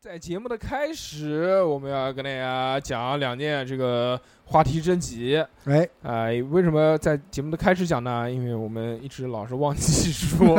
在节目的开始，我们要跟大家讲两件这个话题征集。哎，哎、为什么在节目的开始讲呢？因为我们一直老是忘记 说。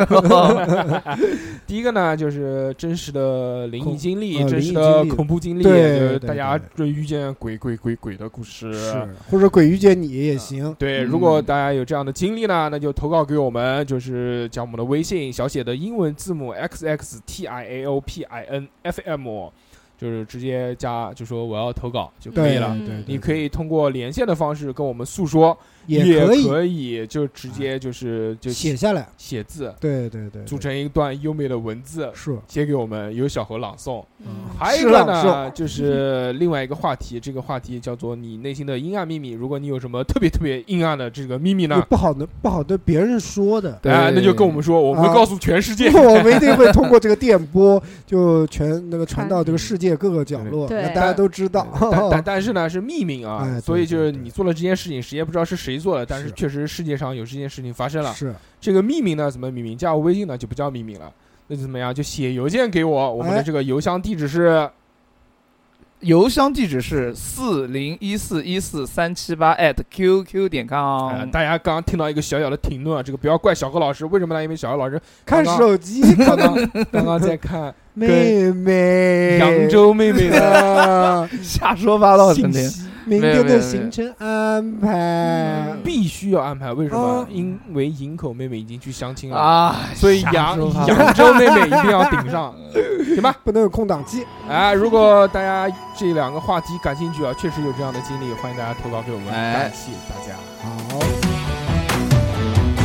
第一个呢，就是真实的灵异恐经历，呃真灵实异的经历恐怖经历，对就是对大家对追遇见鬼鬼鬼鬼的故事。是或者鬼遇见你啊也行，对，嗯如果大家有这样的经历呢，那就投稿给我们，就是加我们的微信小写的英文字母 x x t i a o p i n f m，就是直接加就说我要投稿就可以对了。嗯对，对你可以通过连线的方式跟我们诉说，也可以就直接就是就写下来，写字，对对对，组对成一段优美的文字，是写给我们，由小何朗诵。嗯还有一个是啊呢，朗就是另外一个话题，这个话题叫做你内心的阴暗秘密。如果你有什么特别特别阴暗的这个秘密就呢，不好的不好 对别人 说的，对啊，那就跟我们说，我们会啊告诉全世 界。我们一定会通过这个电波，就全那个传到这个世界各个角落，对让大家都知道。但但但是呢，是秘密哎啊，对所以就是对对你做了这件事情，谁也不知道是谁做的，但是是确实世界上有这件事情发 生了。是，这个秘密呢，怎么命名？加我微信呢就不叫秘密了，那就怎么样？就写邮件给我，我们的哎这个邮箱地址是邮箱地址是四零一四一四三七八 at qq 点呃哦 com。大家刚刚听到一个小小的停顿啊，这个不要怪小何老师，为什么呢？因为小何老师看刚手机， 刚刚刚刚在看妹妹， 扬州妹妹的啊，瞎说八道，信整天。息，明天的行程安排嗯， 必须要安排，为什么啊？因为营口妹妹已经去相亲了，啊，所以瞎扬说八道扬州妹妹一定要顶上， 行吧？不能有空档期。哎，如果大家这两个话题感兴趣啊，确实有这样的经历，欢迎大家投稿给我们，哎感谢大家。哦好，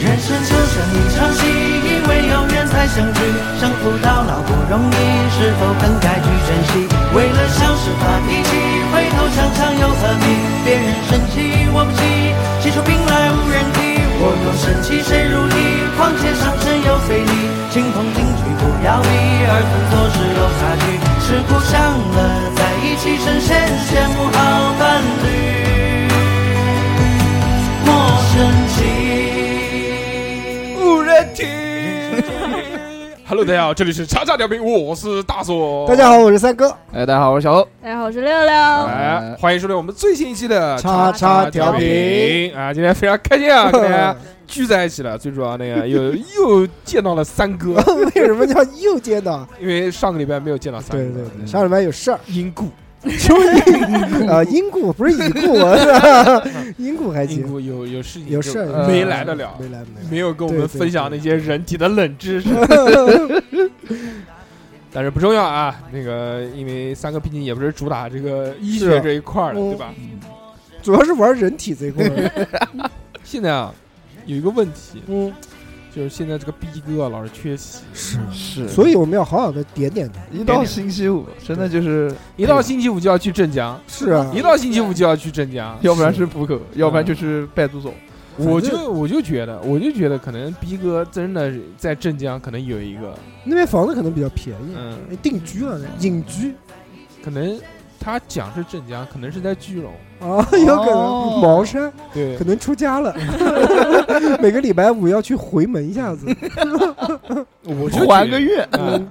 人生就像一场戏，因为有缘才相聚，相扶到老不容易，是否更该去珍惜？为了小事发脾气，回头想想又何必？别人生气我不气，气出病来无人替。我若生气谁如你？况且上身又费力，清风进去不要理，二分做事有差距，是故乡了在一起，深陷羡慕好伴侣。莫生气。无人听。 Hello，大家好，这里是叉叉调频，我是大锁。大家好，我是三哥，哎，大家好，我是小欧。大家好，我是六六。哎，欢迎收听我们最新一期的叉啊叉叉调调频频啊！今天非常开心 啊，跟大家聚在一起了。最主要那个又又见到了三 哥，为什么叫又见到？因为上个礼拜没有见到三对哥对，对，上礼拜有事儿，因故啊，因故不是已故，我是因故还因行，故有有事情有就事儿嗯呃没来得了没，来没来。没有跟我们对对分享那些人体的冷知识， 但是不重要啊。那个因为三哥毕竟也不是主打这个医是学啊这一块儿的，嗯对吧？主要是玩人体这一块儿。现在啊，有一个问题嗯，就是现在这个逼哥啊老是缺席。是，是所以我们要好好的点点他。一到星期五，真的就是一到星期五就要去镇江，是啊，一到星期五就要去镇江。要不然是浦口，要不然就是拜祖总。我就我就觉得，我就觉得可能逼哥真的是在镇江可能有一个，那边房子可能比较便宜，嗯，定居了，隐居可能他讲是镇江，可能是在句容。啊， 有可哦能茅山对可，能出 家了，每个礼拜五要去回门一下子。我就还个月，嗯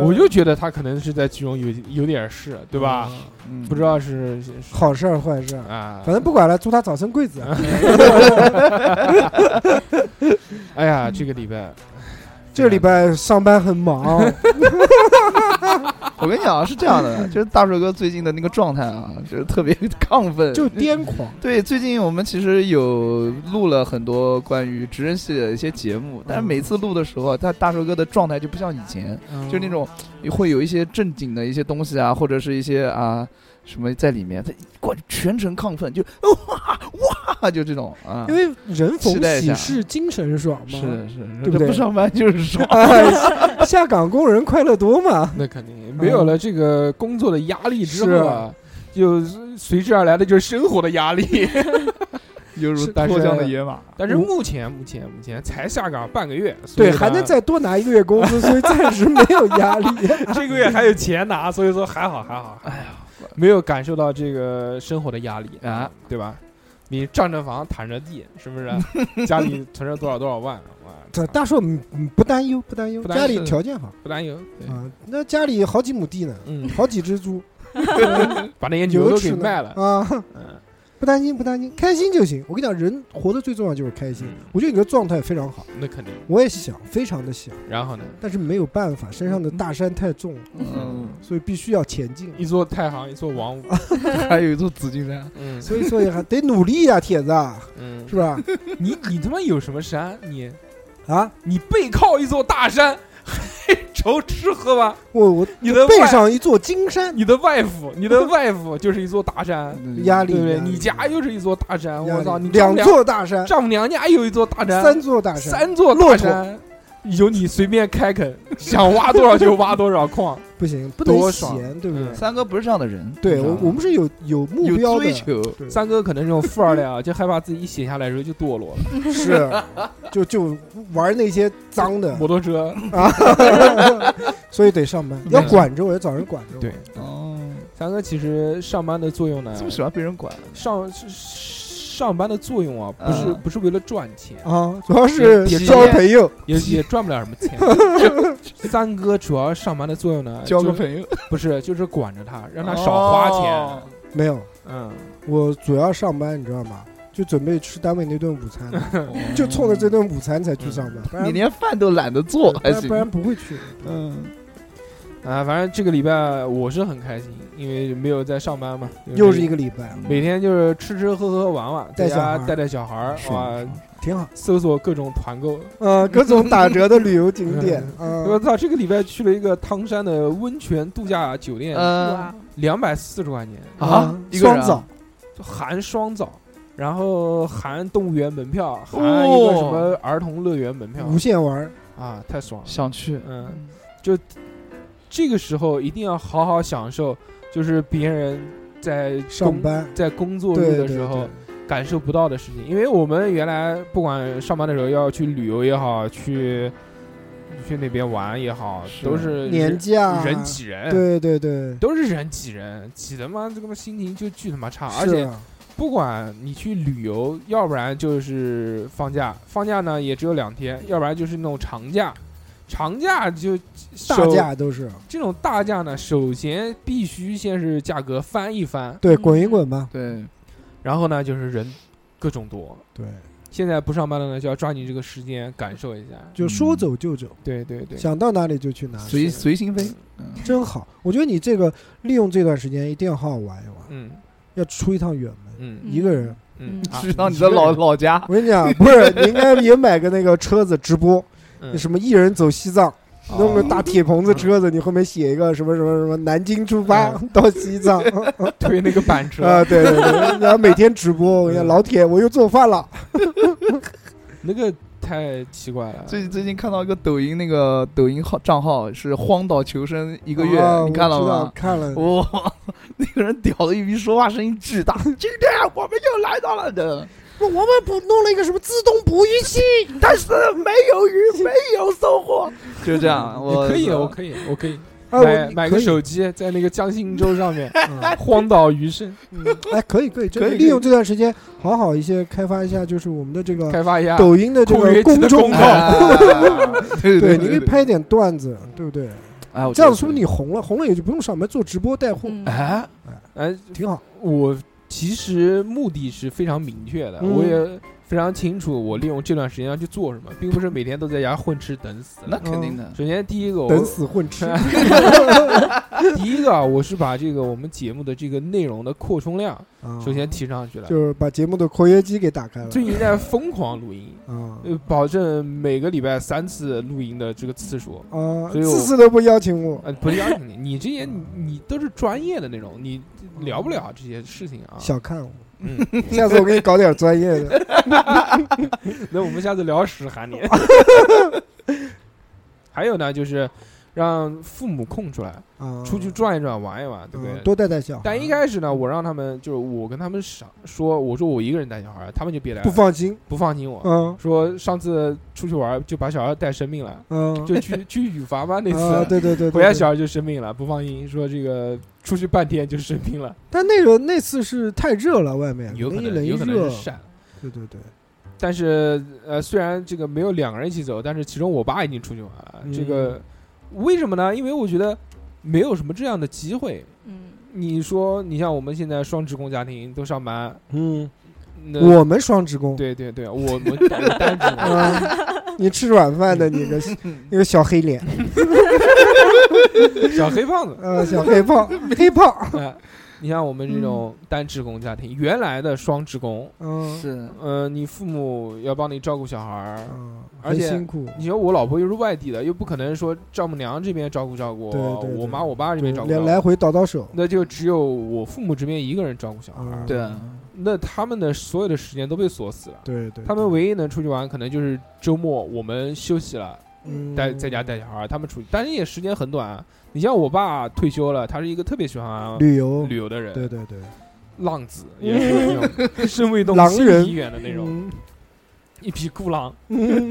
我就觉得他可能是在句容有有点事，对吧？嗯不知道是是是好事儿坏事儿，啊，反正不管了，祝他早生贵子。啊嗯哎呀，这个礼拜，这个礼拜上班 很忙，我跟你讲啊，是这样的，就是大帅哥最近的那个状态啊，就是特别亢奋，就癫狂。对，最近我们其实有录了很多关于职人系列的一些节目，但是每次录的时候啊，他大帅哥的状态就不像以前，啊就是那种会有一些正经的一些东西啊，或者是一些啊什么在里面，他过全程亢奋，就哇哇就这种啊，因为人期逢待一下喜事精神爽嘛，是的是的，对不对，不上班就是爽 哎，下岗工人快乐多嘛。那肯定没有了这个工作的压力之后啊，就随之而来的就是生活的压力。 犹如是但是啊脱缰的 野马。但是目前目前目前才下岗半个月，所以对，呢还 能再多拿一个月工资，所以暂时没有压力。这个月还有钱拿，所以哎说还好还好，还好没有感受到这个生活的压力啊，对吧？你占着房躺着地，是不 是？家里存着多少多少万，哇，这大硕嗯嗯不担忧，不担忧，不担忧家里条件好不担忧，对啊，那家里好几亩地呢，嗯，好几只猪， 把那些牛牛都吃给呢卖了，啊，嗯，不担心不担心，开心就行。我跟你讲，人活得最重要就是开心。嗯我觉得你的状态非常好，那肯定。我也想，非常的想，然后呢，但是没有办法，身上的大山太重了，嗯，所以必须要前进。一座太行，一座王屋，嗯还有一座紫金山， 嗯所以说也还得努力呀、铁子，啊嗯 是，吧？你你他妈有什么山？你啊，你背靠一座大山，嘿，愁吃喝吧？我我 你的背外上一座金山，你的外父，你的外父就是一座大山，压力对不对？压力你家又是一座大山，压我力操！你丈啊母两娘座大山，丈母娘家有一座大山，三座大山，三座骆大驼山，由你随便开垦，想挖多少就挖多少矿。不行，不多能爽闲，对不对嗯？三哥不是这样的人，对你知我道吗我们是有有目有标的追，求，对三哥可能这种富二代啊，就害怕自己一写下来的时候就堕落了，是 就就玩那些脏的摩，托车。 所以得上班，嗯要管着我，要找人管着我。对，哦， 三哥其实上班的作用呢这，么喜欢被人管，啊上是上班的作用啊，不是嗯不是为了赚钱，啊，主要是也也交朋友，也也赚不了什么钱。 三哥主要上班的作用呢，交个就是朋友， 不是就是管着他，让他少花钱。哦，没有，嗯，我主要上班，你知道吗？就准备吃单位那顿午餐，哦就冲着这，顿午餐才去上班，不 你然连饭都懒得做，不还然行不，然不会去。嗯， 啊，反正这个礼拜我是很开心，因为没有在上班嘛，又是一个礼拜，每天就是吃吃喝喝玩玩，在带小家孩儿带带小孩儿哇，挺好。搜索各种团购。呃，各种打折的旅游景点我啊，操，这个礼拜去了一个汤山的温泉度假酒店，呃哇，两百四十块钱，啊，一个人双啊早，含双早，然后含动物园门票，含一个什么儿童乐园门票无限玩儿，啊，太爽了！想去，嗯，这个时候一定要好好享受，就是别人在上工班在工作对日对的对时候。感受不到的事情，因为我们原来不管上班的时候要去旅游也好，去去那边玩也好，是都是年人假啊人挤人，，对对对，都是人挤人，挤的嘛，这个心情就巨他妈差。而是且啊不管你去旅游，要不然就是放假，放假呢也只有两天，要不然就是那种长假，长假就大首假都是啊这种大假呢，首先必须先是价格翻一翻，对滚一滚吧，对，然后呢就是人各种多，对，现在不上班了呢，就要抓紧这个时间感受一下。就说走就走，对对对，想到哪里就去啊哪里，随随心飞，真好。我觉得你这个利用这段时间一定要好好玩一玩，嗯要出一趟远门，嗯嗯一个人。嗯，啊去到你的老老家我，跟你讲，不是，你应该也买个那个车子直播，嗯那什么一人走西藏，弄个大铁棚子车子，你后面写一个什么什么什么南京出发 到西藏哦推那个板 车，啊，对对对， 然后每天直播，我跟你讲，老铁，我又做饭了，那个太奇怪了。最最近看到一个抖音，那个抖音号账号是荒岛求生一一个月，你看了吗？看了，哇、 那个人屌的一逼，说话声音巨大。今天我们又来到了的，我们捕弄了一个什么自动捕鱼器， 但是没有鱼，没有收获，就这样。你我可以，我可以，我可以啊买我买个手机，在那个江心洲上 面嗯荒岛余生哎，可以可以，真可的以利用这段时间好好一些开发一下，就是我们的这个开发一下抖音的这括约肌个公的众功号，啊 对对，对，你可以拍一点段子，对不对？哎，我这样说不定觉你红了，红了也就不用上班做直播带货，嗯得哎，哎，挺好。我其实目的是非常明确的，嗯我也非常清楚我利用这段时间要去做什么，并不是每天都在家混吃等死。那肯定的。首先第一个，我等死混吃，啊第一个啊，我是把这个我们节目的这个内容的扩充量首先提上去了。哦就是把节目的括约肌给打开了最近在疯狂录音，啊呃，保证每个礼拜三次录音的这个次数。啊，呃所以我次次都不邀请我，呃，不是邀 请你，你这些你你都是专业的那种，你聊不了这些事情啊。小看我，嗯，下次我给你搞点专业 的。 那我们下次聊屎喊你。还有呢，就是让父母空出来，啊，出去转一转、玩一玩，对不嗯对？多带带小孩，但一开始呢，我让他们就是我跟他们想说，我说我一个人带小孩，他们就别来了，不放心，不放心我。嗯说上次出去玩就把小孩带生病了，嗯，就去去雨伐嘛那啊，次，对对对，对回来对小孩就生病了，不放心，说这个出去半天就生病了，但那个那次是太热了，外面有可那一能冷一有可能是，热啊晒。对对对，但是呃，虽然这个没有两个人一起走，但是其中我爸已经出去玩了。嗯这个为什么呢？因为我觉得没有什么这样的机会。嗯，你说，你像我们现在双职工家庭都上班，嗯，那我们双职工，对对对，我我我单职工，啊，你吃软饭嗯的，你个 那个小黑脸，小黑胖子。 呃，小 黑胖，黑胖，啊哎，你像我们这种单职工家庭，原来的双职工，嗯，是嗯，你父母要帮你照顾小孩儿，嗯而且很辛苦，你说我老婆又是外地的，又不可能说丈母娘这边照顾照顾，对对对我妈我爸这边照顾照来顾，来回倒倒手，那就只有我父母这边一个人照顾小孩儿，嗯对啊那他们的所有的时间都被锁死了。对对，啊他们唯一能出去玩，可能就是周末我们休息了，嗯带在家带小孩儿，他们出去，但是也时间很短啊。你像我爸退休了，他是一个特别喜欢旅游，旅游的人，对对对，浪 子，也是那种身未动狼心人已远的那种，嗯一匹孤狼， 嗯，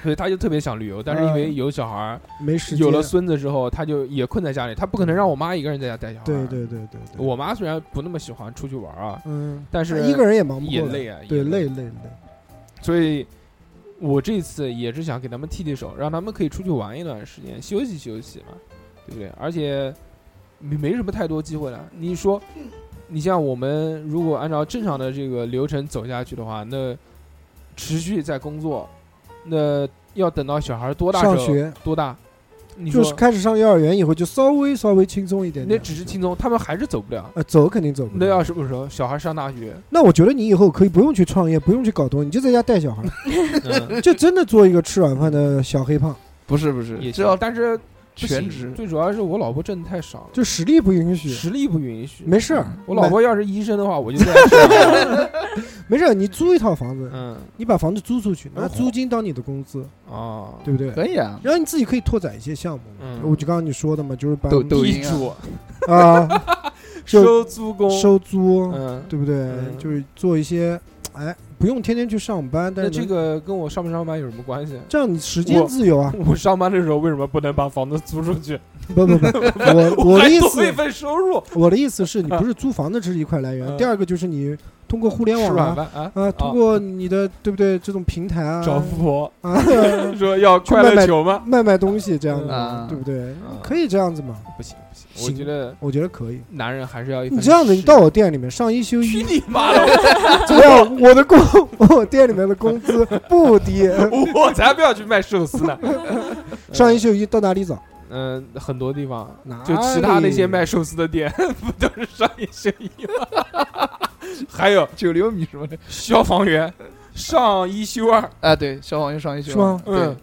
所以他就特别想旅游，但是因为有小孩儿，没时间，嗯有了孙子之后，他就也困在家里，他不可能让我妈一个人在家带小孩。对对，对对对，啊我妈虽然不那么喜欢出去玩啊，嗯，但是一个人也忙不也过来，累啊，对，也累，累累，所以。我这次也是想给他们替替手，让他们可以出去玩一段时间，休息休息嘛，对不对？而且没没什么太多机会了。你说，嗯你像我们如果按照正常的这个流程走下去的话，那持续在工作，那要等到小孩多大时候？上学多大？你说就是开始上幼儿园以后，就稍微稍微轻松一点那点，只啊是轻松，他们还是走不了。呃，走肯定走不那了。要什么时候小孩上大 学？那我觉得你以后可以不用去创业，不用去搞东西，你就在家带小孩，嗯、就真的做一个吃软饭的小黑胖，不是不是， 也只行要但是不行全职最主要是我老婆挣的太少了，就实力不允许。实力不允许。没事儿，我老婆要是医生的话，我 就在这儿。没事儿，你租一套房子，嗯，你把房子租出去，拿哦租金当你的工资，哦，对不对？可以啊，然后你自己可以拓展一些项目。嗯我就刚刚你说的嘛，就是把抖抖地音啊 主啊，就收租公，收租，嗯，对不对嗯？就是做一些，哎，不用天天去上班，那但是啊这能个跟我上不上班有什么关 系？这样你时间自由啊！我上班的时候为什么不能把房子租出去？不不不， 我我还的意多一思，份收入，我的意思是你不是租房子，这是一块来源。嗯第二个就是你通过互联吃网软啊，饭啊啊，通过你的对不对这种平台啊，找富婆啊，说要快乐球吗？ 卖卖东西这样的啊，对不对嗯？可以这样子嘛？不行不行，我行觉得我觉得可以。男人还是要一份你这样子，事你业 到我店里面上一休去一，你妈的！ 怎么样？我的工，我店里面的工资不 低。我我才不要去卖寿司呢。 上一休一到哪里找？嗯，很多地方哪就其他那些里卖寿司的店， 不都是上一休一吗？ 还有九流米什么的消防员上一休二，嗯啊，对，消防员上一休是吗嗯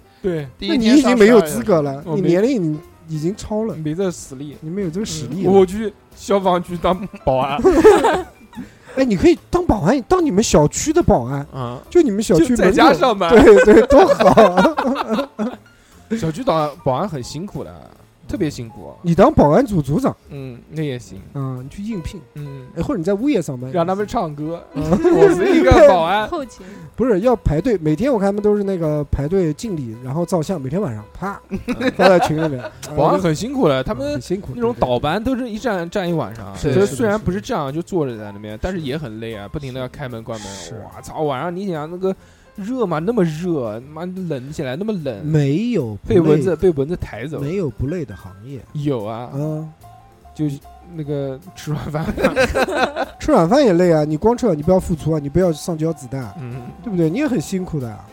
对，对，第那一你天已上经没有12资格了，我你哦没年龄你已经超了，没这实力。你没有这个实力了。我去消防局当保 安，哎，你可以当保安，当你们小区的保安，啊，就你们小区就在门家口。上班。 对对，多好！啊小区保安保安很辛苦的，特别辛苦。 你当保安组组长嗯，那也行。啊，你去应聘，嗯，哎，或者你在物业上班，让他们唱歌。嗯我是一个保 安，后勤不是要排队，每天我看他们都是那个排队敬礼，然后照相，每天晚上 啪发在群里面。保安啊很辛苦的，他很们辛苦，那种对对倒班都是一站站一晚上，是就是虽然是不是这样，就坐着在那边，但是也很累啊，不停的要开门关是门。我操，晚上你想那个热嘛，那么热，妈冷起来那么冷，没有不嗯被蚊累子被蚊子抬走。没有不累的行业有啊，啊，就那个吃软饭，吃软饭也累啊，你光吃软你不要付出啊，你不要上交子弹啊，嗯，对不对？你也很辛苦的啊，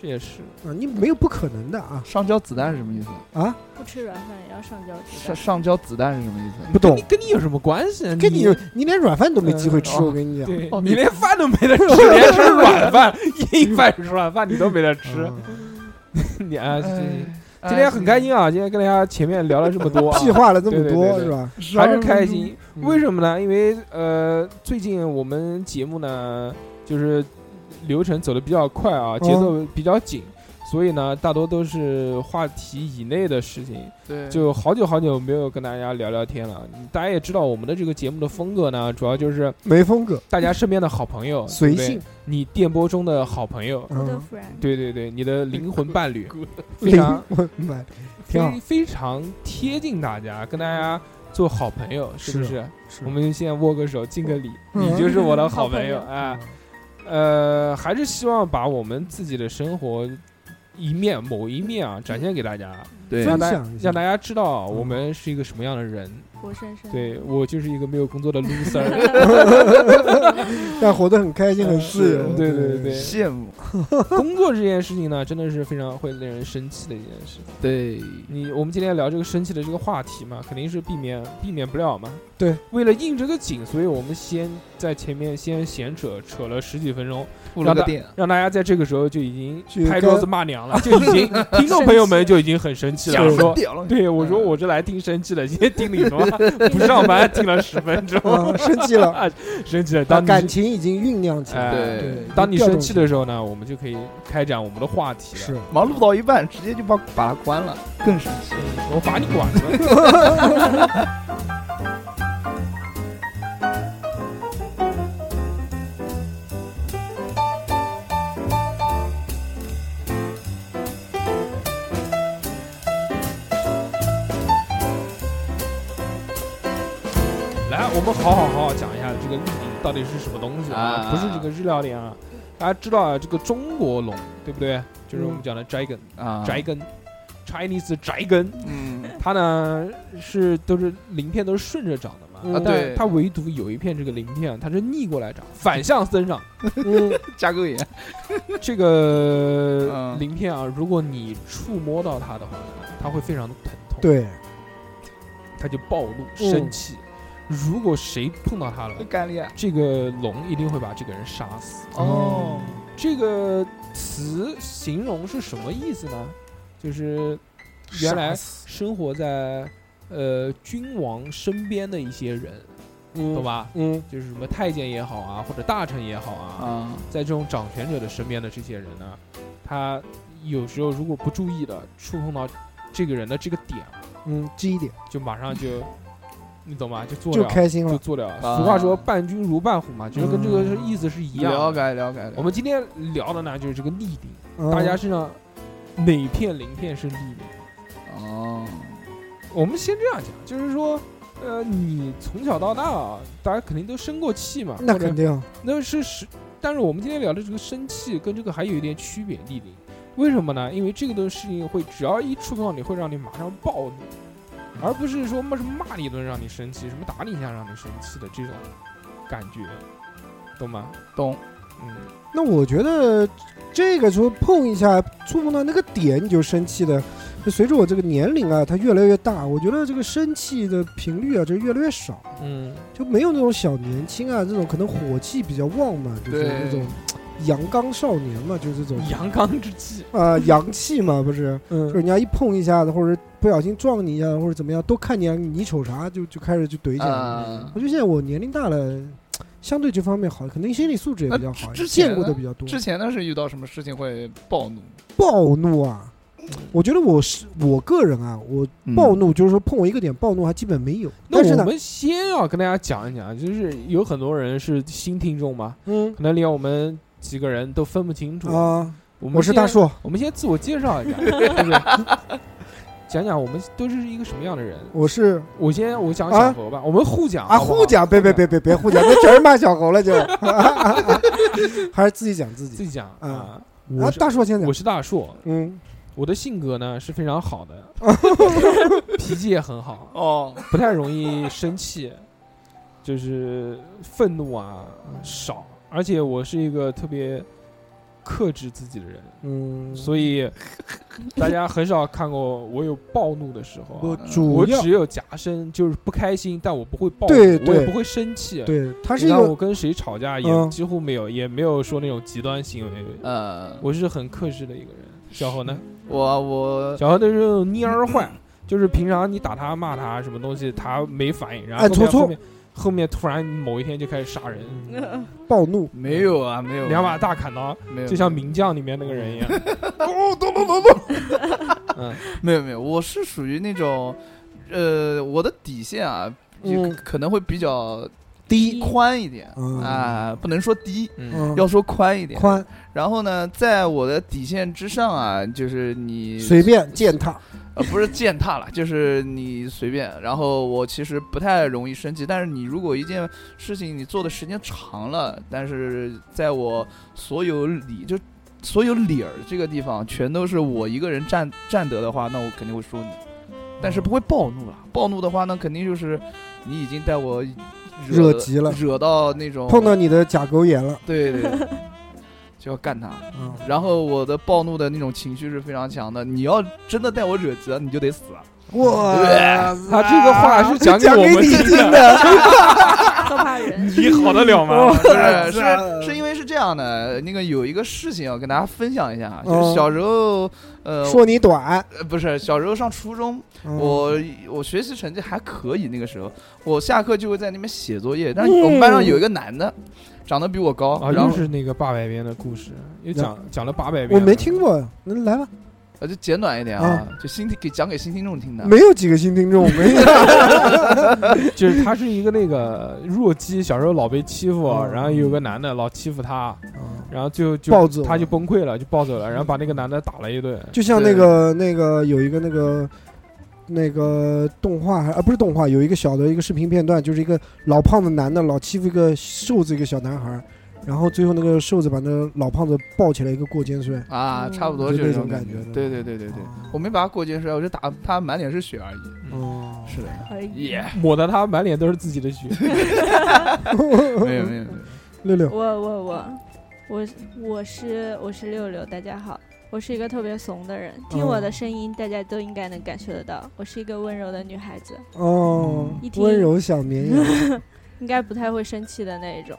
这也是啊你没有不可能的啊上交子弹是什么意思？啊！不吃软饭也要上交子上弹，上交子弹是什么意思？不懂跟你，跟你有什么关系啊？跟你你连软饭都没机会吃，嗯我跟你讲，啊对哦你 连饭都没得吃，连吃软饭、硬饭、软饭你都没得吃，嗯你啊，这哎今天很开心啊，今天跟大家前面聊了这么 多啊，计划了这么对对对多对是吧？ 12还是开心。嗯为什么呢？因为呃，最近我哦们节目呢，就是流程走的比较快啊，节奏比较紧，所以呢，大多都是话题以内的事情。对，就好久好久没有跟大家聊聊天了。大家也知道我们的这个节目的风格呢，主要就是没风格，大家身边的好朋 友，对随不对性，你电波中的好朋友，我的嗯， friend，对对对，你的灵魂伴侣，非灵常魂蛮 挺好非，非常贴近大家，跟大家做好朋友，是不是是？是我们现在握个手，敬个礼，嗯你就是我的好好朋朋友友啊。呃，还是希望把我们自己的生活一面某一面啊展现给大家，对让大分享一下嗯让大家知道我们是一个什么样的人。活生生。对我就是一个没有工作的 loser。 但活得很开心，很自由是，对对对羡慕，工作这件事情呢，真的是非常会令人生气的一件事。对，你我们今天聊这个生气的这个话题嘛，肯定是避免避免不了嘛。对，为了应这个景，所以我们先在前面先闲扯扯了十几分钟，布了个店，让大家在这个时候就已就经拍桌子骂娘 了，就已经听众朋友们就已经很生气了，说。屌了，对，我说我是来听生气的，今天听你他妈 不上班，听了十分 钟，啊，生气了，生气了。把当你感情已经酝酿起来，哎对对当你调生动气起来的时候呢，我们就可以开展我们的话题了。是忙碌到一半，直接就把把它关了，更生气。我把你管了。来，我们好好好好讲一下这个绿林到底是什么东西啊？啊不是这个日料店啊，大家知道啊，这个中国龙对不对？就是我们讲的 dragon 啊，宅根，Chinese 宅根，嗯，它呢是都是鳞片都是顺着长的嘛，啊嗯但对它唯独有一片这个鳞片它是逆过来长，反向增长。嗯，加个眼，这个嗯鳞片啊，如果你触摸到它的话，它会非常的疼痛，， 对，它就暴怒嗯生气。如果谁碰到它了，干裂。这个龙一定会把这个人杀死。哦，这个词形容是什么意思呢？就是原来杀死生活在呃君王身边的一些人，懂嗯吧？嗯就是什么太监也好啊，或者大臣也好啊，啊，在这种掌权者的身边的这些人呢，他有时候如果不注意的触碰到这个人的这个点，嗯，记一点就马上就，你懂吗？就做就了，开心就了，做了。啊俗话说“伴君如伴虎”嘛，就是跟这个是嗯意思是一样的。了解了解。我们今天聊的呢，就是这个逆鳞，嗯大家身上哪片鳞片是逆鳞？哦，我们先这样讲，就是说，呃，你从小到大啊，大家肯定都生过气嘛，那或者肯定，那是是，但是我们今天聊的这个生气跟这个还有一点区别，逆鳞。为什么呢？因为这个的事情会，只要一触碰到你，会让你马上暴怒，嗯而不是说骂什么骂你一顿让你生气，什么打你一下让你生气的这种感觉，懂吗？懂。嗯，那我觉得这个时候碰一下，触碰到那个点你就生气的。就随着我这个年龄啊，它越来越大，我觉得这个生气的频率啊，就越来越少，嗯，就没有那种小年轻啊，这种可能火气比较旺嘛，就是对那种阳刚少年嘛，就这种阳刚之气，啊、阳气嘛，不是，就嗯，人家一碰一下子，或者不小心撞你一下，或者怎么样，都看见你瞅啥，就就开始就怼起来了。啊我觉得现在我年龄大了，相对这方面好，肯定心理素质也比啊较好，那之也之前见过的呢比较多。之前呢是遇到什么事情会暴怒？暴怒啊，我觉得我是我个人啊，我嗯暴怒就是说碰我一个点暴怒还基本没有。但是嗯那我呢，们先要跟大家讲一讲，就是有很多人是新听众嘛，嗯可能连我们几个人都分不清楚。啊，我们我是大先树，我们先自我介绍一下，对不对？讲讲我们都是一个什么样的人。我是我先我讲啊小何吧，我们互讲啊，好不好互讲，别别别别别互讲，那全是骂小猴了就， 还是自己讲自自己。己讲嗯啊。啊我，是大树先讲我，是大硕，嗯，我的性格呢是非常好 的，脾气也很好，哦，不太容易生气，就是愤怒啊少，而且我是一个特别克制自己的人，嗯，所以大家很少看过我有暴怒的时候 啊、我嗯主我要只有夹生，就是不开心，但我不会暴怒，对我也对不会生气。对，他他是一个我跟谁吵架也嗯几乎没有，也没有说那种极端行为。呃，我是很克制的一个人。小何呢？我我小何都是那种蔫儿坏，就是平常你打他骂他什么东西，他没反应，然后哎后面搓搓后面后面突然某一天就开始杀人，嗯暴怒，没有啊，没有两把大砍刀，没有，就像名将里面那个人一样。咚咚咚咚咚，嗯，没有没有，我是属于那种，呃，我的底线啊，嗯就可能会比较低宽一点嗯啊，不能说低，嗯，嗯，要说宽一点。宽，然后呢，在我的底线之上啊，就是你随便践踏，呃，不是践踏了，就是你随便。然后我其实不太容易生气，但是你如果一件事情你做的时间长了，但是在我所有理就所有理儿这个地方全都是我一个人占占得的话，那我肯定会说你，但是不会暴怒了。暴怒的话，那肯定就是你已经带我惹得急了惹到那种碰到你的甲沟炎了，对对对就要干他。嗯，然后我的暴怒的那种情绪是非常强的，你要真的带我惹急了，你就得死了。啊哇，他这个话是讲给讲我给们你听听的，的， 可 怕人。你好得了 吗？是啊是是因为是这样的，那个有一个事情要跟大家分享一下啊，就嗯是小时候，呃，说你短，呃不是小时候上初中，嗯我我学习成绩还可以，那个时候我下课就会在那边写作业，嗯但是我们班上有一个男的，长得比我高，啊，然又后是那个八百遍的故事，又讲讲了八百遍。我没听，过，那来吧，呃就简短一点啊，就新听给讲给新听众听的，嗯没有几个新听众，没 有，就是他是一个那个弱鸡，小时候老被欺负，嗯然后有个男的老欺负他，嗯然后最后就暴走他就崩溃了，就暴走了，然后把那个男的打了一 顿。就像那个那个有一个那个。那个动画还啊不是动画，有一个小的一个视频片段，就是一个老胖子男的老欺负一个瘦子一个小男孩儿，然后最后那个瘦子把那个老胖子抱起来一个过肩摔，啊，嗯差不多就就那是这种种感觉觉的，对对对对对，哦我没把他过肩摔，我就打他满脸是血而已，哦，是 的，可以。耶，抹的他满脸都是自己的 血，嗯没有没有没有，六六，我我我我我是我是六六，大家好，我是一个特别怂的人，听我的声音，大家都应该能感受得到，我是一个温柔的女孩子，哦一，听温柔小绵 羊，应该不太会生气的那一种。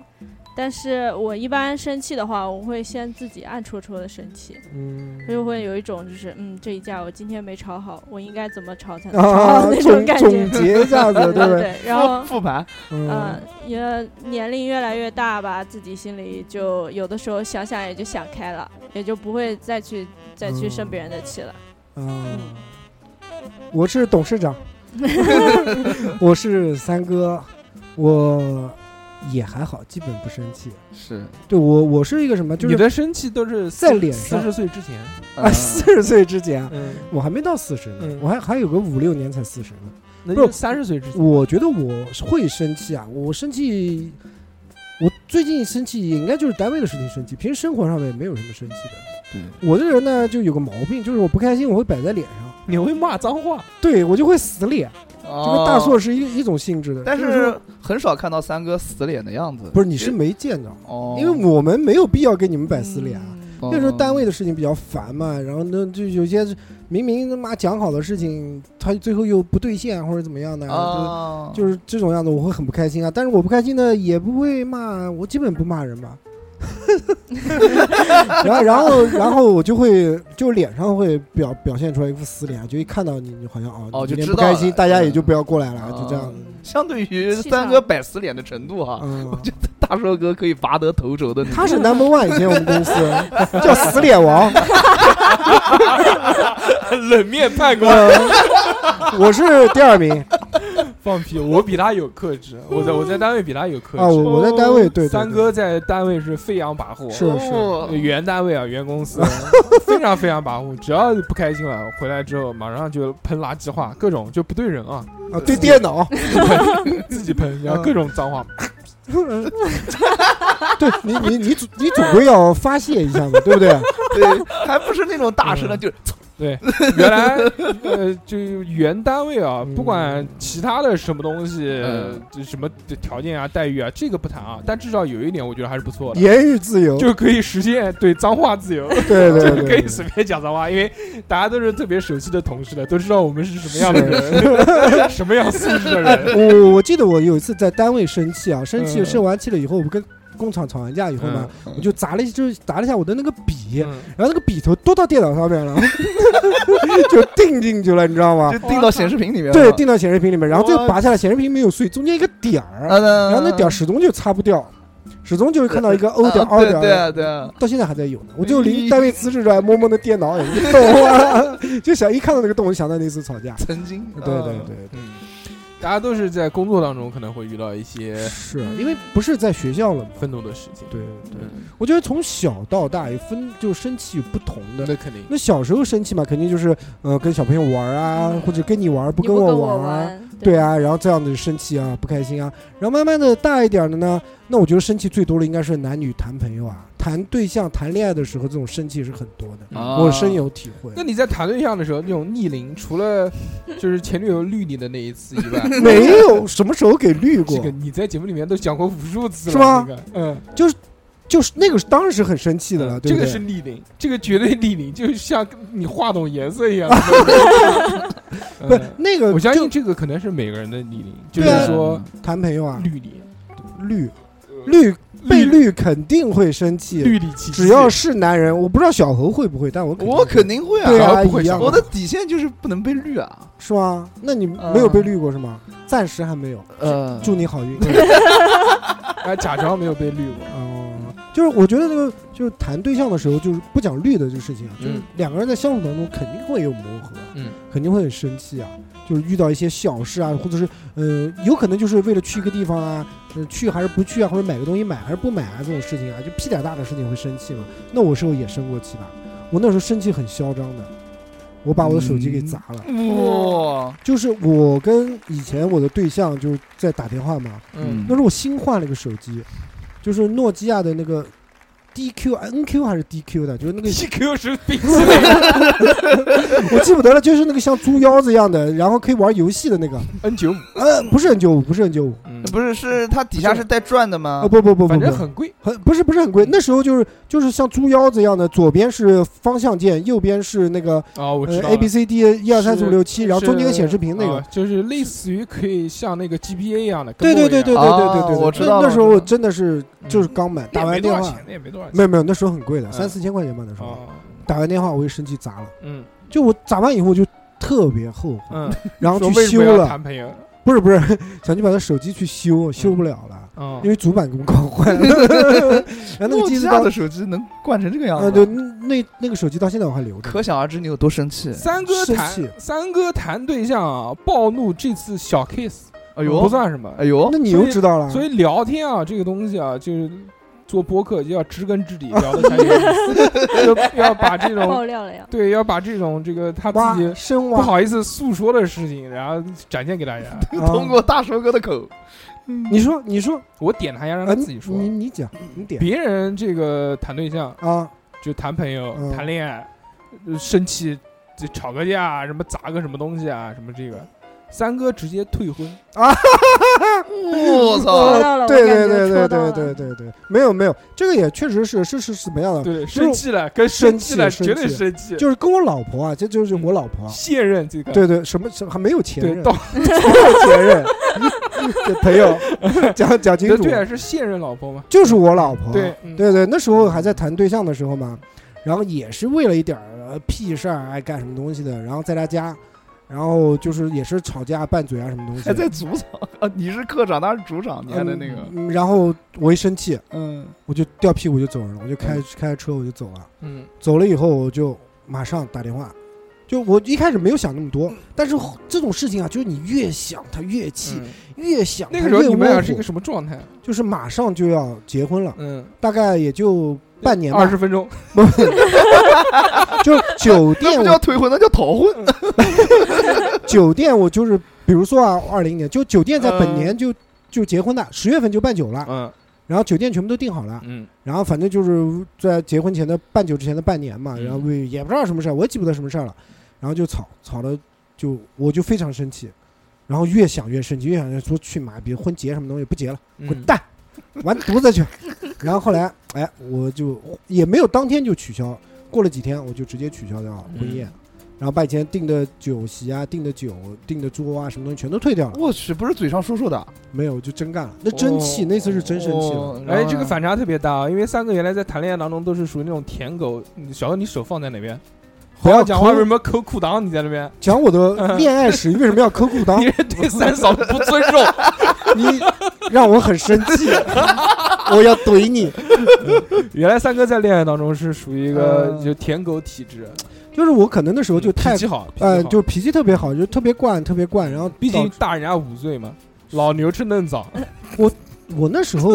但是我一般生气的话，我会先自己暗戳戳的生气，嗯我就会有一种就是，嗯，这一架我今天没吵好，我应该怎么 吵才能吵啊好，哦那种总感总觉。结一下子，对啊对不对？ 对，然后复盘，呃嗯，，也年龄越来越大吧，自己心里就有的时候想想也就想开了，也就不会再去再去生别人的气了。啊，我是董事 长，我是三哥，我也还好，基本不生气。是对我，我是一个什么？就你是的生气都是在脸四上十岁之前。啊，四十岁之前，嗯，我还没到四十呢嗯，我还还有个五六年才四十呢。那不就三十岁之前。我觉得我会生气啊，我生气，我最近生气也应该就是单位的事情生气，平时生活上面没有什么生气的。对，我这人呢就有个毛病，就是我不开心我会摆在脸上，你会骂脏话，对我就会死脸，这就跟大硕是一一种性质的。哦但就是说是很少看到三哥死脸的样子。不是你是没见着，哦，因为我们没有必要给你们摆死脸啊。嗯我那时候单位的事情比较烦嘛，然后呢就有些明明他妈讲好的事情，他最后又不兑现啊或者怎么样的，就啊，是就是这种样子，我会很不开心啊。但是我不开心呢，也不会骂，我基本不骂人吧。 然后，然后，然后我就会就脸上会表表现出来一副死脸，啊就一看到你，你好像哦，哦你今就天知不道开了心，大家也就嗯不要过来了，哦就这 样子。嗯相对于气三场哥摆死脸的程度哈，嗯，大硕哥可以拔得头筹的那种。他是 number one，以前我们公司叫死脸王，冷面判官。呃，我是第二名放屁！我比他有克制，我在我在单位比他有克制。啊，我我在单位对对对三哥在单位是飞扬跋扈，是哦哎呃是原单位啊，原公 司非常非常跋扈，只要不开心了，回来之后马上就喷垃圾话，各种就不对人 啊，啊，对电脑，自己喷，然后嗯各种脏话。对你你你总你总归要发泄一下嘛，对不 对？对，还不是那种大声的，嗯就是对，原来呃，就原单位啊嗯，不管其他的什么东西嗯，这什么条件啊、待遇啊，这个不谈啊，但至少有一点我觉得还是不错的，言语自由，就可以实现对脏话自由。对 对就对可对以随便讲脏话，因为大家都是特别熟悉的同事的，都知道我们是什么样的人， 什么样素质的人。 哦我我记得我有一次在单位生气啊，生气嗯生完气了以后，我跟工厂吵完架以后嘛，嗯我就砸了一就砸了一下我的那个笔，嗯然后那个笔头剁到电脑上面了， 就钉进去了，你知道吗 就？定到显示屏里面了。啊对，钉到显示屏里面，然后最后嗯我拔下来，显示屏没有碎，中间一个点儿，啊，然然后那点儿始终就擦不掉，始终就会看到一个 O 点 R 对对点。啊对啊，到现在还在有呢，我就离 单位辞职出来摸摸那电脑有一个洞啊， 就想一看到那个洞，我就想到那次吵架。曾经。对对对，嗯，大家都是在工作当中可能会遇到一些嗯对，是啊因为不是在学校了嘛？愤怒的事情，对对嗯，我觉得从小到大也分，就生气有不同的。那肯定。那小时候生气嘛，肯定就是呃跟小朋友玩嗯啊，或者跟你玩不你跟不跟玩啊，玩，对，啊，然后这样子生气啊，不开心啊。然后慢慢的大一点的呢，那我觉得生气最多的应该是男女谈朋友啊，谈对象、谈恋爱的时候，这种生气是很多的，啊我 深有体会那。你在谈对象的时候，那种逆鳞，除了 就是前女友绿你的那一次以外，没有什么时候给绿这 过个，你在节目里面都讲过无数次了，是吗这个嗯，就是那个是当然是很生气的了，对这不个对？是逆鳞，这个绝对逆鳞，就像你话筒颜色 一样。不嗯，那个我相信就这个可能是每个人的逆鳞，就对啊是说谈朋友啊，绿你，呃绿绿被绿肯定会生气，绿里气息，只要是男人，我不知道小猴会不会，但我我肯定会肯定会对啊，小啊猴不会一样想我的呃底线就是不能被绿啊。是吗？那你没有被绿过是吗？暂时还没有，呃，祝你好 运。哎假装没有被绿过。哦，就是我觉得这个就是谈对象的时候，就是不讲绿的这个事情啊，就是嗯两个人在相处当中肯定会有磨合，啊嗯，肯定会很生气啊，就是遇到一些小事啊，或者是呃，有可能就是为了去一个地方啊，呃，去还是不去啊，或者买个东西买还是不买啊，这种事情啊，就屁点大的事情会生气嘛。那我时候也生过气吧，我那时候生气很嚣张的，我把我的手机嗯给砸了。哇，就是我跟以前我的对象就是在打电话嘛，嗯 那是我新换了一个手机，就是诺基亚的那个 DQ NQ 还是 DQ 的，就是 那个，EQ 是冰淇淋我记不得了，就是那个像猪腰子一样的，然后可以玩游戏的那个， N 九五，呃，不是 N 九五，不是 N 九五，嗯不是，是它底下是带转的吗啊，？不不不不反正不，很贵。很不是不是很贵，那时候就是就是像猪腰子一样的，左边是方向键，右边是那个哦，我知呃道 A B 了。 C D 一二三四五六七，7然后中间有是显示屏那个啊，就是类似于可以像那个 GPA 一样的，对跟对我一样对对对啊对对对，我知道那了那时候我知我道真的是就是刚买，打嗯那也完没多电少话钱，那也没多少钱。没有没有，那时候很贵的，嗯三四千块钱吧那时候。哦，打完电话我就生气砸了，嗯就我砸完以后我就特别后悔，嗯，然后说去为什修么要了，谈朋友，不是不 是，想去把他手机去修，修不了了。嗯因，为主板给我搞 坏了，然后那个诺机基子亚到的，手机能灌成这个样啊对，子，那那个手机到现在我还留着。可想而知你有多生气。三哥生气谈三哥谈对象啊，暴怒这次小 case 哎不呦，算什么，哎呦那，你所以又知道了，所以聊天啊这个东西啊，就是做播客就要知根知底，聊的才有意 思，就要把这啊种爆料了呀，对要把这种这个他挖自己深不挖，好意思诉说的事情，然后展现给大 家。啊嗯通过大叔哥的口，你说你说我点他一下，让啊，他你自己说。你你讲你点别人这个谈对象，啊，就谈朋友、嗯谈恋爱，呃生气就吵个架，什么砸个什么东西啊，什么这嗯个，三哥直接退婚。我戳操！到了，我哦对对感觉对对戳到对了对对对，没有没有，这个也确实是是是什么样的，对，嗯是生气了，跟生生气气了，生绝对气生气。就是跟我老婆啊，这就是我老婆啊，现任这个，对对，什么什么还没有前对，任，到 没有前任，这 朋友讲讲清对楚，对啊，是现任老婆嘛？就是我老婆。对嗯对对，那时候还在谈对象的时候嘛，然后也是为了一点儿呃屁事儿，爱干什么东西的，然后在他家，然后就是也是吵架拌嘴啊什么东西 还在的。主场啊？你是客场，他是主场，你还在那个，嗯，然后我一生气，嗯，我就掉屁股就走人了，我就开开着车我就走了。嗯，走了以后，我就马上打电话。就我一开始没有想那么嗯多，但是后这种事情啊，就是你越想他越气，嗯越想那它个时候越你们俩窝是一火个什么状态？就是马上就要结婚了，嗯，大概也就半年吧二，十分钟， 就是酒那店不我叫退婚，那叫逃婚。酒店我就是，比如说啊，二零年就酒店在本年就、就结婚的，十月份就办酒了，呃嗯然后酒店全部都订好了，嗯然后反正就是在结婚前的办酒之前的半年嘛，嗯然后为也不知道什么事儿，我也记不得什么事儿了，然后就吵吵了，就我就非常生气，然后越想越生气，越想越说去妈逼，婚结什么东西不结了，滚嗯，蛋，完犊子去。然后后来嗯哎，我就也没有当天就取消，过了几天我就直接取消掉婚宴。然后把以前订的酒席啊、订的酒、订的桌啊什么东西全都退掉了，我去，不是嘴上说说的，没有就真干了，那真气，那次是真生气了。哦哦哎，这个反差特别大，因为三个原来在谈恋爱当中都是属于那种舔狗。嗯小何，你手放在哪边？不要讲话，为什抠么抠裤裆？你在那边，讲我的恋爱史，你为什么要抠裤裆 你？是对三嫂不尊 重。你让我很生气， 我要怼你。原来三哥在恋爱当中是属于一个嗯就舔狗体质，嗯就是我可能那时呃候就太脾气好，脾气呃，好就脾气特别好，就特别惯，特别惯。然后毕竟导大人家五岁嘛，老牛吃嫩草。呃我那 时候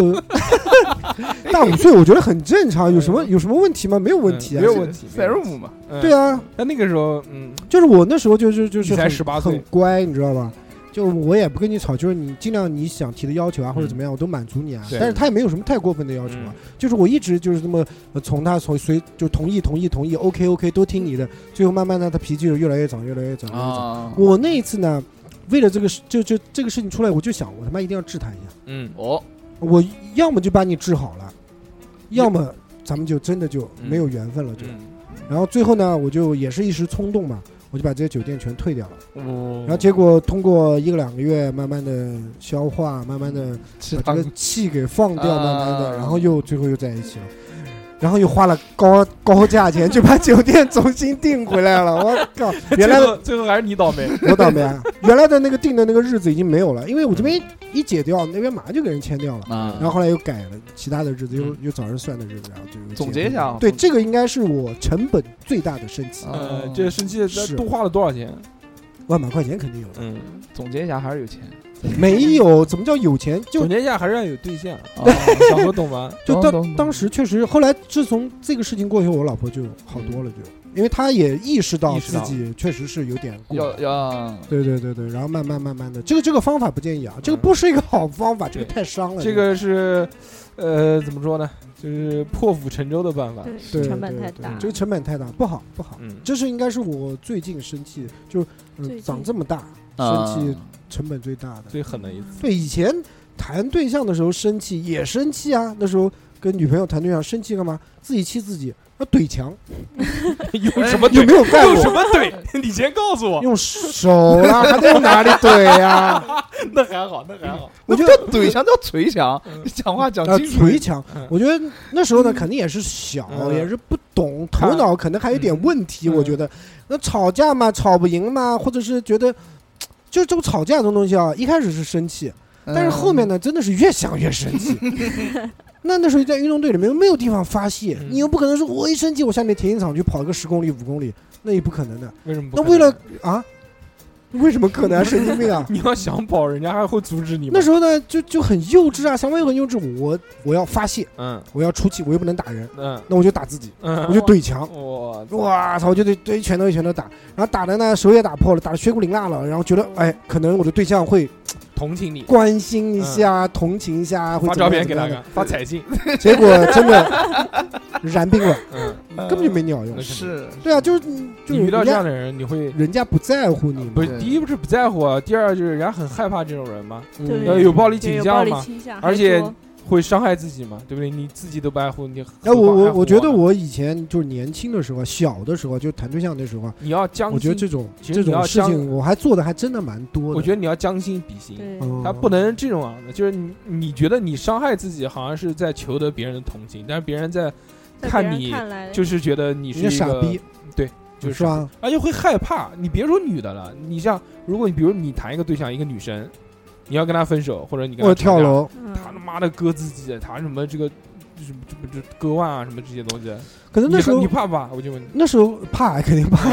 大五岁，我觉得很正常，有什么有什么问题吗？没有问题嗯啊，没有问题，三十五嘛，嗯对，啊，但那个时候，嗯，就是我那时候就是就是你才很18岁很乖，你知道吧？就我也不跟你吵，就是你尽量你想提的要求啊，或者怎么样，我都满足你啊。嗯对嗯但是他也没有什么太过分的要求啊，就是我一直就是这么呃从他从随就同意同意同意，OK OK 都听你的，最后慢慢的他脾气就越来越长，越来越长，越来越长。啊，我那一次呢，为了这个事，就就这个事情出来，我就想我他妈一定要治他一下，嗯，哦，我要么就把你治好了，要么咱们就真的就嗯没有缘分了就。嗯，然后最后呢，我就也是一时冲动嘛，我就把这些酒店全退掉了。然然后结果通过一个两个月，慢慢的消化，慢慢的其把他这个气给放掉，啊慢慢的，然后又最后又在一起了，然后又花了高 高价钱就把酒店重新订回来了。我靠，原 来最后最后还是你倒霉。我倒霉啊！原来的那个定的那个日子已经没有了，因为我这边一解掉，那边马上就给人签掉了。啊然后后来又改了其他的日子，又嗯又找人算的日子，然后就又总结结一下啊对，这个应该是我成本最大的升级，呃，嗯这生气哦是多花了多少钱？万把块钱肯定 有的。嗯，总结一下还是有钱，没有，怎么叫有钱？就总结一下还是要有对象，啊小何懂吗？就懂懂当懂当时确实，后来自从这个事情过以后，我老婆就好多了，就嗯因为她也意识到意识自到己确实是有点过了 要。要对对对对，然后慢慢慢慢的，这个这个方法不建议啊，这个嗯不是一个好方法，这个对太伤了。这个是，呃，怎么说呢？就是破釜沉舟的办法。对对，成本对太对大这。个成本太大，不好不好。嗯，这是应该是我最近生气，就是、最嗯近长这么大生啊气成本最大的。最狠的一次。对，以前谈对象的时候生气也生气啊，那时候跟女朋友谈对象生气干嘛？自己气自己，要怼墙， 有哎什么有对？没有干 有什过？么对？你先告诉 我。用手啦，还得用哪里怼呀、啊？那还好，那还好。我那觉不得叫怼墙，叫捶墙嗯，你讲话讲呃，清楚一捶点。墙嗯，我觉得那时候呢，肯定也是小，嗯也是不懂，头脑可能还有点问题。嗯我觉得，那吵架嘛，吵不赢嘛，或者是觉得，就这种吵架这种东西啊，一开始是生气，嗯但是后面呢，真的是越想越生气。 那那时候在运动队里面没有地方发泄，嗯你又不可能说我一生气我下面田径场去跑个十公里五公里，那也不可能的。 为什么不那可能？为了啊，为什么可能啊？神经 病啊！ 你要想跑，人家还会阻止你吗？那时候呢，就就很幼稚啊，想法又很幼稚，我我要发泄，嗯我要出气，我又不能打人。嗯那我就打自己，我嗯，就怼墙，我哇操，我就得对拳头一拳头打，然后打的呢手也打破了，打的血骨淋辣了，然后觉得哎，可能我的对象会同情你，关心一下、同情一下，嗯会发怎照么片样给怎他么样看，发彩 信。的，结果真的 燃冰了，嗯，根根本就没鸟用那。是，对啊，就是就你是遇到人这样家的人，你会人家不在乎你嘛不，是对第一不是不在乎啊，第二就是人家很害怕这种人嘛，嗯对要有暴力倾有向暴力嘛，倾向，而还且说会伤害自己嘛，对不对？你自己都不爱护，你哎，那我我我觉得我以前就是年轻的时候啊，小的时候啊就谈对象的时候啊，你要将心，我觉得这种其实这你种要事相情我还做的还真的蛮多的。我觉得你要将心比心，对，嗯，他不能这种啊，就是你你觉得你伤害自己，好像是在求得别人的同情，但是别人在在看别人你看来就是觉得你是你一傻个逼，就是是吧？而且会害怕。你别说女的了，你像如果你比如你谈一个对象，一个女生，你要跟她分手，或者你跟或她者跳吵架，楼，嗯她他妈的割自己，她什么这个什么什么这割腕啊什么这些东西，可能那时候你怕不怕？我就问你，那时候怕， 肯定怕。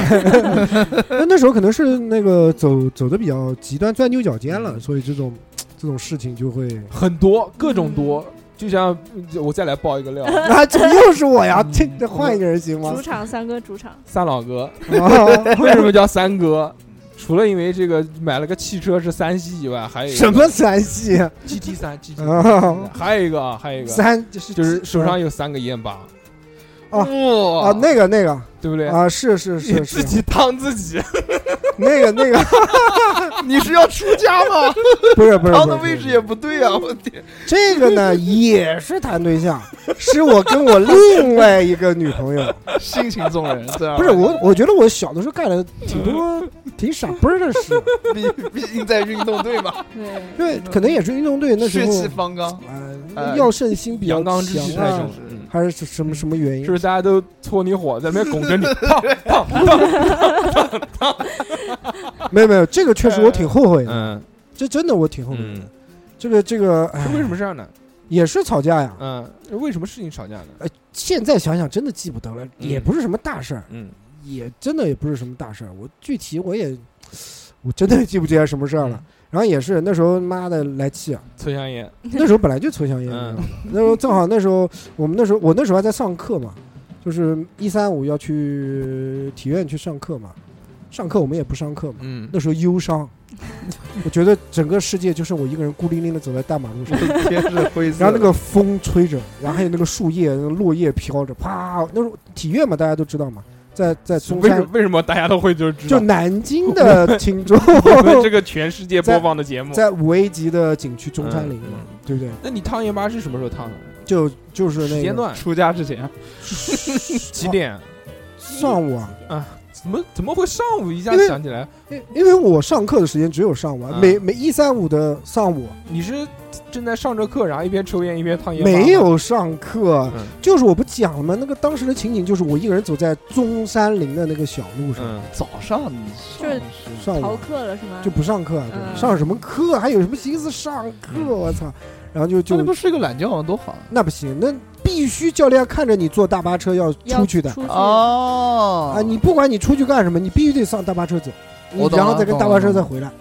那那时候可能是那个走走的比较极端，钻牛角尖了，嗯所以这种这种事情就会。，很多各种多，就像我再来爆一个料 啊，这又是我呀！嗯这这换一个人行吗主？场三哥主场，三老哥啊 为什么叫三哥？除了因为这个买了个汽车是三系以外，还有一个什么三系啊？ GT 三 GT，啊还有一个啊，还有一个三就是就是手上有三个烟疤，啊哇啊，那个那个对不对？啊，是是是你自是，己烫自己，那个那个你是要出家 吗？不是不是，躺不的是位置也不对啊！我天，这个呢也是谈对象，是我跟我另外一个女 朋啊友，性情中人，对吧？啊不是我，我觉得我小的时候干了 挺多挺傻逼儿的事，毕毕竟在运动队 嘛，对， 因为可能也是运动队那时血气候，方刚，呃，要胜心比较阳刚之强气太啊重，，嗯还是什么什么原因是不？是大家都搓你火，在那边拱 着你？没有没有，这个确实我挺后悔的，嗯这真的我挺后悔的。嗯，这个这个，哎是为什么这样呢？也是吵架呀？嗯，为什么事情吵架呢？现在想想真的记不得了，也不是什么大事儿，嗯也真的也不是什么大事儿。我具体我也，我真的记不起来什么事儿嗯了。然后也是那时候妈的来气 啊，抽香烟，那时候本来就抽香烟，嗯你知道吗那时候正好那时候我们那时候我那时候还在上课嘛，就是一三五要去体院去上课嘛，上课我们也不上课嘛，嗯，那时候 忧伤，我觉得整个世界就剩我一个人孤零零的走在大马路上。天是灰色。然后 那个风吹着，然后还有那个树叶、那个落叶飘着，啪！那时候体院嘛，大家都知道嘛，在在松为什山么，为什么大家都会就知就道？南京的听众，我们这个全世界播放的节目， 在五 A 级的景区中山陵嗯嘛，对不对？那你烫烟疤是什么时候烫的？就就是时那间个 段出家之前， 几点？啊上午啊，怎么怎么会上午一下因为想起来？因因为我上课的时间只有上午啊，嗯每每一三五的上午啊你是正在上着课，然后一边抽烟一边烫烟疤吗？没有上课啊嗯，就是我不讲了吗？那个当时的情景就是我一个人走在中山陵的那个小路上，嗯，早上你就是上午逃啊课了是吗？就不上课啊，对嗯上什么课？还有什么心思上课？我操！然后就就就那不睡个懒觉多好啊那不行，那必须教练看着你坐大巴车要要出去的出去哦啊！你不管你出去干什么，你必须得上大巴车走，你我懂了然后再跟懂了大巴车懂再了回来，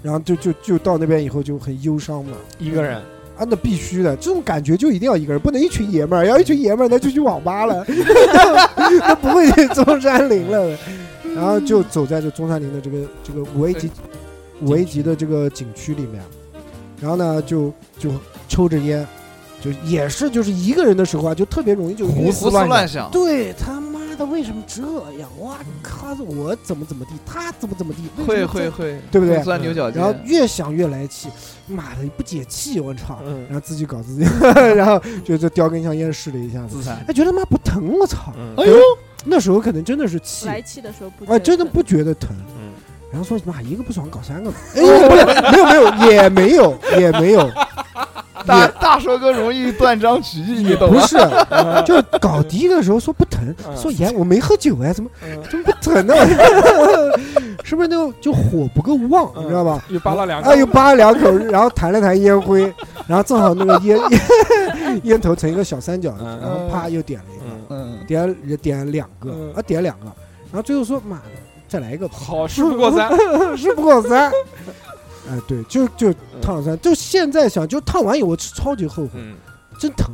然后就就就到那边以后就很忧伤嘛。一个人，啊，那必须的，这种感觉就一定要一个人，不能一群爷们儿，要一群爷们儿那就去网吧了， 那不会 去中山陵了。然后嗯就走在这中山陵的这个这个五 A 级五 A 级的这个景区里面，然后呢就就抽着烟，就也是就是一个人的时候啊，就特别容易就胡思乱想，对他妈的为什么这样？哇靠，我怎么怎么地，他怎么怎么地，为什么这会会会，对不对会钻牛角尖然 后。越想越来气，妈的不解气，我操！嗯然后自己搞自己， 然后就就叼根香烟试了一下子，自 残，哎，觉得妈不疼，我操！嗯哎呦，那时候可能真的是气，来气的时候不觉哎，得真的不觉得疼。嗯然后说妈一个不爽搞三个吧，哎，没有没有没有也没有也没有，大大硕哥容易断章取义，你懂不吗？是，就搞第一个的时候说不疼，说盐我没喝酒哎，怎么嗯怎么不疼呢？ 是不是那种就火不够旺，你知道吧？又扒拉两个哎，又扒了两口，然后弹了弹烟灰，然后正好那个烟 烟烟头成一个小三角，嗯然后啪又点了一个，嗯，嗯，点了也点了两个嗯啊，点了两个，然后最后说妈的，再来一个吧，好事不嗯过三，事不过三。 哎，对，就就烫了三，就现在想，就烫完以后我超级后悔，嗯，真疼。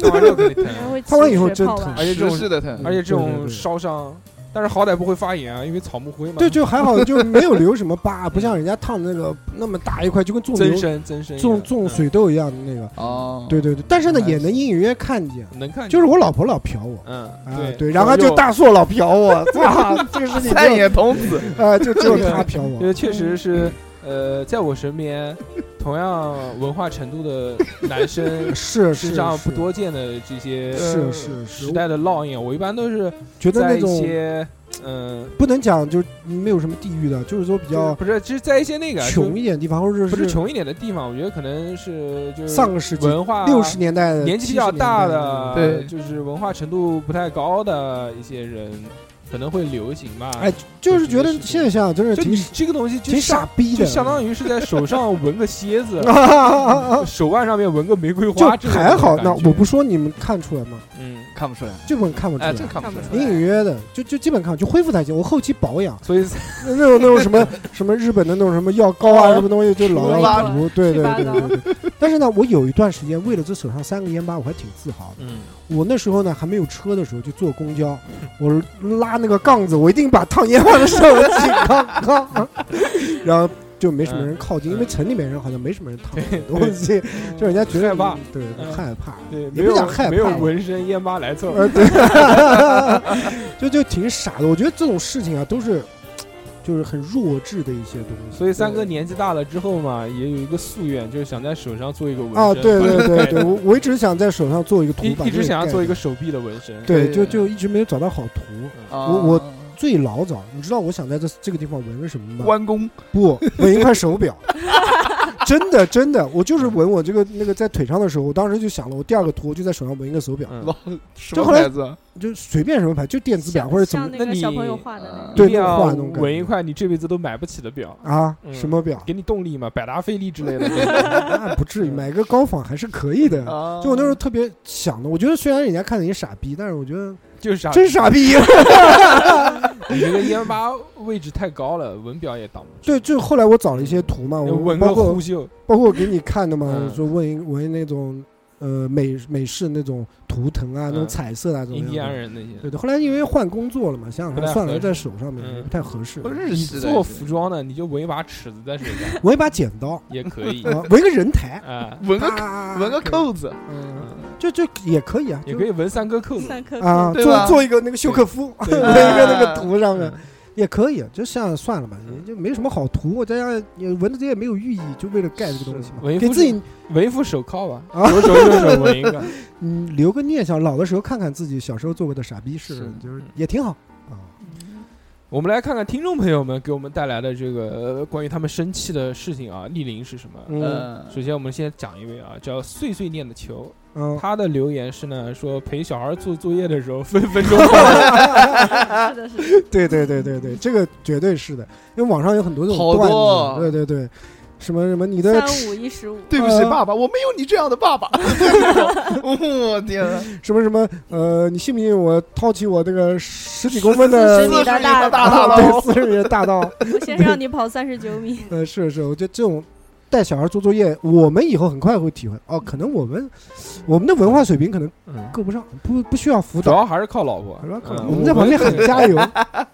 烫完之后给你然疼 后，会看完以后起真水泡吧而且这种是的疼，而且这对对种对烧伤，但是好歹不会发炎啊，因为草木灰嘛，对，就还好，就没有留什 么疤，不像人家烫的那个那么大一块，就跟种嗯增牛生增生一样，嗯种种水痘一样的那个。哦，对对对，但是呢，那也能隐隐约约看见，嗯能看见，就是我老婆老瞟我。嗯，啊对对，然后就，大硕老 瞟我，操，这个事情三就眼童子，啊，就只有他瞟左右我因。为确实是，呃，在我身边，同样文化程度的男生 身是是是上不多见的这些是呃是时是，代的烙印，我一般都是觉得在那一种些，嗯，不能讲，就是没有什么地域的，就是说比就是较不是，就是在一些那个啊就穷一点地方，或者不是穷一点的地方，我觉得可能是就是上个世纪文化六十年代的年纪比较大的， 70年代对对就是文化程度不太高的一些人，可能会流行吧。哎，就是觉得现象真是就挺你这个东西就挺像傻，逼就的，，相当于是在手上纹个蝎子 啊，手腕上面纹个玫瑰就花，这种还好。感那觉我不，说你们看出来吗？嗯，看不出来，这本看不出哎，这来。看不看出来不出。来隐隐约约的，就就基本看就恢复才行。我后期 保养， 所以那种那种什么什么日本的那种什么药膏哦啊，什么东西就老要涂，嗯对对对对对。但是呢，我有一段时间为了这手上三个烟疤，我还挺自豪的。嗯，我那时候呢还没有车的时候，就坐公交，我拉那个杠子，我一定把烫烟花的手举高高， 然后就没什么人嗯靠近，因为城里面人好像没什么人烫这种东西，就人家觉得害怕，嗯对，害怕。对，也没不有讲害怕呃没有纹身，烟疤来凑， 呃，对，就就挺傻的。我觉得这种事情啊，都是就是很弱智的一些东西。所以三哥年纪大了之后嘛，也有一个夙愿，就是想在手上做一个纹身。啊，对 对对对，我我一直想在手上做一个图一板，一直想要做一个个手臂的纹身。概念，对对，就就一直没有找到好图。啊我我最老早，你知道我想在这这个地方纹个什么吗？关公不，纹一块手表。 真的真的，我就是纹我这个那个在腿上的时候，我当时就想了，我第二个图我就在手上纹一个手表，嗯老什这么后来牌子？就随便什么牌，就电子表或者怎么嗯啊像那那个小你朋友画的那呃个，对一定那要种画那种感觉纹一块你这辈子都买不起的表，啊嗯什么表， 给你动力嘛，百达翡丽之类的。 那不至于，买个高仿还是可以的。啊就我那时候特别想的，我觉得虽然人家看着你傻逼，但是我觉得就是啥？真傻逼。 你这个烟巴位置太高了，纹表也挡不住。对，就后来我找了一些图嘛，要我纹个包括护袖，包括我给你看的嘛嗯，说问一问那种呃美美式那种图腾啊，嗯那种彩色啊，怎么印样第安的？人那些。对对，后来因为换工作了嘛，想想不太看算合了，适在手上面嗯也不太合适。日你系的做服装的，你就纹一把尺子在手 上纹一把剪刀，也可以啊纹个人台，啊，纹个啊纹个，扣子，嗯就就也可以啊，也就可以纹三个扣子。三颗啊， 对吧做做一个那个休克夫， 纹一对个那个图上面嗯也可以，啊就像算了吧，嗯也就没什么好图，我再加上也纹的这些没有寓意，就为了盖这个东西嘛文艺，给复自己兴纹一副手铐吧，啊左手右手纹一个。嗯，留个念想，老的时候看看自己小时候做过的傻逼是事的，嗯就是也挺好啊。我们来看看听众朋友们给我们带来的这个、呃、关于他们生气的事情啊，逆鳞是什么？嗯嗯首先，我们先讲一位啊，叫碎碎念的球，嗯，他的留言是呢，说陪小孩做作业的时候分分钟爆是的，是的，对对对对对，这个绝对是的，因为网上有很多这好种多段哦子，对对对，什么什么你的三五一十五，对不起，呃爸爸，我没有你这样的爸爸。我天啊，什么什么呃，你信不信我掏起我这个十几公分的十米四的十米大的大啊大对佬，四十米的大刀，我先让你跑三十九米，呃，是是，我觉得这种带小孩做作业，我们以后很快会体会哦，可能我们我们的文化水平可能嗯，够不上，不不需要辅主导。要还是靠老婆。是吧可能嗯我们在旁边喊加油，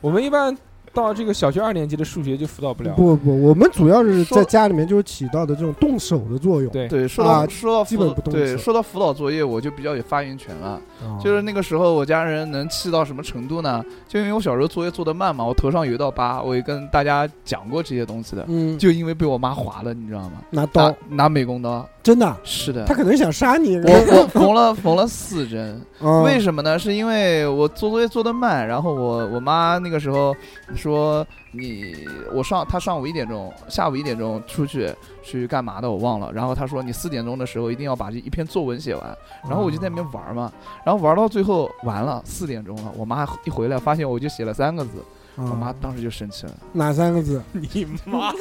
我们一般到这个小学二年级的数学就辅导不了。不不，我们主要是说在家里面就是起到的这种动手的作用。对对，说啊到说到基本辅不动对词说到辅导作业，我就比较有发言权了。啊就是那个时候，我家人能气到什么程度呢？就因为我小时候作业做得慢嘛，我头上有一道疤，我也跟大家讲过这些东西的。嗯，就因为被我妈划了，你知道吗？拿刀拿，拿美工刀，真的啊，是的他，可能想杀你。啊我我缝了缝了四针，我为什什么呢？是因为我做作业做得慢，然后我我妈那个时候说你我上她上午一点钟，下午一点钟出去去干嘛的我忘了，然后她说你四点钟的时候一定要把这一篇作文写完，然后我就在那边玩嘛，然后玩到最后完了四点钟了，我妈一回来发现我就写了三个字，么我妈当时就生气了， 哪啊三个字？你妈！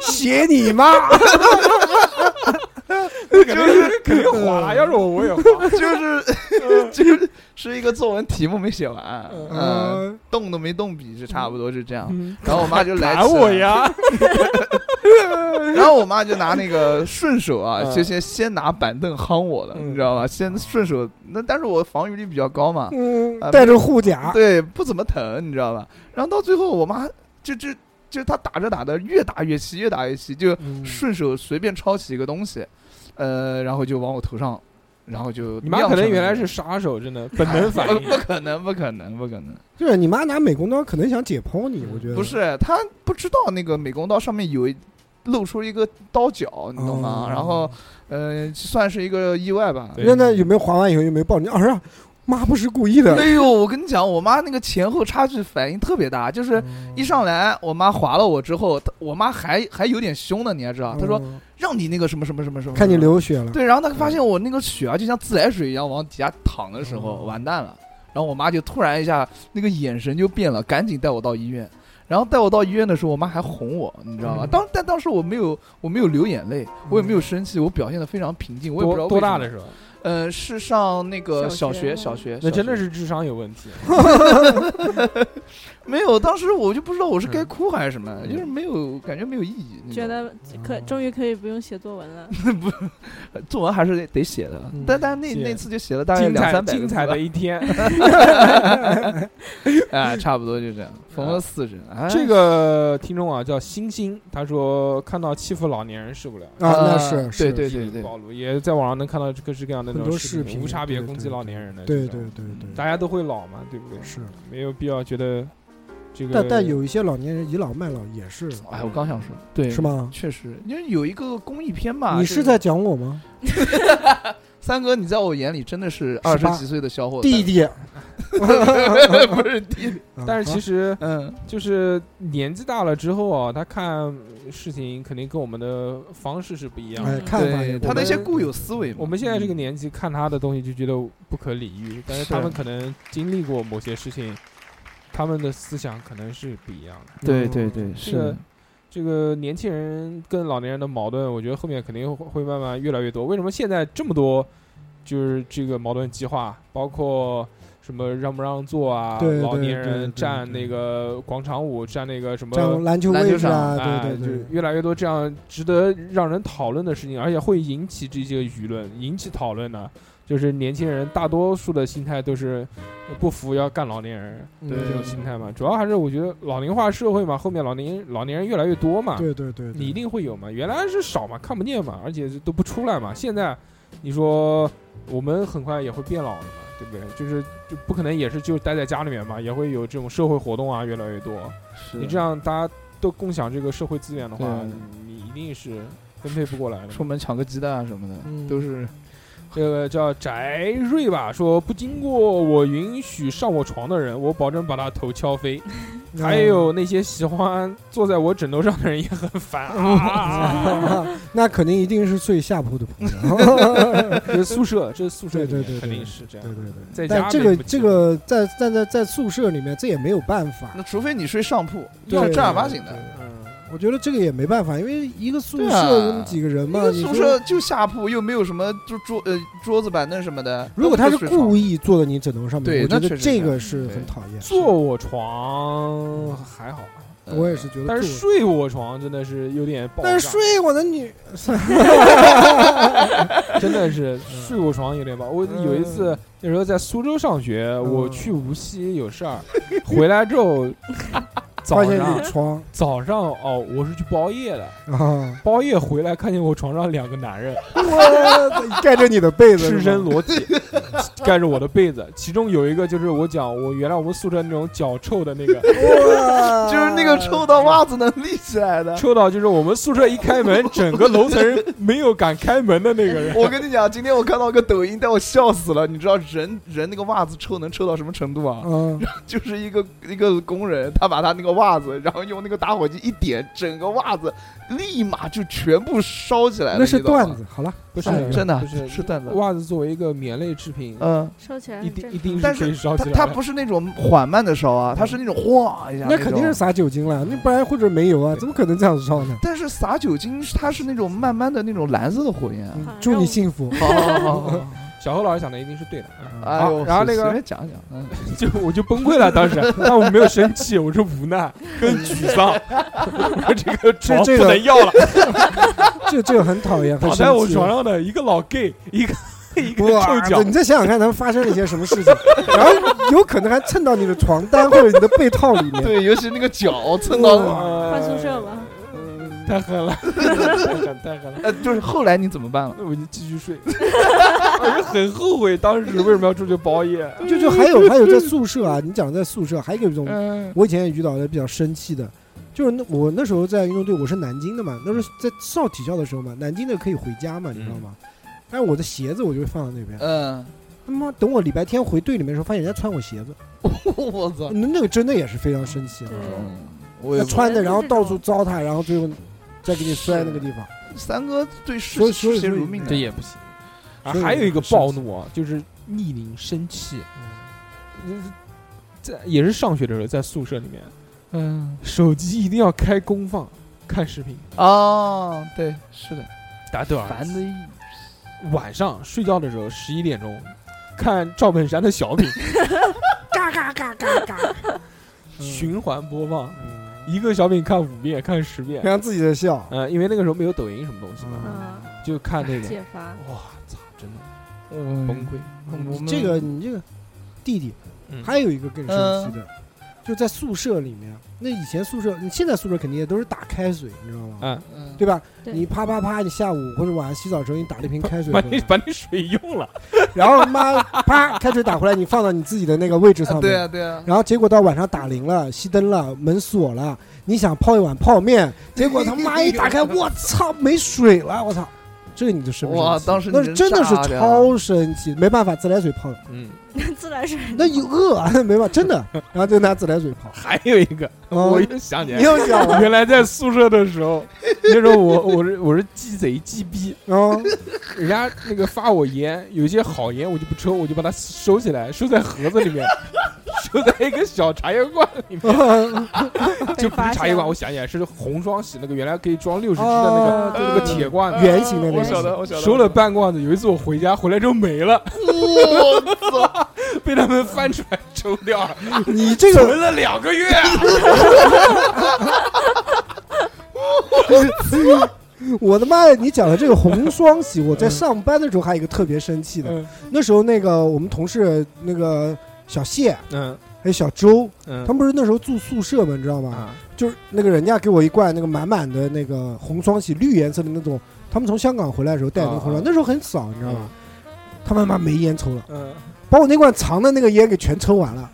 写你妈！就是 肯定划，要是我我也划。就是就是是一个作文题目没写完，嗯，嗯，动都没动笔是差不多是这样，嗯然后我妈就 来啊打气我了呀！然后我妈就拿那个顺手啊，嗯就先先拿板凳夯我的，嗯你知道吧？先顺手，那但是我防御力比较高嘛，嗯啊带着护甲，对，不怎么疼，你知道吧？然后到最后，我妈就就就她打着打着越打越气，越打越气，就嗯顺手随便抄起一个东西，呃，然后就往我头上，然后就你妈酿可能成了原来这是个杀手，真的本能反不应不。可能，不可能，不可能，就是你妈拿美工刀，可能想解剖你，我觉得不。是她不知道那个美工刀上面有一露出一个刀角，你懂吗？哦然后呃，算是一个意外吧，对那那有没有划完以后有没有抱你儿啊？妈不是故意的。哎呦，我跟你讲，我妈那个前后差距反应特别大，哦就是一上来我妈划了我之后，她我妈还还有点凶呢，你还知道，她啊说嗯让你那个什么什么什么什么，看你。流血 了，对，然后她发现我那个血啊，就像自来水一样往底下淌的时候，嗯完蛋了。然后我妈就突然一下那个眼神就变了，赶紧带我到医院。然后带我到医院的时候，我妈还哄我，你知道吧？嗯当但当时我没有，我没有流眼泪，我也没有生气，我表现的非常平 静。我也不知道多多大的为什么？时候？呃，是上那个小小学，学小学，那小真的学是智商有问题。没有，当时我就不知道我是该哭还是什么，嗯就是没有感觉没有意义。嗯那种觉得可终于可以不用写作文了，作文还是得写的，嗯但但那写那次就写了大概精两彩三百精彩的的一天。 啊，差不多就这样，缝了四针。哎这个听众啊叫星星，他说看到欺负老年人受不了。啊，那呃是对是对对对，暴露也在网上能看到各式各样的那很种多视视频无差别对攻对击老年人的这对种，对对对，大家都会老嘛，对不对？是。没有必要觉得这个，但但有一些老年人倚老卖老也是，哎，我刚想说，对是？吗？确实，因为有一个公益片嘛。你啊就是在讲我吗？三哥，你在我眼里真的是二十18几岁的小伙子，弟 弟，不是弟弟，啊但是其实嗯，就是年纪大了之后啊，他看事情肯定跟我们的方式是不一样的。哎，嗯看法也对不他的那一一些固有思维嘛。我们现在这个嗯年纪看他的东西就觉得不可理喻，但是他们可能经历过某些事情，他们的思想可能是不一样的。嗯对对对，是这个的这个年轻人跟老年人的矛盾，我觉得后面肯定会会慢慢越来越多。为什么现在这么多就是这个矛盾激化，包括什么让不让座啊，对老对年对人对站对那个广场舞，站那个什么站篮球篮位球置场啊，对哎对对，就越来越多这样值得让人讨论的事情，而且会引起这些舆论，引起讨论呢。就是年轻人大多数的心态都是呃不服要干老年人嗯这种心态嘛，主要还是我觉得老龄化社会嘛，后面老年老年人越来越多嘛，对对对，对你一定会有嘛，原来是少嘛，看不见嘛，而且都不出来嘛，现在你说我们很快也会变老的嘛，对不对？就是就不可能也是就待在家里面嘛，也会有这种社会活动啊，越来越多。是的你这样大家都共享这个社会资源的话，对你一定是分配不过来的。出门抢个鸡蛋啊什么的，嗯都是这个叫翟瑞吧，说不经过我允许上我床的人，我保证把他头敲飞。嗯 还有那些喜欢坐在我枕头上的人也很烦嗯 啊。啊那肯定一定是睡下铺的朋 友。这是宿舍，这是宿舍里面，对对对对肯定是这样对。对对，在家但这没个不这行个在在在在宿舍里面，这也没有办法那，除非你睡上铺，对要是正儿八经的。。嗯，我觉得这个也没办法，因为一个宿对啊舍有那么几个人嘛，那你宿说舍就下铺，又没有什么就桌呃桌子板凳什么的。如果他是故意，意坐在你枕头上面，对我觉那得确实这是个是对很讨厌。坐我床还好，啊呃我也是觉得，但是睡我床真的是有点爆炸。但是睡我的女， 真的是睡过床有点吧。我嗯有一次嗯那时候在苏州上学，嗯我去无锡有事儿，回来之后 发早现上有床 早上哦，我是去包夜的，啊，包夜回来看见我床上两个男人我盖着你的被子 是吗，赤身裸体 盖着我的被子，其中有一个就是我讲我原来我们宿舍那种脚臭的那个， 哇，就是那个臭到袜子能立起来的。臭到就是我们宿舍一开门，整个楼层人没有敢开门的那个人。我跟你讲，今天我看到个抖音，但我笑死了。你知道人人那个袜子臭能臭到什么程度啊？ 嗯，就是一个一个工人，他把他那个袜子，然后用那个打火机一点，整个袜子立马就全部烧起来了。那是你知道吗段，子。好了，不是哎真的不是是段子。袜子作为一个棉类制品，呃嗯，收起来一很定正一定常。但可以烧它起来它的不是那种缓慢的烧啊，它是那种哗一下。那肯定是。撒酒精了，那不然或者没有啊，对怎么可能这样烧呢？但是撒酒精，它是那种慢慢的那种蓝色的火焰啊。 嗯好祝让你我幸福。好好好好好，小何老师讲的一定是对的。 嗯哎哦好呦，然后那随个随便讲讲，嗯，就我就崩溃了，当 时，但我没有生气，我是无 奈跟沮丧，我说这个床这不个能要了，这这个很 讨厌，很躺生在我气床上的一个老 gay，一个一个臭 哇脚你，再想想看，他们发生了一些什么事情，然后有可能还蹭到你的床单或者你的被套里 面。对，尤其那个 脚蹭到了，嗯呃换宿舍吧，太狠 了，太狠太狠了，呃，就是后来你怎么办了？那我就继续睡，我就很后悔当时为什么要出去包夜，就就还有还有在宿舍啊，你讲在宿舍，还有一种嗯，我以前也遇到的比较生气的，就是那我那时候在运动队，我是南京的嘛，那时候在上体校的时候嘛，南京的可以回家嘛，你知道吗？但是我的鞋子我就会放在那边。嗯， 他妈，等我礼拜天回队里面的时候，发现人家穿我鞋子，我操，那那个真的也是非常生气啊！对，嗯哦我也穿的，然后这到种处糟蹋，然后最后再给你摔那个地方。三哥对视所以所以视钱所以如命的，这也不行。啊，所以还有一个我很暴生气怒啊，就是逆鳞生气，嗯在也是上学的时候，在宿舍里面，嗯，手机一定要开公放，看视频。哦，对，是的，打盹儿烦的一，晚上睡觉的时候十一点钟，看赵本山的小 品嘎嘎嘎嘎嘎，嗯循环播放，嗯 一个小品看五遍，看十遍。让自己的笑。嗯，因为那个时候没有抖音什么东西嘛，嗯，就看那个。解乏。 哇操，真的呃嗯崩溃！嗯你这个你这个弟弟，嗯嗯还有一个更生气的，就在宿舍里面。那以前宿舍，你现在宿舍肯定也都是打开水，你知道吗？嗯，嗯对吧？对你啪啪啪，你下午或者晚上洗澡的时候，你打了一瓶开水把回你 来，把你水用了，然后妈啪开水打回来，你放到你自己的那个位置上啊面。对啊对啊，然后结果到晚上打铃了，熄灯了，门锁了，你想泡一碗泡面，结果他妈一 打开，我操，没水了，我操！这你就生不生气哇当时你那是真的是真炸了超生气，没办法，自来水泡的，嗯，自来水那一饿啊， 没办法，真的，然后就拿自来水 泡。还有一个，哦我又想起来你，又 想玩原来在宿舍的时候，那时候我我是我是鸡贼鸡逼，哦，人家那个发我烟，有一些好烟我就不抽，我就把它收起来，收在盒子里面， 收在一个小茶叶罐里面， 就不是茶叶罐，我想起来是红双喜那个原来可以装六十支的那 个、哦对那个铁罐子，圆形的那个我晓得我晓得， 收了半罐子。有一次我回家，回来之后没了，我操， 被他们翻出来抽掉了，你 这个存了两 个月。 我他妈的，你讲的这个红双喜，我在上班的时候还有一个特别生气的，嗯那时候那个我们同事那个小谢嗯还有小周，嗯，他们不是那时候住宿舍嘛，你知道吗？啊就是那个人家给我一罐那个满满的那个红双喜绿颜色的那种，他们从香港回来的时候带的那个红啊双，啊那时候很少，你知道吗？他们他妈没烟抽了，嗯把我那罐藏的那个烟给全抽完 了。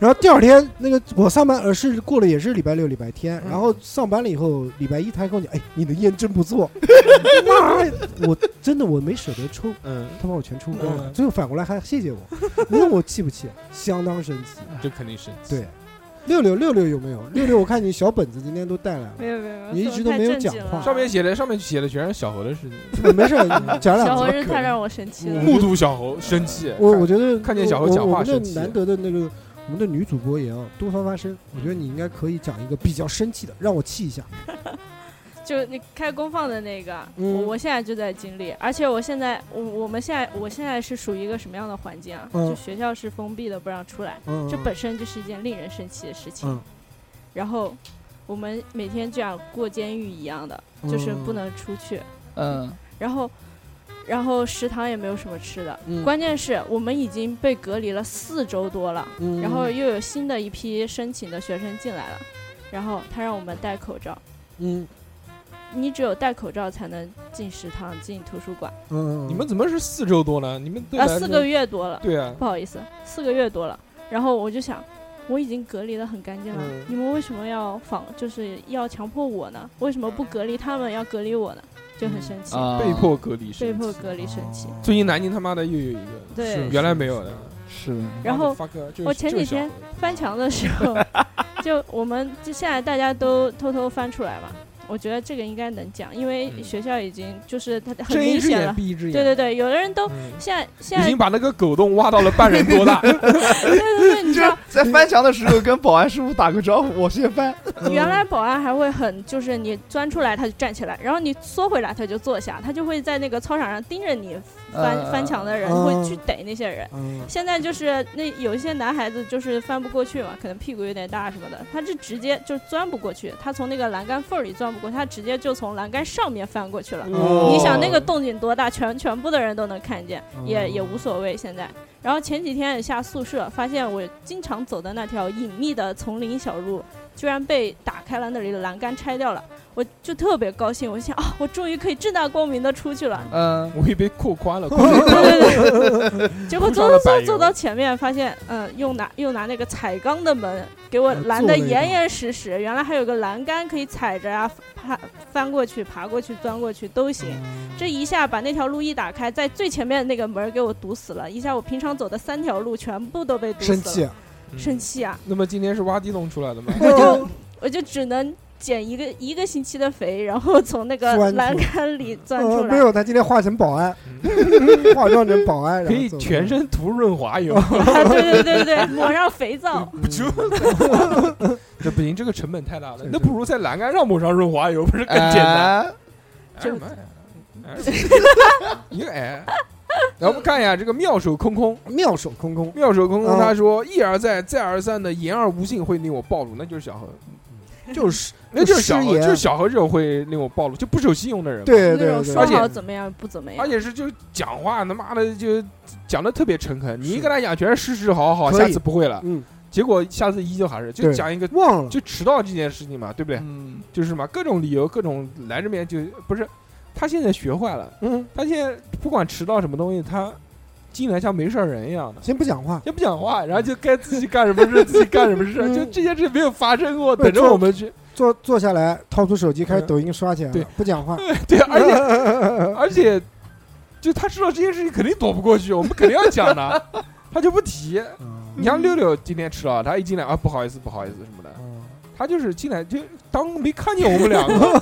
然后第二天，那个我上班呃是过了也是礼拜六礼拜天，嗯然后上班了以后，礼拜一他还跟我讲，哎，你的烟真不错， 妈呀，我真的我没舍得抽，嗯，他把我全抽光了，嗯最后反过来还谢谢我，你说我气不气？相当生 气。这肯定是对，六六六六有没有？六六，我看你小本子今天都带来了。没有没有没有，你一说直都太没有正讲经话了上面写的上面写的全是小猴的事情，没事，讲小两猴句。是太让我生气了嗯。目睹小猴生气。我我觉得看见小猴讲话我我们生的气难得的那个我们的女主播也要多发发声。我觉得你应该可以讲一个比较生气的，让我气一下。就你开功放的那个，嗯我我现在就在经历，而且我现在我我们现在我现在是属于一个什么样的环境啊？嗯就学校是封闭的，不让出来，嗯，这本身就是一件令人生气的事情。嗯然后我们每天就像过监狱一样的，嗯就是不能出去，嗯，然后然后食堂也没有什么吃的，嗯关键是我们已经被隔离了四周多了，嗯然后又有新的一批申请的学生进来了，然后他让我们戴口罩。嗯你只有戴口罩才能进食堂、进图书馆。嗯，你们怎么是四周多呢？你们对啊，来四说个月多了，对啊，不好意思，四个月多了。然后我就想，我已经隔离的很干净了，嗯你们为什么要仿，就是要强迫我呢？为什么不隔离他们，要隔离我呢？就很生气，啊被迫隔离嗯生被气，哦迫隔离生气。最近南京他妈的又有一个，对是原来没有的。是的，然后 Motherfucker，就是我前几就天是小猴翻墙的时候， 就我们就现在大家都偷偷翻出来嘛。我觉得这个应该能讲，因为嗯学校已经就是它很睁一明只显眼了。闭一只眼，对对对，有的人都嗯，现在现已在经把那个狗洞挖到了半人多大，对对对，你知道在翻墙的时候跟保安师傅打个招呼，我先翻。 原 来保安还会很，就是你钻出来他就站起来，然后你缩回来他就坐下，他就会在那个操场上盯着你翻、呃翻墙的人，嗯会去逮那些人。嗯现在就是那有一些男孩子就是翻不过去嘛，可能屁股有点大什么的，他是直接就钻不过去，他从那个栏杆缝儿里钻不过，他直接就从栏杆上面翻过去了。哦你想那个动静多大，全全部的人都能看见，哦也也无所谓现在。然后前几天也下宿舍，发现我经常走的那条隐秘的丛林小路，居然被打开了，那里的栏杆拆掉了，我就特别高兴，我想啊，我终于可以正大光明的出去了。 嗯，哦我以为扩宽了，对 对对，结果走走白走油走到前面，发现嗯，又拿又拿那个彩钢的门给啊我拦得严严实实，原来还有个栏杆可以踩着啊，爬翻过去、爬过去、钻过去都行。嗯这一下把那条路一打开，在最前面那个门给我堵死了，一下我平常走的三条路全部都被堵死生了，气，啊嗯生。气啊！那么今天是挖地洞出来的 吗？我就我就只能减一个一个星期的肥，然后从那个钻出栏杆里钻呃出没来。有，他今天化成保安， 化妆成保安，然嗯后可以走全身涂润滑油，啊 对对对对，抹上肥皂。嗯不就？这不行，这个成本太大了。那不如在栏杆上抹上润滑油，不是更简单？哎。哎什么呀？哎一个哎。来，我们看一下这个妙手空空， 妙手 空空。妙手空空，嗯他说一而再，再而三的言而无信会令我暴露，那就是小何，就是那就是小失何，言就是小何这种会令我暴露，就不守信用的人嘛。对那对种对，说而且好怎么样不怎么而样，且是就是讲话他妈的就讲的特别诚恳，你一跟他讲全是是是好好好，可以下次不会了，嗯，结果下次依旧还是就对讲一个忘了，就迟到这件事情嘛，对不对？嗯，就是什么各种理由，各种来这边就不是他现在学坏了，嗯，他现在不管迟到什么东西，他进来像没事儿人一 样的。先不讲话，也不讲话，然后就该自己干什么事自己干什么事，嗯就这件事没有发生过，对等着就我们去。坐坐下来，掏出手机开始嗯抖音刷起来了，对不讲话，对， 而且嗯而且，就他知道这件事情肯定躲不过去，我们肯定要讲的，他就不提。你 嗯像六六今天迟到，他一进来啊，不好意思，不好意思什么的，嗯他就是进来就当没看见我们两个，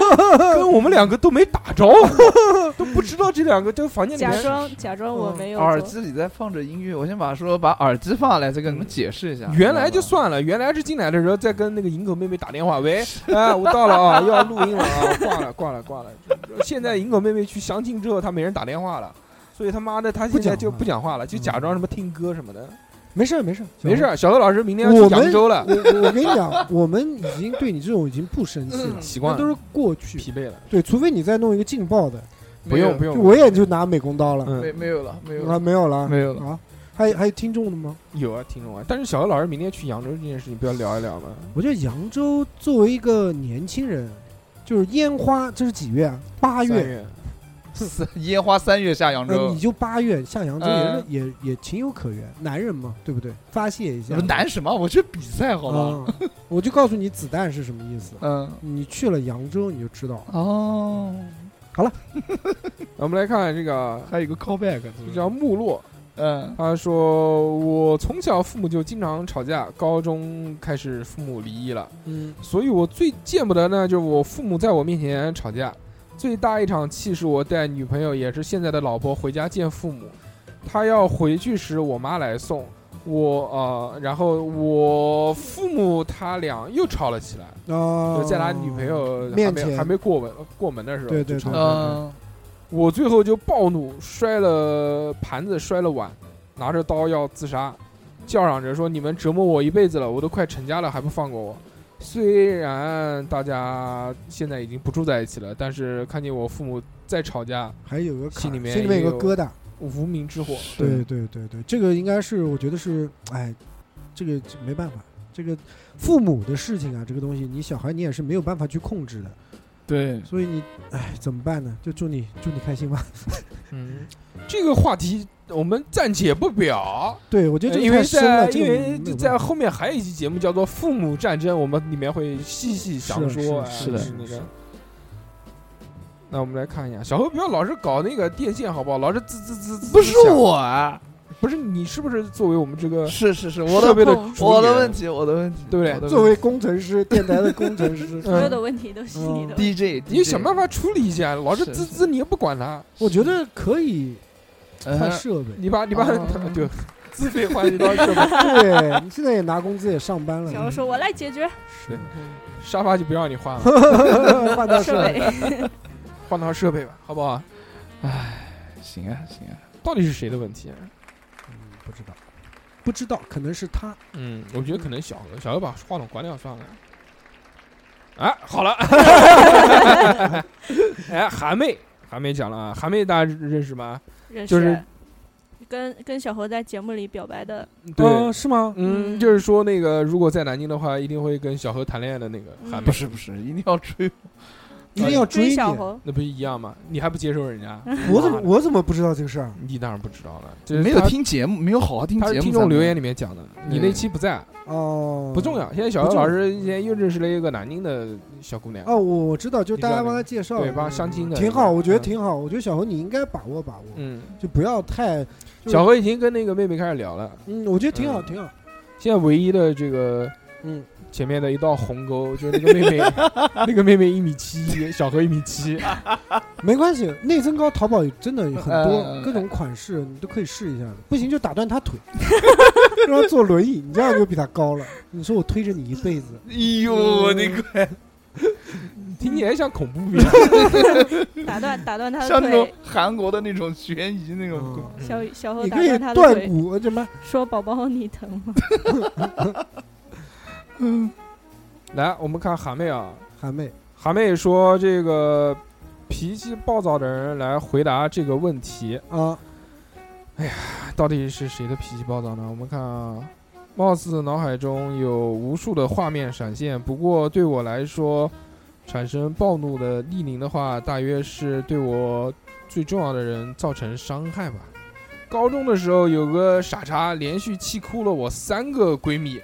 跟我们两个都没打招呼，都不知道这两个就嗯房间里假面装假装我没有做耳机里在放着音乐，我先把说把耳机放下来，再跟你们解释一下。嗯原来就知道算了，原来是进来的时候在跟那个营口妹妹打电话，喂，哎，我到了啊，又要录音了啊，挂了，挂了，挂 了。现在营口妹妹去相亲之后，她没人打电话了，所以他妈的她现在就不讲不讲话话了，就假装嗯什么听歌什么的。没事儿没事儿没事，儿，小乐老师明天要我去们扬州了，我 我我跟你讲，我们已经对你这种已经不生气了嗯，习那惯都是了，过去。疲惫了，对，除非你再弄一个劲爆的，不用不用，就我也就拿美工刀了嗯没没有了，没有啊，了，没有了，没有了。啊，还有还有听众的吗？有啊，听众啊。但是小乐老师明天去扬州这件事情，不要聊一聊吗？我觉得扬州作为一个年轻人，就是烟花，这是几月啊？八三月，月， 三烟花三月下扬那州你，就八月下扬州嗯也也也情有可原，男人嘛，对不对？发泄一下你，们难什么？我去比赛好吧？啊！我就告诉你子弹是什么意思，嗯，你去了扬州你就知道了。哦，我们来看这个还有一个 callback，是不是叫木落，嗯他说：“我从小父母就经常吵架，高中开始父母离异了，嗯，所以我最见不得呢，就是我父母在我面前吵架。最大一场气是我带女朋友，也是现在的老婆回家见父母，她要回去时我妈来送我，呃，然后我父母他俩又吵了起来，哦就，在他女朋友还面没前还没过门过门的时候，对对就吵对嗯，我最后就暴怒，摔了盘子，摔了碗，拿着刀要自杀，叫嚷着说：“你们折磨我一辈子了，我都快成家了还不放过我。”虽然大家现在已经不住在一起了，但是看见我父母在吵架，还有个坎心里面心里面有个也疙瘩。无名之火，对对对对，这个应该是我觉得是，哎，这个没办法，这个父母的事情啊，这个东西你小孩你也是没有办法去控制的，对，所以你哎怎么办呢？就祝你祝你开心吧。 嗯，这个话题我们暂且不表，对，我觉得这呃哎个因为太深了，在这个因没为有办在法后面还有一期节目叫做《父母战争》，我们里面会细细详说。是的哎是的那是个的。那我们来看一下，小何不要老是搞那个电线好不好？老是滋滋滋滋。不是响，我啊，不是你，是不是作为我们这个是是是，我设的备的碰主我的演问？题，我的问题，对不对，我的问题作为工程师， 电台的工程师嗯所有的问题都是你的问题。 DJ，你想办法处理一下，老是是滋滋，你也不管它，我觉得可以换嗯设备。你把你把哦 对自费换一套设备，对你现在也拿工资也上班嗯小了 欧，说：“我来解决对 沙发就不让你换了，嗯换到设设备 备。换套设备吧，好不好？行啊行啊，到底是谁的问题？嗯不知道，不知道，可能是他。嗯，我觉得可能小何，小何把话筒关掉算了。哎，好了， 哎，韩妹，韩妹讲了啊，韩妹大家认识吗？”认识，就是跟跟小侯在节目里表白的，对，哦，是吗？嗯，嗯就是说那个如果在南京的话，一定会跟小何谈恋爱的那个嗯韩妹不，是不是，一定要追一定要追你。小侯。那不是一样吗？你还不接受人家？我怎么我怎么不知道这个事儿你当然不知道了，这是没有他。听节目，没有好好听他节是目。听众留言里面讲的，你那对期不在，哦？不重要。现在小不何重老要师现在又认识了一个南京的小姑娘，哦，我我知道，就你大知道家那帮个他介绍，对，帮嗯相亲的，挺好，我觉得嗯。挺好。我觉得小侯你应该把握把握，嗯，就不要太，就是小何已经跟那个妹妹开始聊了，嗯，我觉得挺好，嗯挺好。现在唯一的这个嗯，前面的一道鸿沟，就是那个妹妹，那个妹妹一米七，小何一米七，没关系，内增高淘宝真的很嗯多呃各种款式，你都可以试一下的。不行就打断他腿， 让他坐轮椅，你这样就比他高了。你说我推着你一辈子，哎呦，嗯我的个，听起来像恐怖片。打断打断他像的那种腿，韩国的那种悬疑那种，嗯小小侯你打可以断他的断腿，骨什么？说：“宝宝，你疼吗来，我们看韩妹啊，韩妹，韩妹说这个脾气暴躁的人来回答这个问题，哎啊，到底是谁的脾气暴躁呢？我们看啊，貌似脑海中有无数的画面闪现，不过对我来说，产生暴怒的逆鳞的话，大约是对我最重要的人造成伤害吧。高中的时候，有个傻叉连续气哭了我三个闺蜜，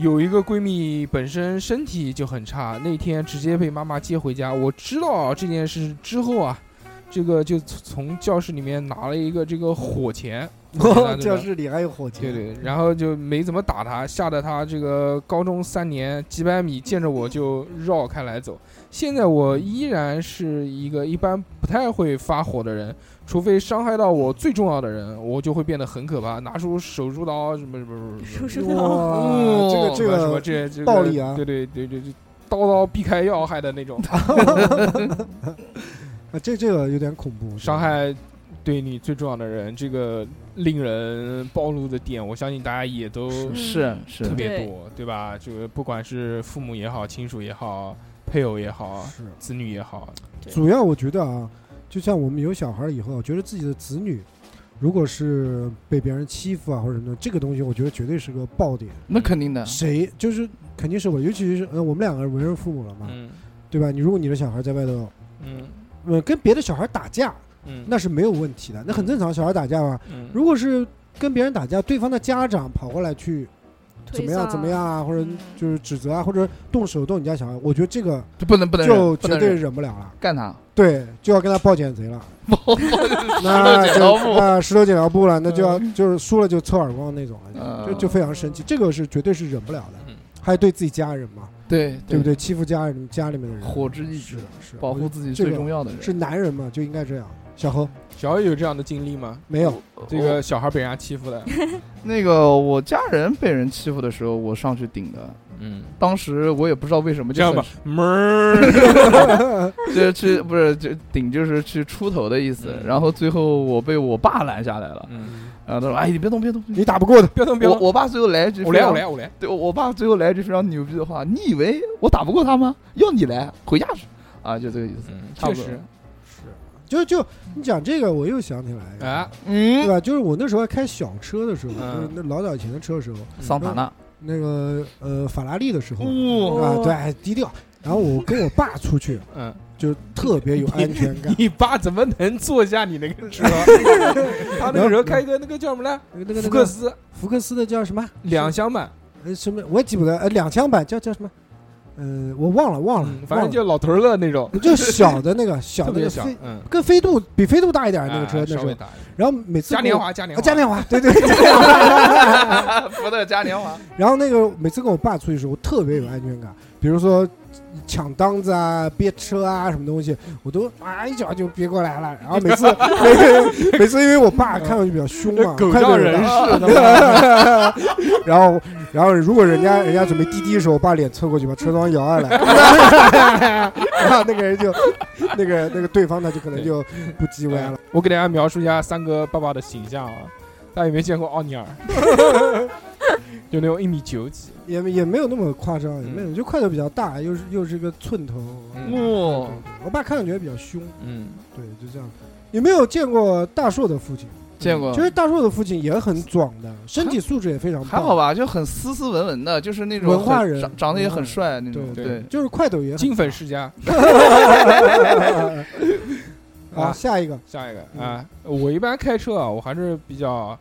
有一个闺蜜本身身体就很差，那天直接被妈妈接回家。我知道这件事之后啊，这个就从教室里面拿了一个这个火钳， 火钳拿着教呢室里还有火箭，对对，然后就没怎么打他，吓得他这个高中三年几百米见着我就绕开来走。现在我依然是一个一般不太会发火的人，除非伤害到我最重要的人，我就会变得很可怕，拿出手术刀什么什么什么什么手术刀，嗯哇，这个哦这什么个这这个道理啊对对对对对，刀刀避开要害的那种啊，这这个有点恐怖，伤害。对你最重要的人，这个令人暴露的点，我相信大家也都嗯是是特，别对多，对吧？就是不管是父母也好，亲属也好，配偶也啊好，啊是。子女也好，对主要我觉得啊，就像我们有小孩以后，啊我觉得自己的子女如果是被别人欺负啊或者什么的，这个东西我觉得绝对是个爆点。那肯定的，谁就是肯定是我，尤其是呃我们两个为人父母了嘛，嗯对吧？你如果你的小孩在外头，嗯呃，跟别的小孩打架，嗯，那是没有问题的，那很正常。小孩打架吧，嗯如果是跟别人打架，对方的家长跑过来去怎么样怎么样啊，或者嗯就是指责啊，或者动手动你家小孩，我觉得这个就不能不能忍就不绝能对忍忍不了了。干他，对，就要跟他报剪贼 了，石头那剪就刀布啊，石头剪刀布了，那就要就是输了就抽耳光那种了，嗯就就非常生气，这个是绝对是忍不了的嗯，还有对自己家人嘛，对 对不？对？欺负家人家里面的人，火之意是志的，是的保我觉护得自己这最个重要的人是男人嘛，就应该这样。小何小雨有这样的经历吗？没有，这个小孩被人家欺负 的，那个我家人被人欺负的时候，我上去顶的。嗯，当时我也不知道为什么，这样就吧，门儿， 就是去不是就顶就是去出头的意思。嗯然后最后我被我爸拦下来了， 嗯，然后他说：“哎，你别动，别动。你打不过的，不要动，不要我”动，我爸最后来一句：“我来，我来，。我来。”对，我我爸最后来一句非常牛逼的话：“你以为我打不过他吗？要你来，回家去。”啊，就这个意思。嗯，差确不多实就就你讲这个，我又想起来， 啊，对嗯，吧？就是我那时候开小车的时候，嗯就是那老早以前的车的时候，桑塔纳，那个呃法拉利的时候哦啊，对，低调。然后我跟我爸出去，嗯，就特别有安全感。你爸怎么能坐下你那个 车？他那个时候开一个那个叫什么来？那个那福个克斯福克斯的叫什么两厢版，呃什么我也记不得，呃两厢版叫叫什么？呃，我忘了忘嗯了，反正忘就老头儿乐那种，了就小 的那个小特的那别个小飞，，嗯，跟飞度比飞度大一点儿那个车哎那稍微是。大一点，然后每次嘉跟年我华，嘉年啊华，嘉年华，对对。嘉年华 福特嘉年华，然后那个每次跟我爸出去的时候，我特别有安全感，比如说抢档子啊、别车啊什么东西，我都啊一脚就别过来了。然后每次 每次每次因为我爸看上去比较凶嘛， 狗快仗对人了势的 然后，然后如果人家人家准备滴滴的时候，我把脸凑过去，把车窗摇下来， 然后那个人就，那个那个对方他就可能就不叽歪了。我给大家描述一下三哥爸爸的形象啊，大家有没有见过奥 尼尔？就那种一米九几，也也没有那么夸张，也嗯没有，就块头比较大，又是又是个寸头。嗯对对，哇对我爸看上去也比较凶，嗯，对，就这样。有没有见过大硕的父亲？见过其。实大硕的父亲也很壮的，身体素质也非常棒，嗯还好？吧，就很斯斯文文的，就是那种文化很人长长得也文化很人帅那对种。对对，就是块头也很金粉世家， 啊。下一个，下一个啊，我一般开车啊，我还是比较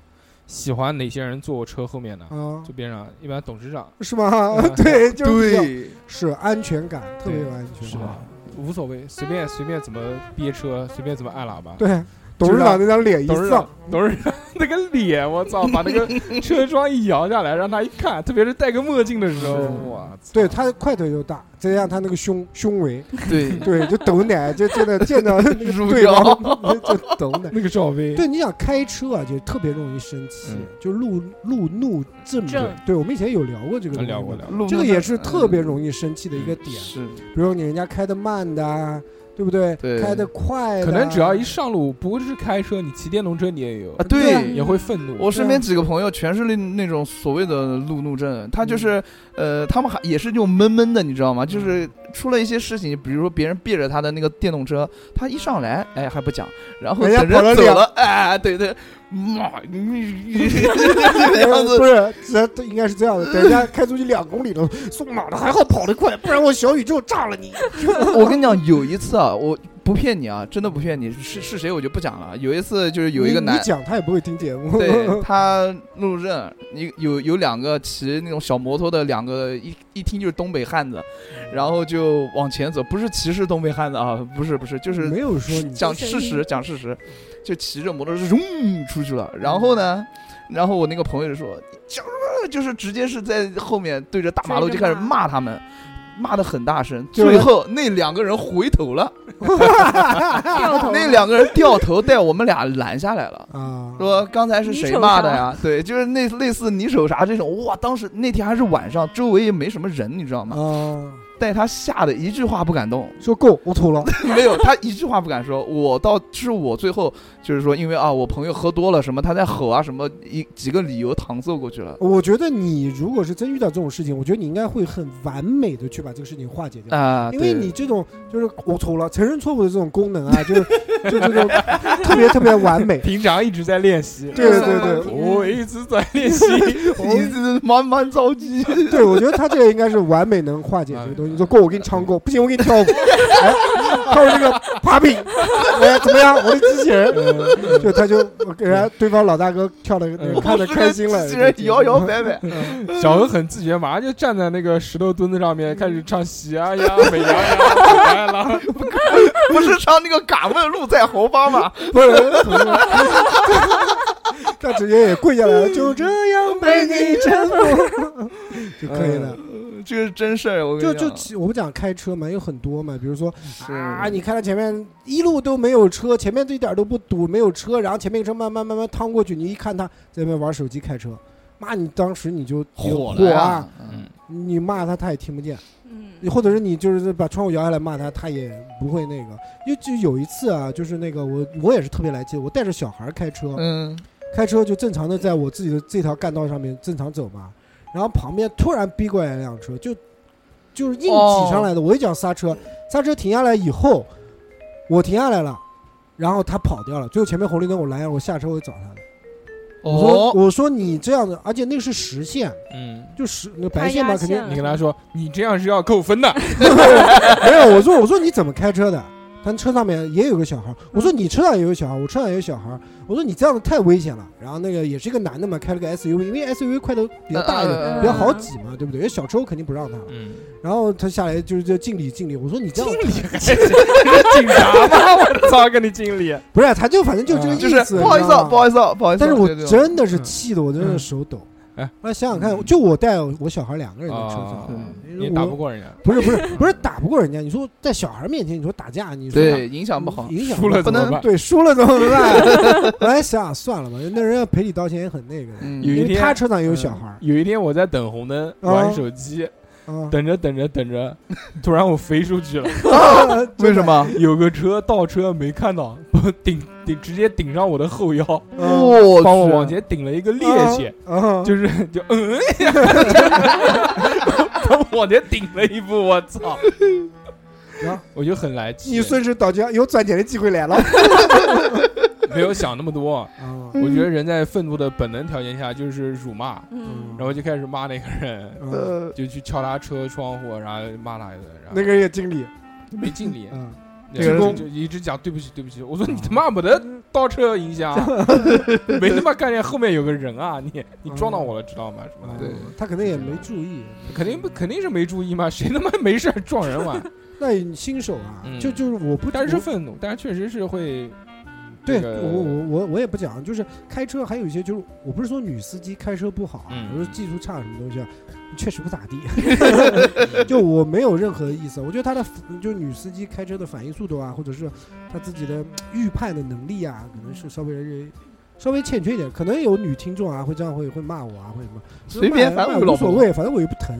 喜欢哪些人坐我车后面的，啊，坐边上，一般董事长是吗嗯？对，就是比较，是安全感，特别有安是啊全吧感。？无所谓，随便随便怎么憋车，随便怎么按喇叭。对，董事长那张脸一董事丧长，，董事长那个脸，我操，把那个车窗一摇下来，让他一看，特别是戴个墨镜的时候，是我操，嗯对他块头又大，再加上他那个胸胸围，对对，就抖奶，就真的见到那个乳对胶方 就抖 奶。那个罩杯，对，你想开车啊，就特别容易生气嗯，就路路怒症症嘛。对，我们以前有聊过这个啊东西聊过嘛聊过，路 这个怒也症是特别嗯容易生气的一个点，是比如你人家开的慢的啊，对不对？对开的快的啊，可能只要一上路，不是开车，你骑电动车你也有啊，，对啊对也会愤怒。我身边几个朋友全是那那种所谓的路怒症，他嗯就是，呃，他们还也是就闷闷的，你知道吗？就是出了一些事情，比如说别人别着他的那个电动车，他一上来，哎还不讲，然后人家等跑了人走两了，哎，对对，妈， 这 样呃子不是，这这应该是这样的。等人家开出去两公里了，送马的还好跑得快，不然我小宇宙炸了你。我跟你讲，有一次啊，我不骗你啊，真的不骗你，是是谁我就不讲了。有一次就是有一个你男你，讲他也不会听节目。 对他路政，你有有两个骑那种小摩托的两个，一一听就是东北汉子，然后就往前走，不是歧视东北汉子啊，不是不是，就是 没有说你讲事实，讲事实，就骑着摩托车嗡出去了。然后呢，然后我那个朋友就说，讲什么就是直接是在后面对着大马路就开始骂他们。骂的很大声，就是最后那两个人回头 了，掉头那两个人掉头带我们俩拦下来了。啊，说刚才是谁骂的呀？对，就是那类似你手啥这种，哇！当时那天还是晚上，周围也没什么人，你知道吗？啊，带他吓得一句话不敢动，说够，我吐了。没有，他一句话不敢说。我到是我最后就是说，因为啊，我朋友喝多了什么，他在吼啊什么，一几个理由搪塞过去了。我觉得你如果是真遇到这种事情，我觉得你应该会很完美的去把这个事情化解掉。啊、因为对你这种就是我错了，承认错误的这种功能 啊，就是就这种特别特别完美。平常一直在练习，对对对我一直在练 习。 你这慢慢着急，对，我觉得他这个应该是完美能化解这个东西。你说够，我给你唱够，不行，我给你跳舞， 哎，跳这个 popping，哎，怎么样？我的机器人， 就他就给人家对方老大哥跳的那个嗯看的开心了，机器人摇摇摆摆。小恩很自觉，马上就站在那个石头墩子上面开始唱喜羊 羊、美羊羊、可爱狼。不是唱那个《敢问路在何方》吗？ 不是， 他直接也跪下来了，就这样被你征服就可以了。这个是真事儿，我跟就你就讲。骑我们讲开车嘛，有很多嘛，比如说是啊，你看到前面一路都没有车，前面这一点都不堵，没有车，然后前面一个车慢慢慢慢趟过去，你一看他在那边玩手机开车，骂你当时你就火火了啊呀，！嗯你骂他他也听不见，嗯，或者是你就是把窗户摇下来骂他，他也不会那个。因为就有一次啊，就是那个我我也是特别来气，我带着小孩开车，嗯，开车就正常的在我自己的这条干道上面正常走嘛，然后旁边突然逼过来一辆车，就就是硬挤上来的。我一脚刹车，刹车停下来以后，我停下来了，然后他跑掉了。最后前面红绿灯我拦下，我下车我就找他了。我说、哦，我说你这样的，而且那是实线，嗯，就实那白线嘛，压肯线定了你跟他说，你这样是要扣分的。 没有。我说我说你怎么开车的？他车上面也有个小孩，嗯我说你车上也有小孩，我车上也有小孩，我说你这样的太危险了。然后那个也是一个男的嘛，开了个 SUV，因为 SUV 块头比较大一点，嗯嗯嗯比较好挤嘛，对不对？因为小车我肯定不让他。 嗯，然后他下来就是就敬礼敬礼，我说你这样警察吗？ 我操，跟你经理。 不是，他就反正就这个意嗯就思，是不好意思啊，不意思。好意思啊，不好意思但啊。是我就这种真的是气的，我真的手抖。嗯哎那想想看，就我带我小孩两个人在车啊上，对，你打不过人家，不是不是不是打不过人家，你说在小孩面前，你说打架，你说对影响不好。影响输了怎么 不办？对，输了怎么办？ 后来想想算了吧，那人家赔礼道歉也很那个的，嗯有一因为天他车上也有小孩儿嗯有一天我在等红灯啊玩手机，啊。 等着等着等着，突然我飞出去了，为什么？有个车倒车没看到，顶顶直接顶上我的后腰， 嗯我帮我去往前顶了一个趔趄，啊？就是 就嗯，把我往前顶了一步，我操！然后我就很来气，你顺势倒浆，有赚钱的机会来了。 没有想那么多。啊我觉得人在愤怒的本能条件下就是辱骂，嗯，然后就开始骂那个人，嗯呃，就去敲他车窗户，然后骂他一顿，然后那个人也经理，没敬 礼，嗯，然后鞠躬就就一直讲对不起对不起。我说你他妈没得倒车有影 响啊，没他妈看见后面有个人啊，你你撞到我了知道嗯吗？什么的。对哦他可能也没注意。肯定不肯定是没注意嘛， 谁他妈没事儿撞人嘛？那你新手啊，嗯就就是 我不，但是我愤怒，但是确实是会，对这个我我我我也不讲，就是开车还有一些就是，我不是说女司机开车不好啊，嗯我说技术差什么东西啊，确实不咋地。 就我没有任何意思，我觉得她的就是女司机开车的反应速度啊，或者是她自己的预判的能力啊，可能是稍微。稍微欠缺一点，可能有女听众啊，会这样会会骂我啊，会什么随便骂反骂无正我老所婆谓，反正我又不 疼。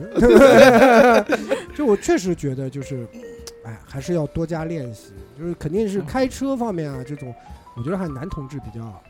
就我确实觉得就是，哎，还是要多加练习，就是肯定是开车方面啊，这种我觉得还男同志比较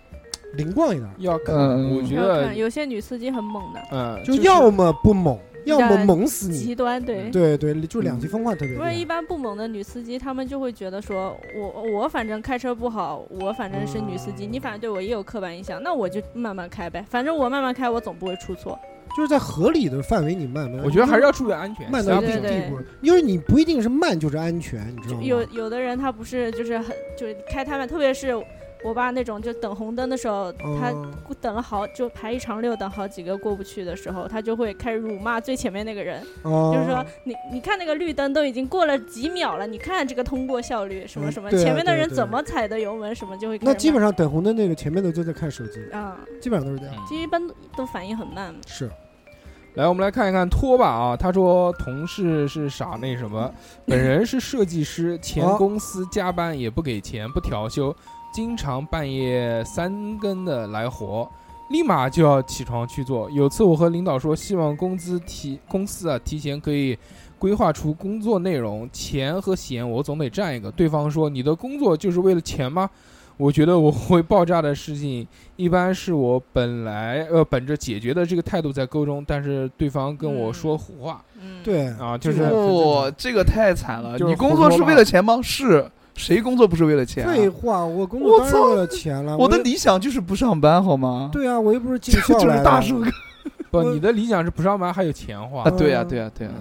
灵光一点儿，要看，嗯我觉要看得，有些女司机很猛的，嗯，就是要么不猛，要么猛死你。极端对。对对，就两极分化特别不是一厉害。般不猛的女司机，她们就会觉得说，我我反正开车不好，我反正是女司嗯机，你反正对我也有刻板印象，那我就慢慢开呗，反正我慢慢开，我总不会出错。就是在合理的范围里慢慢。我觉得还是要注意安全。慢到到一对定对地步，因为你不一定是慢就是安全，你知道吗？有有的人他不是就是很就是开他们，特别是我爸那种，就等红灯的时候，他嗯等了好就排一长溜，等好几个过不去的时候，他就会开始辱骂最前面那个人，哦就是说你你看那个绿灯都已经过了几秒了，你看这个通过效率什么什嗯么，对啊前面的对啊人对啊怎么踩的油门什么就会开始那骂。基本上等红灯那个前面的都在看手机，啊，基本上都是这嗯样。其实一般都都反应很慢嘛。是，来，我们来看一看拖把啊，他说同事是傻那什么，本人是设计师，前哦公司加班也不给钱，不调休，经常半夜三更的来活。立马就要起床去做。有次我和领导说，希望工资提公司啊提前可以规划出工作内容，钱和闲我总得占一个。对方说：“你的工作就是为了钱吗？”我觉得我会爆炸的事情，一般是我本来呃本着解决的这个态度在沟通，但是对方跟我说胡话、嗯，对啊，就是这个哇，这个太惨了！就是你工作胡是说八为了钱吗？是，谁工作不是为了钱啊、废话，我工作当然为了钱了。我的又理想就是不上班，好吗？对啊，我又不是进这校 就来是的。大树哥不，我呃你的理想是不上班还有钱花啊！，对呀、对呀、对呀、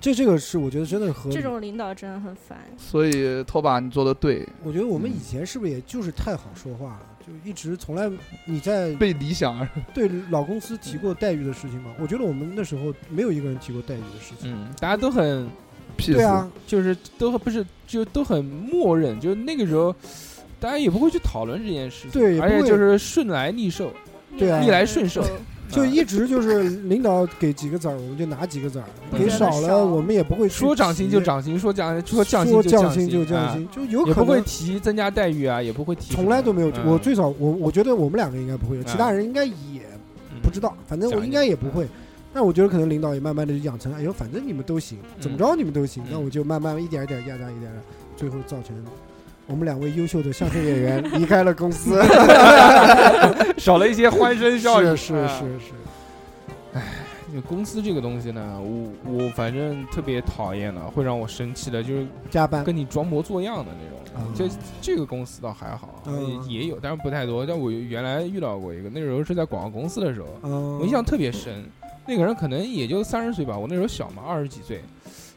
这这个是我觉得真的是合理。这种领导真的很烦。所以拖把你做的对，我觉得我嗯们以前是不是也就是太好说话了，就一直从来你在被理 想而对老公司提过待遇的事情吗？我觉得我们那时候没有一个人提过待遇的事情。嗯，大家都很屁对啊，就是都不是就都很默认，就那个时候。大家也不会去讨论这件事情，对也不而且会就是顺来逆受，对啊逆来顺受就啊一直就是领导给几个子儿，我们就拿几个子儿，嗯给少给了少我们也不会去说涨薪就提，涨薪，说降说说降薪就降薪就啊降薪，就有也可不会能提增加待遇啊，也不会提什么，从来都没有。嗯我最少我我觉得我们两个应该不会有，其他嗯人应该也不知，道，反正讲我一嗯应讲该也不会。但我觉得可能领导也慢慢的就养成，哎呦，反正你们都行，怎么着你们都行，那嗯我就慢慢一点一点压榨一点，最后造成我们两位优秀的相声演员 离开了公司。嗯 少了一些欢声笑语。是是啊，是是，就公司这个东西呢，我我反正特别讨厌的，会让我生气的，就是加班跟你装模作样的那嗯种。就这个公司倒还好，嗯也也有，但是不太多。但我原来遇到过一个，那时候是在广告公司的时候，嗯，我印象特别深。那个人可能也就三十岁吧，我那时候小嘛，二十几岁，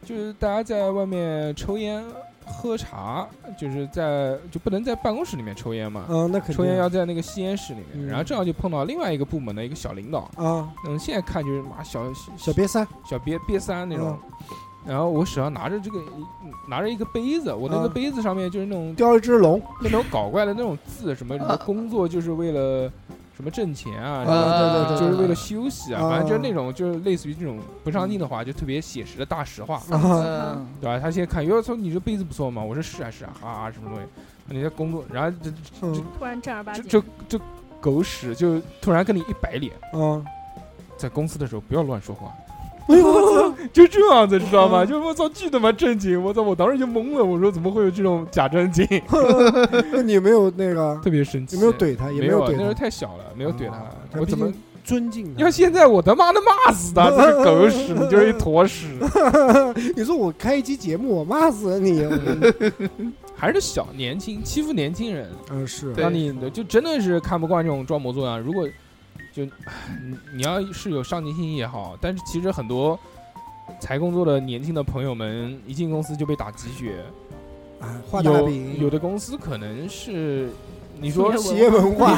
就是大家在外面抽烟、喝茶，就是在就不能在办公室里面抽烟嘛，嗯，那肯定抽烟要在那个吸烟室里面。嗯然后正好就碰到另外一个部门的一个小领导，啊，嗯，现在看就是妈小小小瘪嗯三小瘪瘪三那种。然后我手上拿着这个拿着一个杯子，我那个嗯杯子上面就是那种叼一只龙，那种搞怪的那种字，什么什么工作就是为了什么挣钱啊，什么啊对对对就是为了休息啊，啊反正就是那种就是类似于这种不上进的话，就特别写实的大实话，啊 嗯对吧？他现在看，哟，说你这杯子不错嘛，我说是啊是啊，啊什么东西，你在工作，然后这嗯突然正儿八这经，这这狗屎就突然跟你一摆脸，啊，在公司的时候不要乱说话。哎呦我操，就这样子，知道吗？嗯就我操，巨他妈正经！我操，我当时就懵了，我说怎么会有这种假正经？ 那你有没有那个特别生气。有没有？怼他？也没啊有那时候怼他，太小了，没有怼他啊。我怎么？尊敬他？要现在我他妈的骂死 他！这是狗屎，你就是一坨屎。 你说我开一期节目，我骂 死你！我跟你还是小年轻，欺负年轻人，嗯，是对让你就真的是看不惯这种装模作样。如果就唉你你要是有上进心也好，但是其实很多才工作的年轻的朋友们，一进公司就被打鸡血。啊，画大有饼，有的公司可能是你说有企业文化，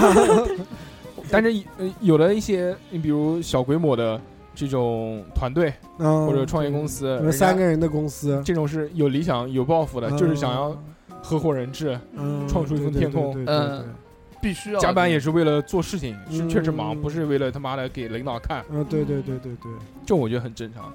但是呃，有了一些，你比如小规模的这种团队嗯，或者创业公司，你人们家三个人的公司，这种是有理想、有抱负的，就是想要合伙人制，嗯创出一对份对天对空对对嗯对必须要加班也是为了做事情，是嗯确实忙，不是为了他妈的给领导看，嗯，对对对对对，这种我觉得很正常。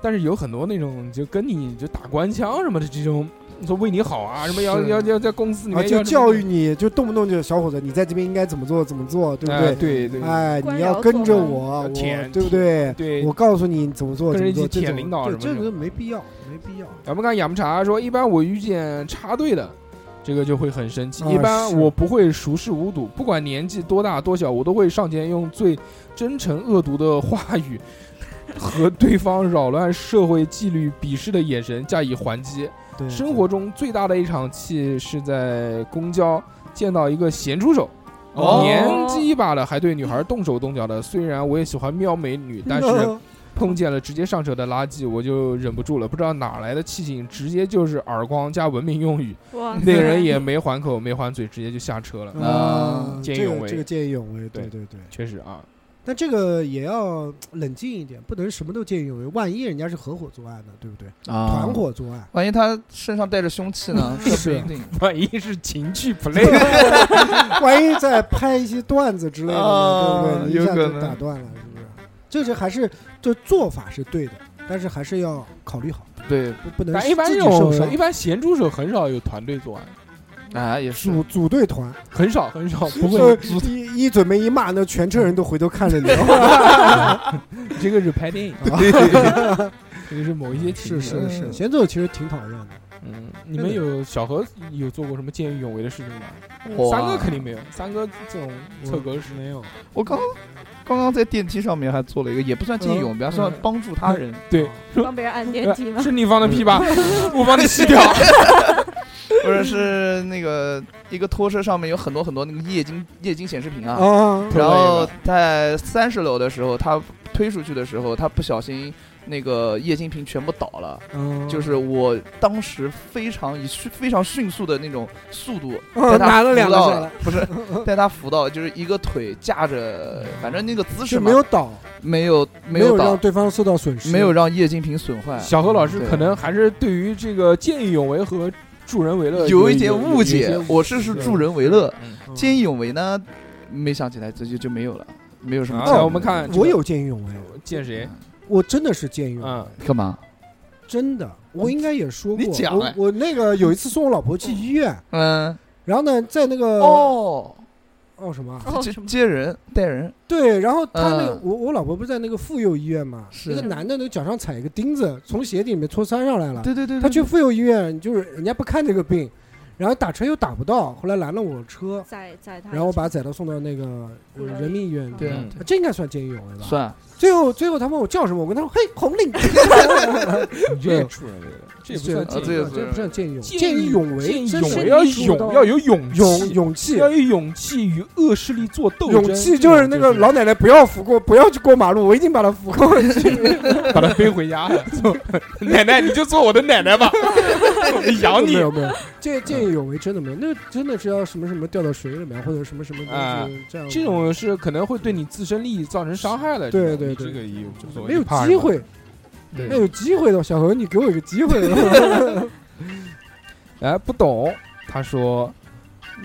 但是有很多那种就跟你就打官腔什么的这种，说为你好啊，什么要是要要在公司里啊，面就要教育你，就动不动就小伙子，你在这边应该怎么做怎么做，对什么，不哎对？对对哎，官你要僚跟着做嘛我，我舔对不对？对我告诉你怎么做，跟怎着么一起做，这舔种领导对什么这这个种没必要，没必要。咱们看养茶说，一般我遇见插队的，这个就会很生气。啊一般是我不会熟视无睹，不管年纪多大多小，我都会上前用最真诚恶毒的话语 和对方扰乱社会纪律、鄙视的眼神加以还击。对，生活中最大的一场气是在公交见到一个咸猪手，哦年纪一把了还对女孩动手动脚的。虽然我也喜欢喵美女， 但是碰见了直接上车的垃圾，我就忍不住了，不知道哪来的气性，直接就是耳光加文明用语。哇，那个人也没还口，没还嘴，直接就下车了。啊，嗯见义这勇个为这个见义勇为，对对对对。确实啊， 但这个也要冷静一点，不能什么都见义勇为。万一人家是合伙作案的，对不对？啊团，伙作案，万一他身上带着凶器 呢？是说不一定。万一是情趣 play， 万一再拍一些段子之类的 呢，对啊不对？一下有可就能打断了，是不是？这是还是这做法是对的，但是还是要考虑好，对，不不 能但一般自这己受种伤一。般咸猪手很少有团队作案，啊，也是。组组队团，很少很少，不会 就一一准备一骂，那全车人都回头看 着你。这个是拍电影，啊 这个是某一些情是节。是嗯是，闲走其实挺讨厌的。嗯，你们有小何有做过什么见义勇为的事情吗？我啊三哥肯定没有，三哥这种凑狗屎没有。我刚刚刚在电梯上面还做了一个，也不算嗯见义勇为，算帮助他 人。对，哎帮别人按电梯吗？是你放的屁吧？我帮你吸掉。或者是那个一个拖车上面有很多很多那个液晶液晶显示屏啊，啊，对然后在三十楼的时候，他推出去的时候，他不小心那个液晶屏全部倒了。嗯 就是我当时非常以迅非常迅速的那种速度，嗯带他拿了两个扶到下来，嗯 不是带他扶到，就是一个腿架着，反正那个姿势就嘛没有倒，没有没有让倒，对方受到损失，没有让液晶屏损坏，小何老师对可能还是对于这个见义勇为和助人为乐有一一点误解，我是是助人为乐，嗯见义勇为呢，没想起来，这就就没有了，没有什么啊见义勇为。我们看这个我有见义勇为，见 谁？我真的是见义勇为嗯，干嘛？真的，我应该也说过，你讲我哎我那个有一次送我老婆去医院，嗯，然后呢，在那个哦，哦什么啊， 哦接什么接人带人，对，然后他那个嗯我我老婆不是在那个妇幼医院嘛，是那个男的那个脚上踩一个钉子，从鞋底里面戳穿上来了，对对对，对他去妇幼医院就是人家不看这个病，然后打车又打不到，后来拦了我车，宰宰他，然后我把他载到送到那个呃人民医院去，对啊嗯对这应该算见义勇为吧？算最后，最后他问我叫什么，我跟他说：“嘿，红领巾。你这也助人为乐，这也不算啊见这这义勇个这这不算见义见勇为，啊见义勇为，见义真勇是为你要说勇，到要有勇勇气，勇气要，有勇气与恶势力做斗争。勇气就是那个老奶奶不要扶过，不要去过马路，我一定把她扶过去。 把他背回家了。做 奶奶，你就做我的奶奶吧， 我养没你。有 没有，这见义勇为真的没有，那个真的是要什么什么掉到水里面，或者什么什么啊东西这样。这种是可能会对你自身利益造成伤害的。这对种对你对这个也无所谓，没有你怕机什么。会，对要有机会的，小何，你给我一个机会。 嗯哎，不懂。他说，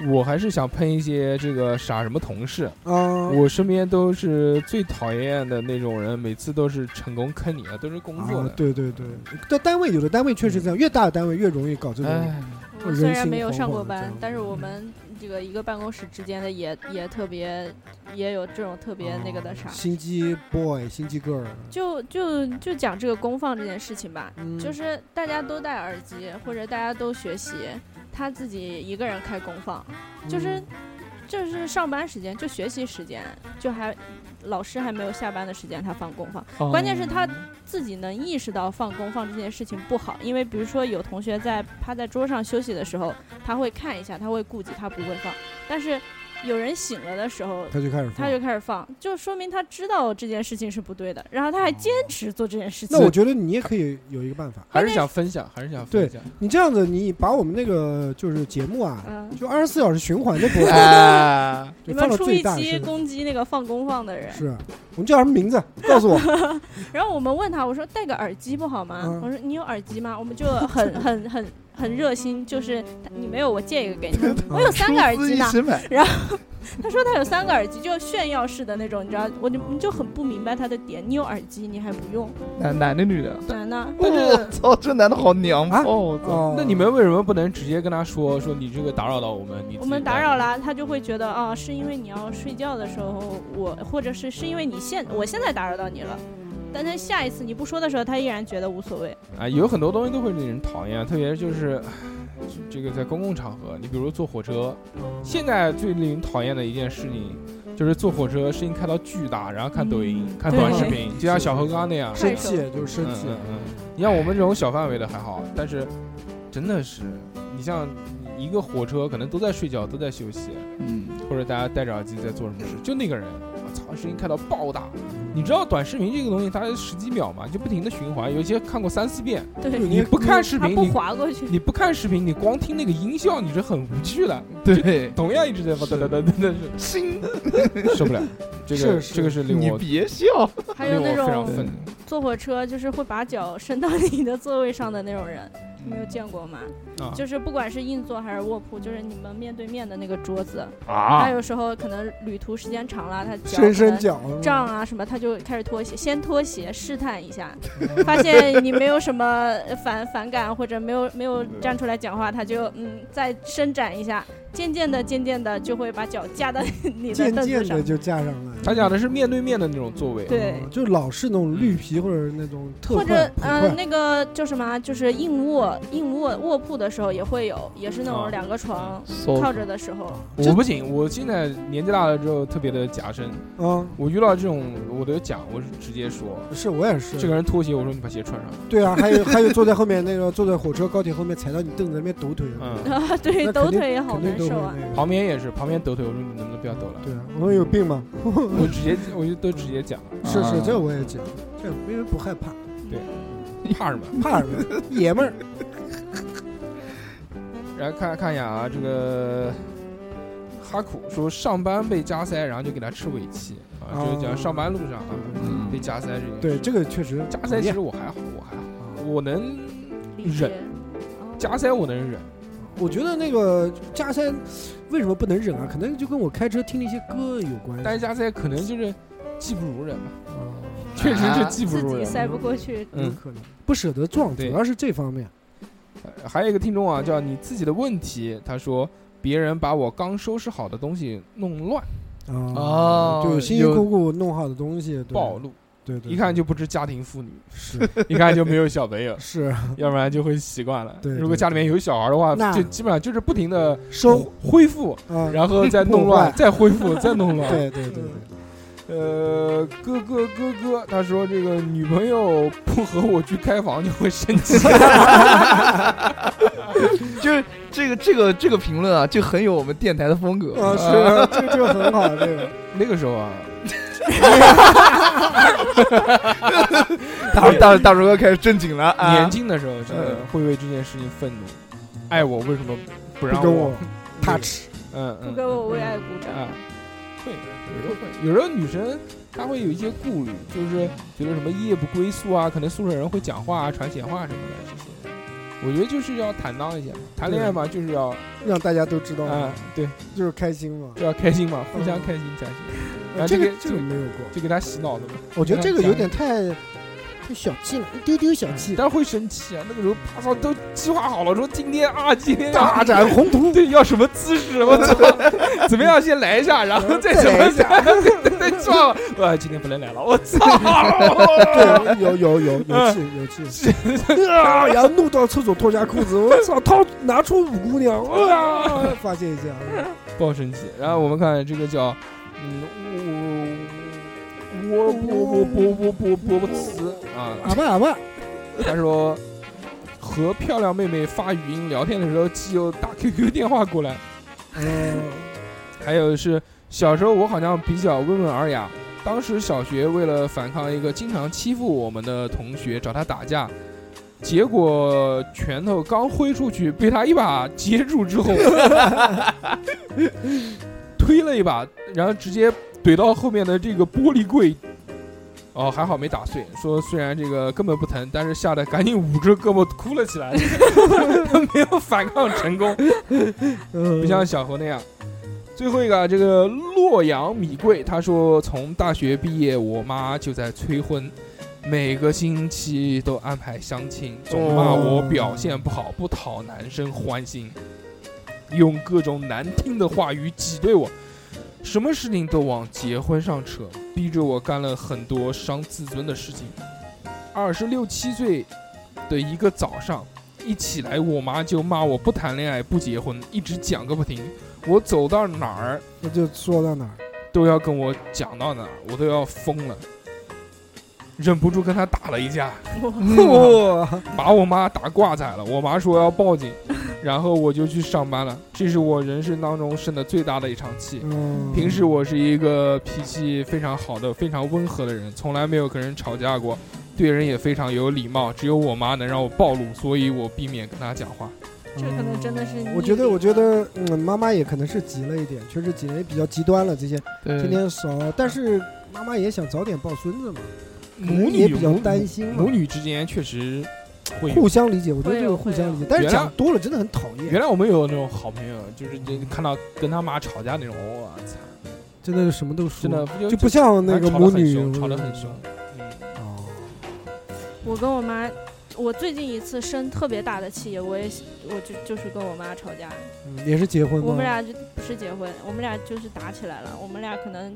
我还是想喷一些这个傻什么同事。啊，我身边都是最讨厌的那种人，每次都是成功坑你的，都是工作啊的。，嗯对对对，在单位有的单位确实这样，越大的单位越容易搞这种。哎，我虽然没有上过班，但是我们这个一个办公室之间的也也特别，也有这种特别那个的啥。心机 boy，心机 girl，就就就讲这个公放这件事情吧，嗯就是大家都戴耳机或者大家都学习，他自己一个人开公放，嗯就是这是上班时间，就学习时间，就还老师还没有下班的时间，他放公放。关键是他自己能意识到放公放这件事情不好，因为比如说有同学在趴在桌上休息的时候，他会看一下，他会顾及，他不会放。但是有人醒了的时候，他就开始他就开始放，就说明他知道这件事情是不对的，然后他还坚持做这件事情。哦那我觉得你也可以有一个办法，还哦是想分享，还是想分享。你这样子，你把我们那个就是节目啊，嗯，就二十四小时循环的 播，哎，你就放们到出一最大期声。攻击那个放公放的人，是我们叫什么名字？告 诉我。然后我们问他，我说戴个耳机不好吗？嗯我说你有耳机吗？我们就很 很很很热心，就是他你没有，我借一个给嗯你。我有三个耳 机呢出资一。起买，他说他有三个耳机，就炫耀式的那种，你知道，我就你就很不明白他的点。你有耳机，你还不用，男男的女的？难呢？我哦操，这男的好娘啊炮！我操哦那你们为什么不能直接跟他说说你这个打扰到我们？你自己我们打扰了，他就会觉得啊，是因为你要睡觉的时候，我或者是是因为你现我现在打扰到你了，但他下一次你不说的时候，他依然觉得无所谓。啊，有很多东西都会令人讨厌，特别就是唉这个在公共场合，你比如坐火车，现在最令人讨厌的一件事情就是坐火车声音开到巨大，然后看抖音、看对短视频，就像小何刚刚那样。太生气熟就是生气，嗯嗯你像我们这种小范围的还好，但是真的是，你像一个火车可能都在睡觉，都在休息，嗯，或者大家戴着耳机在做什么事，就那个人，我操，声音开到爆大。你知道短视频这个东西，它十几秒嘛，就不停的循环，有些看过三四遍，对，你不看视他频，不你划 过去，你不看视频，你光听那个音效，你是很无趣的。对，同样一直在发哒哒哒哒哒，心，是受不了。 这个是是这个是令你我别笑，还有哎令我那非常种愤怒。坐火车就是会把脚伸到你的座位上的那种人，嗯你没有见过吗？啊就是不管是硬座还是卧铺，就是你们面对面的那个桌子，他啊！有时候可能旅途时间长了，他嗯脚伸可伸能脚，胀啊什么，他就开始脱鞋，先脱鞋试探 一下，发现你没有什么反反感或者没有没有站出来讲话，他就嗯再伸展一下，渐渐的渐渐的就会把脚架到你的渐凳子渐上的，就架上来。他讲的是面对面的那种座位，啊对。就老是那种绿皮或者那种特或快者普嗯、快那个叫什么，啊就是硬卧硬卧卧铺的时候也会有，也是那哦啊种两个床靠着的时候，我不行，我现在年纪大了之后特别的夹生，啊，我遇到这种我都讲，我是直接说，是我也是这个人脱鞋，我说你把鞋穿上。对啊，还有还有坐在后面那个坐在火车高铁后面踩到你凳子那边抖腿，嗯， 啊，对，那肯定抖腿也好肯定难都受会啊。那个。旁边也是，旁边抖腿，我说你能不能不要抖了？对啊，我说有病吗？我直接我就都直接讲了，是是，这我也讲，这没人不害怕，怕什么？怕什么？爷们儿，然后看看一下啊，这个哈苦说上班被加塞，然后就给他吃尾气啊，哦就是讲上班路上啊嗯被加塞这件事。对这个确实加塞其实我还好，我还啊好，我能理忍解。哦加塞我能忍，我觉得那个加塞为什么不能忍啊？可能就跟我开车听那些歌有关系。但是加塞可能就是技不如人吧，哦确实是啊技不自如己人。塞不过去，有嗯，可能不舍得撞，主对要是这方面。呃还有一个听众啊，叫你自己的问题，他说别人把我刚收拾好的东西弄乱啊哦，就辛辛有苦苦弄好的东西，对暴露，对对，一看就不是家庭妇女，是，一看就没有小朋友是 要不然就会习惯了。对对如果家里面有小孩的话，那就基本上就是不停的收恢复，啊，然后再弄破乱坏，再恢 复，再弄乱。对对对对，呃，哥哥哥哥，他说这个女朋友不和我去开房就会生 气，就是这个这个这个评论啊，就很有我们电台的风格。啊是啊，这个这个很好，这个那个时候啊，大大大叔哥开始正经了啊！年轻的时候真呃的会为这件事情愤怒，爱我为什么 不让哎不跟我那个 touch，嗯不嗯给我为爱鼓掌。啊，会有时候会，有时候女生她会有一些顾虑，就是觉得什么夜不归宿啊，可能宿舍人会讲话啊、传闲话什么的这些。我觉得就是要坦荡一些嘛，谈恋爱嘛就是要啊、让大家都知道，对，就是开心嘛。就要开心嘛，互相开心才行。然后这个个这个没有过，就给他洗脑了嘛，我觉得这个有点太太小气了，一丢丢小气，但是会生气啊。那个时候，啪操，都计划好了，说今天啊，今天要大展宏图。对，要什么姿势？我操，怎么样？先来一下，然后再怎么下，再撞。我今天不能来了，我操！ 对，有有有有气有气，啊！然后怒到厕所脱下裤子，我操，掏拿出五姑娘，啊！ 发泄一下，爆生气。然后我们看这个叫，嗯，我我我我我我我我词啊，阿爸阿爸，他说和漂亮妹妹发语音聊天的时候，基友打 QQ 电话过来，嗯，还有是小时候我好像比较温文尔雅，当时小学为了反抗一个经常欺负我们的同学，找他打架，结果拳头刚挥出去，被他一把接住之后，推了一把，然后直接怼到后面的这个玻璃柜。哦，还好没打碎。说虽然这个根本不疼，但是吓得赶紧捂着胳膊哭了起来， 没有反抗成功。嗯不像小何那样。最后一个啊，这个洛阳米贵，他说从大学毕业，我妈就在催婚，每个星期都安排相亲，总骂我表现不好，不讨男生欢心，用各种难听的话语挤兑我，什么事情都往结婚上扯，逼着我干了很多伤自尊的事情。二十六七岁的一个早上，一起来，我妈就骂我不谈恋爱、不结婚，一直讲个不停。我走到哪儿那就说到哪儿，都要跟我讲到呢，我都要疯了，忍不住跟他打了一架， 嗯哇， 把我妈打挂彩了。我妈说要报 警，然后我就去上班了。这是我人生当中生的最大的一场气。嗯平时我是一个脾气非常好的、非常温和的人，从来没有跟人吵架过，对人也非常有礼貌。只有我妈能让我暴露，所以我避免跟她讲话。这可能真的是嗯我觉逆得，龄我觉了得，嗯，妈妈也可能是急了一点，确实急了，也比较极端了。这些天对，天少，但是妈妈也想早点抱孙子嘛，可能母女嗯也比较担心母嘛，女之间确实会有互相理解。我觉得会这个有互会相有理解，但是原来讲多了真的很讨厌原，来我们有那种好朋友，就是你看到跟他妈吵架那种，我操，真的是什么都输真了，的就不像那个母女吵得很凶。嗯哦我跟我妈，我最近一次生特别大的气，我也我就就是跟我妈吵架，嗯也是结婚吗？我们俩就不是结婚，我们俩就是打起来了，我们俩可能。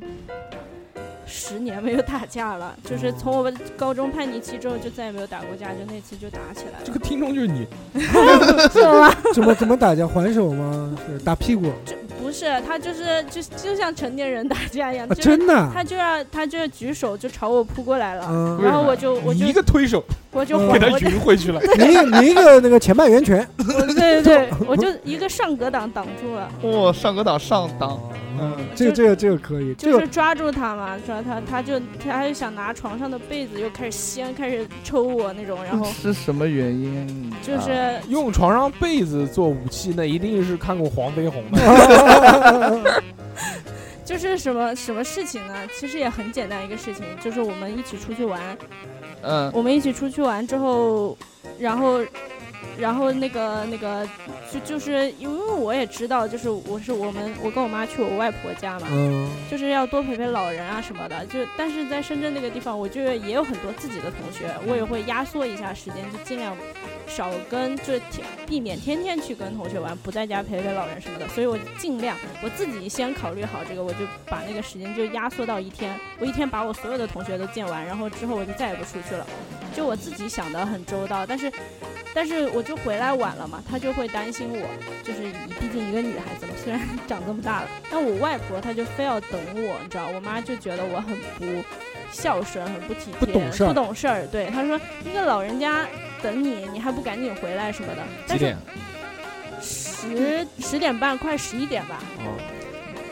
十年没有打架了，就是从我们高中叛逆期之后就再也没有打过架，就那次就打起来这个听众就是你，了，是吗？怎么怎么打架？还手吗？是打屁股？这不是他就是就就像成年人打架一样，啊，就是真的啊？他就要他就要举手就朝我扑过来了，嗯为然什后么我就我就你一个推手我就嗯还给他我就匀回去了。你你一个那个前半圆拳，对对对，我就一个上格挡挡住了。哇、上个档上档，嗯，这个这个这个可以，这就是 个抓住他嘛，抓他，他就他就想拿床上的被子，又开始掀，开始抽我那种，然后是什么原因啊？就是、用床上被子做武器，那一定是看过黄飞鸿 的。啊就是什么什么事情呢？其实也很简单一个事情，就是我们一起出去玩，嗯，我们一起出去玩之后，然后。然后那个那个，就就是因为我也知道，就是我是我们我跟我妈去我外婆家嘛，嗯就是要多陪陪老人啊什么的。就但是在深圳那个地方，我就也有很多自己的同学，我也会压缩一下时间，就尽量少跟，就是天避免天天去跟同学玩，不在家陪陪老人什么的。所以我尽量我自己先考虑好这个，我就把那个时间就压缩到一天，我一天把我所有的同学都见完，然后之后我就再也不出去了。就我自己想的很周到，但是。但是我就回来晚了嘛，她就会担心我，就是毕竟一个女孩子嘛，虽然 长这么大了，但我外婆她就非要等我，你知道，我妈就觉得我很不孝顺，很不体贴，不懂事儿不懂事儿。对，她说一个老人家等你，你还不赶紧回来什么的。但几是点？十十点半，快十一点吧。哦，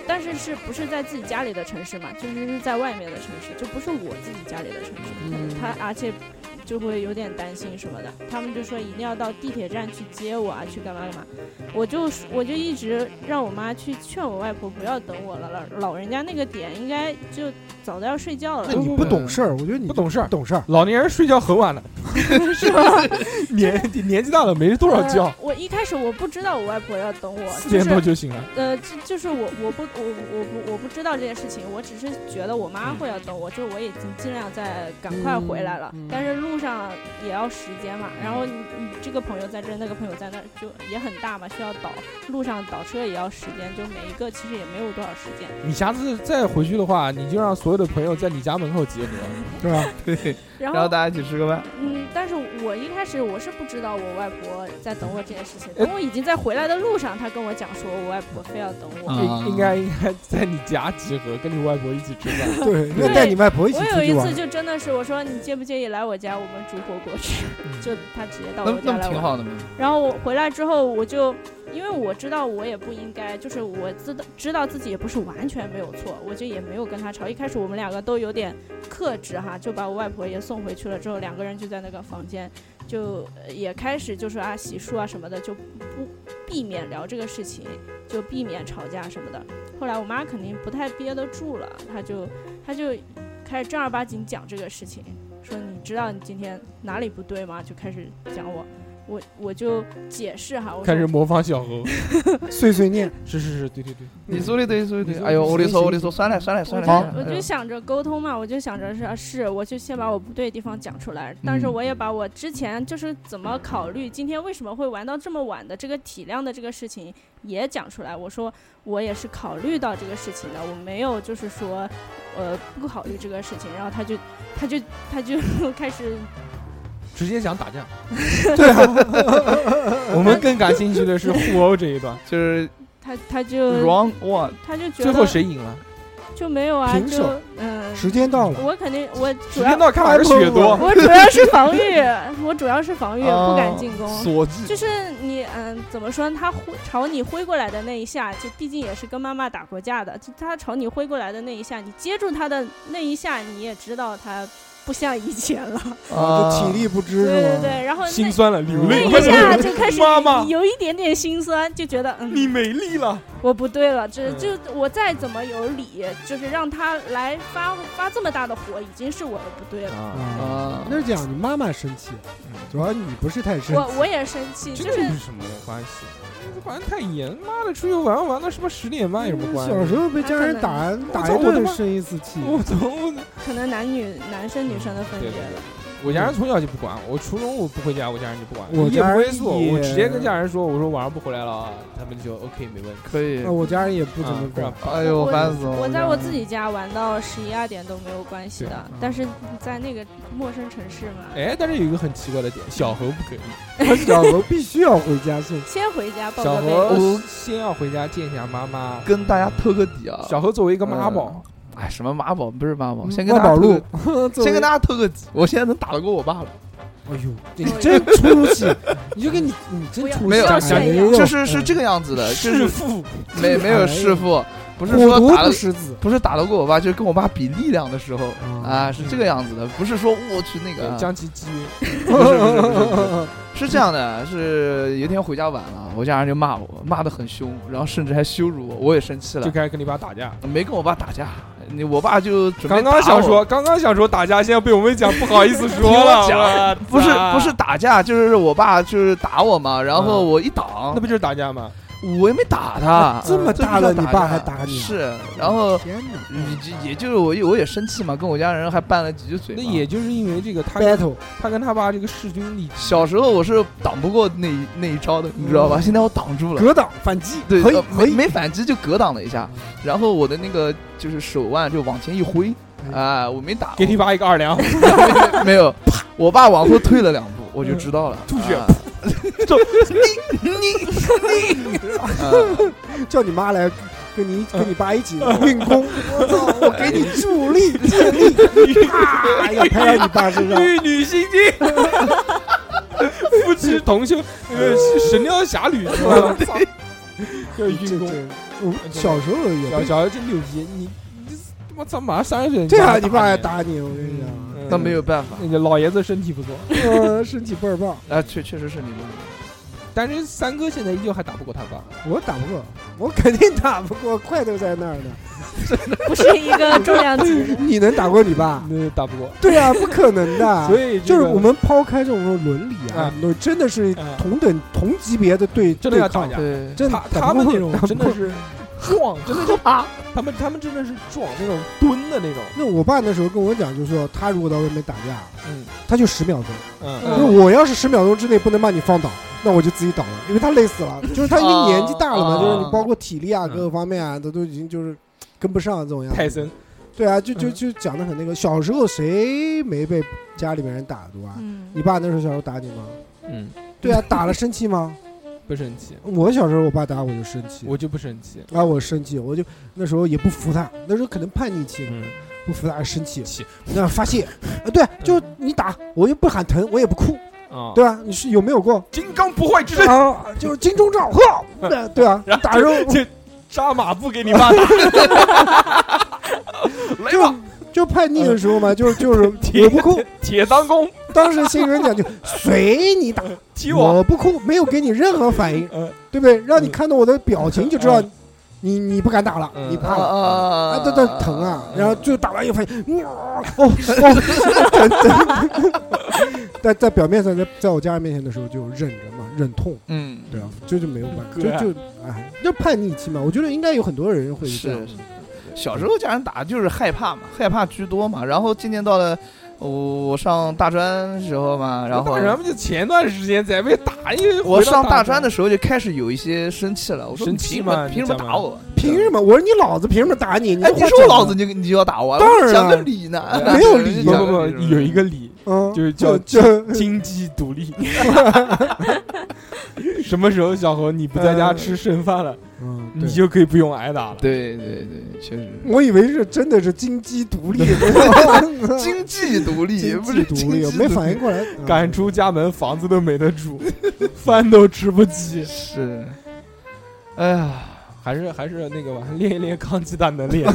但是是不是在自己家里的城市嘛？就是是在外面的城市，就不是我自己家里的城市。嗯他而且就会有点担心什么的，他们就说一定要到地铁站去接我啊，去干嘛干嘛。我就我就一直让我妈去劝我外婆不要等我了，老老人家那个点应该就早都要睡觉 那了。你不懂事儿，我觉得你不懂事不儿。懂事儿。老年人睡觉很 晚的，是吧？年年纪大了没多少觉呃，我一开始我不知道我外婆要等呃我，四就点是多就醒了。呃，就就是我我不我我不我不知道这件事情，我只是觉得我嗯妈会要等我，就我已经尽量在赶快回来了，嗯嗯嗯但是路上也要时间嘛，然后你你这个朋友在这，那个朋友在那儿，就也很大嘛，需要倒路上倒车也要时间，就每一个其实也没有多少时间。你下次再回去的话，你就让所有的朋友在你家门口集合。是吧？对，然 然后后大家一起吃个饭，嗯，但是我一开始我是不知道我外婆在等我这件事情，哎等我已经在回来的路上，她跟我讲说我外婆非要等嗯我。啊应应该应该在你家集合，跟你外婆一起吃饭。 对，那带你外婆一起我出有去一玩次，就真的是，我说你介不介意来我家，我们煮火锅吃？嗯就他直接到那我那家不来嗯挺玩。好的吗？然后我回来之后，我就因为我知道我也不应该，就是我知道知道自己也不是完全没有错，我就也没有跟他吵。一开始我们两个都有点克制哈，就把我外婆也送回去了。之后两个人就在那个房间，就呃也开始就说啊洗漱啊什么的，就不避免聊这个事情，就避免吵架什么的。后来我妈肯定不太憋得住了，她就她就开始正儿八经讲这个事情，说你知道你今天哪里不对吗？就开始讲我，我我就解释哈，我开始说模仿小 猴。嗯碎碎念。是是是，对对对。你说的对，说的对你。说哎呦，你我的说说，我你的说，算了，算了，我算了。就算了我哎就呦想着沟通嘛，我就想着是啊是，我就先把我不对的地方讲出来，但是嗯我也把我之前就是怎么考虑今天为什么会玩到这么晚的这个体量的这个事情也讲出来。我说我也是考虑到这个事情的，我没有就是说呃不考虑这个事情，然后他就他就他就 开始直接想 打架。对啊， 我们更感兴趣的是互殴这一段，就是他他就呃 wrong one，他就觉最得后谁赢了？就没有啊，平就手嗯，时间到了，我肯定我时主要间到看还是血多，我主要是防御，我主要是防御，不敢进攻。锁技就是你，嗯，怎么说呢？他挥朝你挥过来的那一下，就毕竟也是跟妈妈打过架的。就他朝你挥过来的那一下，你接住他的那一下，你也知道他不像以前 了。就啊，体力不支对是对吧？对，然后啊心那酸了，流泪了那一下就开始妈妈，有一点点心酸，就觉得你嗯，没力了，我不对了，这嗯就我再怎么有理，就是让他来发发这么大的火，已经是我的不对了。啊，啊，那是这样，你妈妈生气，主要你不是太生我气，我也生气，这就个是有什么关系？这管得太严，妈的，出去玩玩到什么十点半有什么关系？小时候被家人打打一顿生一次气，我操！我可能男女男生女生的分对别对对了。我家人从小就不管我，初中我不回家，我家人就不管我也家不人会做，我也直接跟家人说，我说晚上不回来了啊，他们就 OK 没问题。可以那，我家人也不怎啊么不管然。哎呦，我烦死了！我在我自己家玩到十一二点都没有关系嗯对嗯的，但是在那个陌生城市嘛，哎，但是有一个很奇怪的点，小猴不可以，我小时候必须要回家 送，先回家报小个猴备。先要回家见一下妈妈。跟大家透个底啊，小猴作为一个妈呃宝，哎，什么妈宝不是妈宝，哦先跟万大嗯家宝透路 个，先先跟大家透个底，我现在能打得过我爸了。哎呦，你真出息！你就跟你你真出息，没有哎想呦就是是这个样子的，就是父没没有弑父，不是虎说毒打不得食子，不是打得过我爸，就是跟我爸比力量的时候嗯啊，是这个样子的，不是说我去那个啊，将其击晕。不是不是不是不是， 是这样的，是有一天回家晚了，我家人就骂我，骂得很凶，然后甚至还羞辱我，我也生气就了，开始跟你爸打架。没跟我爸打架，你我爸就准备刚刚打想我说，刚刚想说打架，现在被我们讲，不好意思 说听了。我讲我不是操不是，打架，就是我爸就是打我嘛，然后啊嗯我一挡那，不就是打架吗？我也没打他， 这么啊这不大叫了，你架爸还打你啊？是，呃嗯然后天哪也也就是我我也生气嘛，跟我家人还拌了几句嘴嘛。那也就是因为这个，他跟，battle 他跟他爸这个势均力敌。小时候我是挡不过那一那一招的，你知道吧？现在我挡住了，格挡反击，对，可以呃可没以，没反击就格挡了一下，然后我的那个就是手腕就往前一挥，啊，我没打，给你爸一个二两，我 没有，我爸往后退了两步，我就知道了，吐血啊走你你你，啊叫你妈来跟 你跟你爸一起呃运功，我操，我给你 助力借力，啪，要拍在你爸身 上，玉女心经，夫妻同修，哎呃， 神雕侠侣，是吧就是这运这动。，我小时候也小被小孩真牛逼，你你我操，马上三十岁，这啊样，你爸还还？打你，我跟你讲。嗯那没有，办法那个老爷子身体不错，呃，身体倍儿棒，啊，确确实是你们。但是三哥现在依旧还打不过他爸。我打不过，我肯定打不过，块头在那儿呢。。不是一个重量级的你能打过你爸？那呃打不过，对啊，不可能 的。所以这就是个我们抛开这种伦理啊啊，那真的是啊同等同级别的对真的要对抗打架对，真他的打他不们过那种打不真的过是壮，真的就 啊，他们他们真的是壮那种蹲的那种，那我爸那时候跟我讲，就说他如果到外面打架，嗯他就十秒钟。嗯嗯就是我要是十秒钟之内不能把你放倒，那我就自己倒了，因为他累死 了。就是他因为年纪大了嘛，啊就是你包括体力啊嗯各个方面啊，他都已经就是跟不上这种样泰子。森，对啊，就就嗯就讲的很那个。小时候谁没被家里面人打过啊？嗯，你爸那时候小时候打你吗？嗯，对啊，打了生 气吗？不生气，我小时候我爸打我就生气，我就不生气，啊我生气，我就那时候也不服他，那时候可能叛逆期，嗯，不服他生气，气嗯那 发泄。啊对啊，就你打我又不喊疼，我也不哭，啊，对吧？你是有没有过？金刚不坏之身，啊，就是金钟罩，呵，对对啊， 嗯然后打肉就扎马步给你爸打，来就啊吧，就叛逆的时候嘛，就 就是铁我不哭。 铁裆功，当时新人讲就随你打，踢我，我不哭，没有给你任何反应， 嗯对不对？让你看到我的表情就知道嗯你你不敢打了，嗯你怕了。啊啊，这这疼啊！嗯然后就打完以后发 现，喵哦哦，疼疼。但 在表面上，在在我家人面前的时候，就忍着嘛，忍痛，嗯，对啊，这就没有办法，哥就就哎，就叛逆期嘛。我觉得应该有很多人会这样是。小时候家人打就是害怕嘛，害怕居多嘛。然后渐渐到了我我上大专的时候嘛，然后人们就前段时间才被打，因 为我上大专的时时候就开始有一些生气了，我说生你气凭什嘛么你凭什讲么打嘛我？凭什么？我说你老子凭什么打你？你哎，就你活说着我老子呢，你你就要打我啊，当然讲个了理呢，没有理候讲不不理不，有一个理 嗯，就是叫就经济独立，什么时候小猴你不在家吃剩饭了，嗯，你对。就可以不用挨打了。 对对对，确实。我以为是真的是金鸡独立，经济独立，金不是鸡独立，经我济没反应过来。嗯赶出家门，房子都没得住， 饭都吃不起，是。哎呀，还是还是那个吧，练一练抗击打能 力，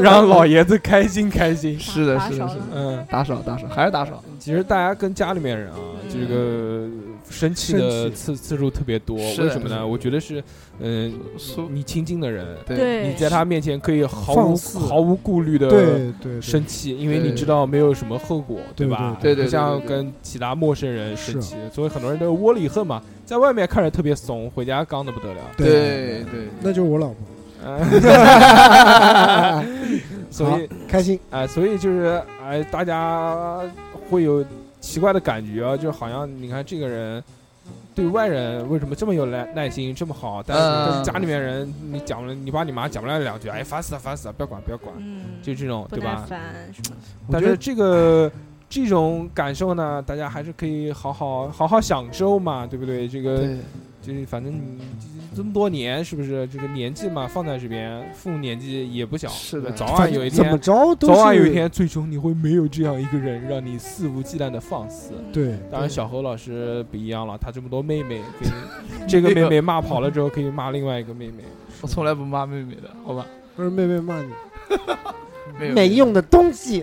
让老爷子开心开心。是的，打是的，扫是的，了嗯，打扫打扫还是打扫，其实大家跟家里面人啊，这个生气的生气次次数特别多，是为什么是呢？我觉得是，嗯，苏你亲近的人，对你在他面前可以毫无放肆毫无顾虑的对对对生气，因为对你知道没有什么后果，对吧？对对对不像对对跟其他陌生人生是气，所以很多人都是窝里横嘛，在外面看着特别怂，回家刚的不 得了。对对，那就是我老婆，所以开心。哎、所以就是哎、大家会有奇怪的感觉啊，就是好像你看这个人对外人为什么这么有耐耐心，这么好，但是、嗯但是家里面人你讲了，你把你妈讲不了两句，哎，烦死了，烦死了，不要管，不要管，嗯，就这种不对耐吧？烦什么的。我但觉是得这个。这种感受呢，大家还是可以好好好好享受嘛，对不对？这个对就是反正你这么多年，是不是这个年纪嘛，放在这边，父母年纪也不小，是的早反晚有一怎么天，着都早晚是有一天，最终你会没有这样一个人，让你肆无忌惮的放肆。嗯对，当然，小何老师不一样了，他这么多妹妹，可以这个妹妹骂跑了之后，可以骂另外一个妹妹。我从来不骂妹妹的，好吧？不是妹妹骂你没有没用的东西。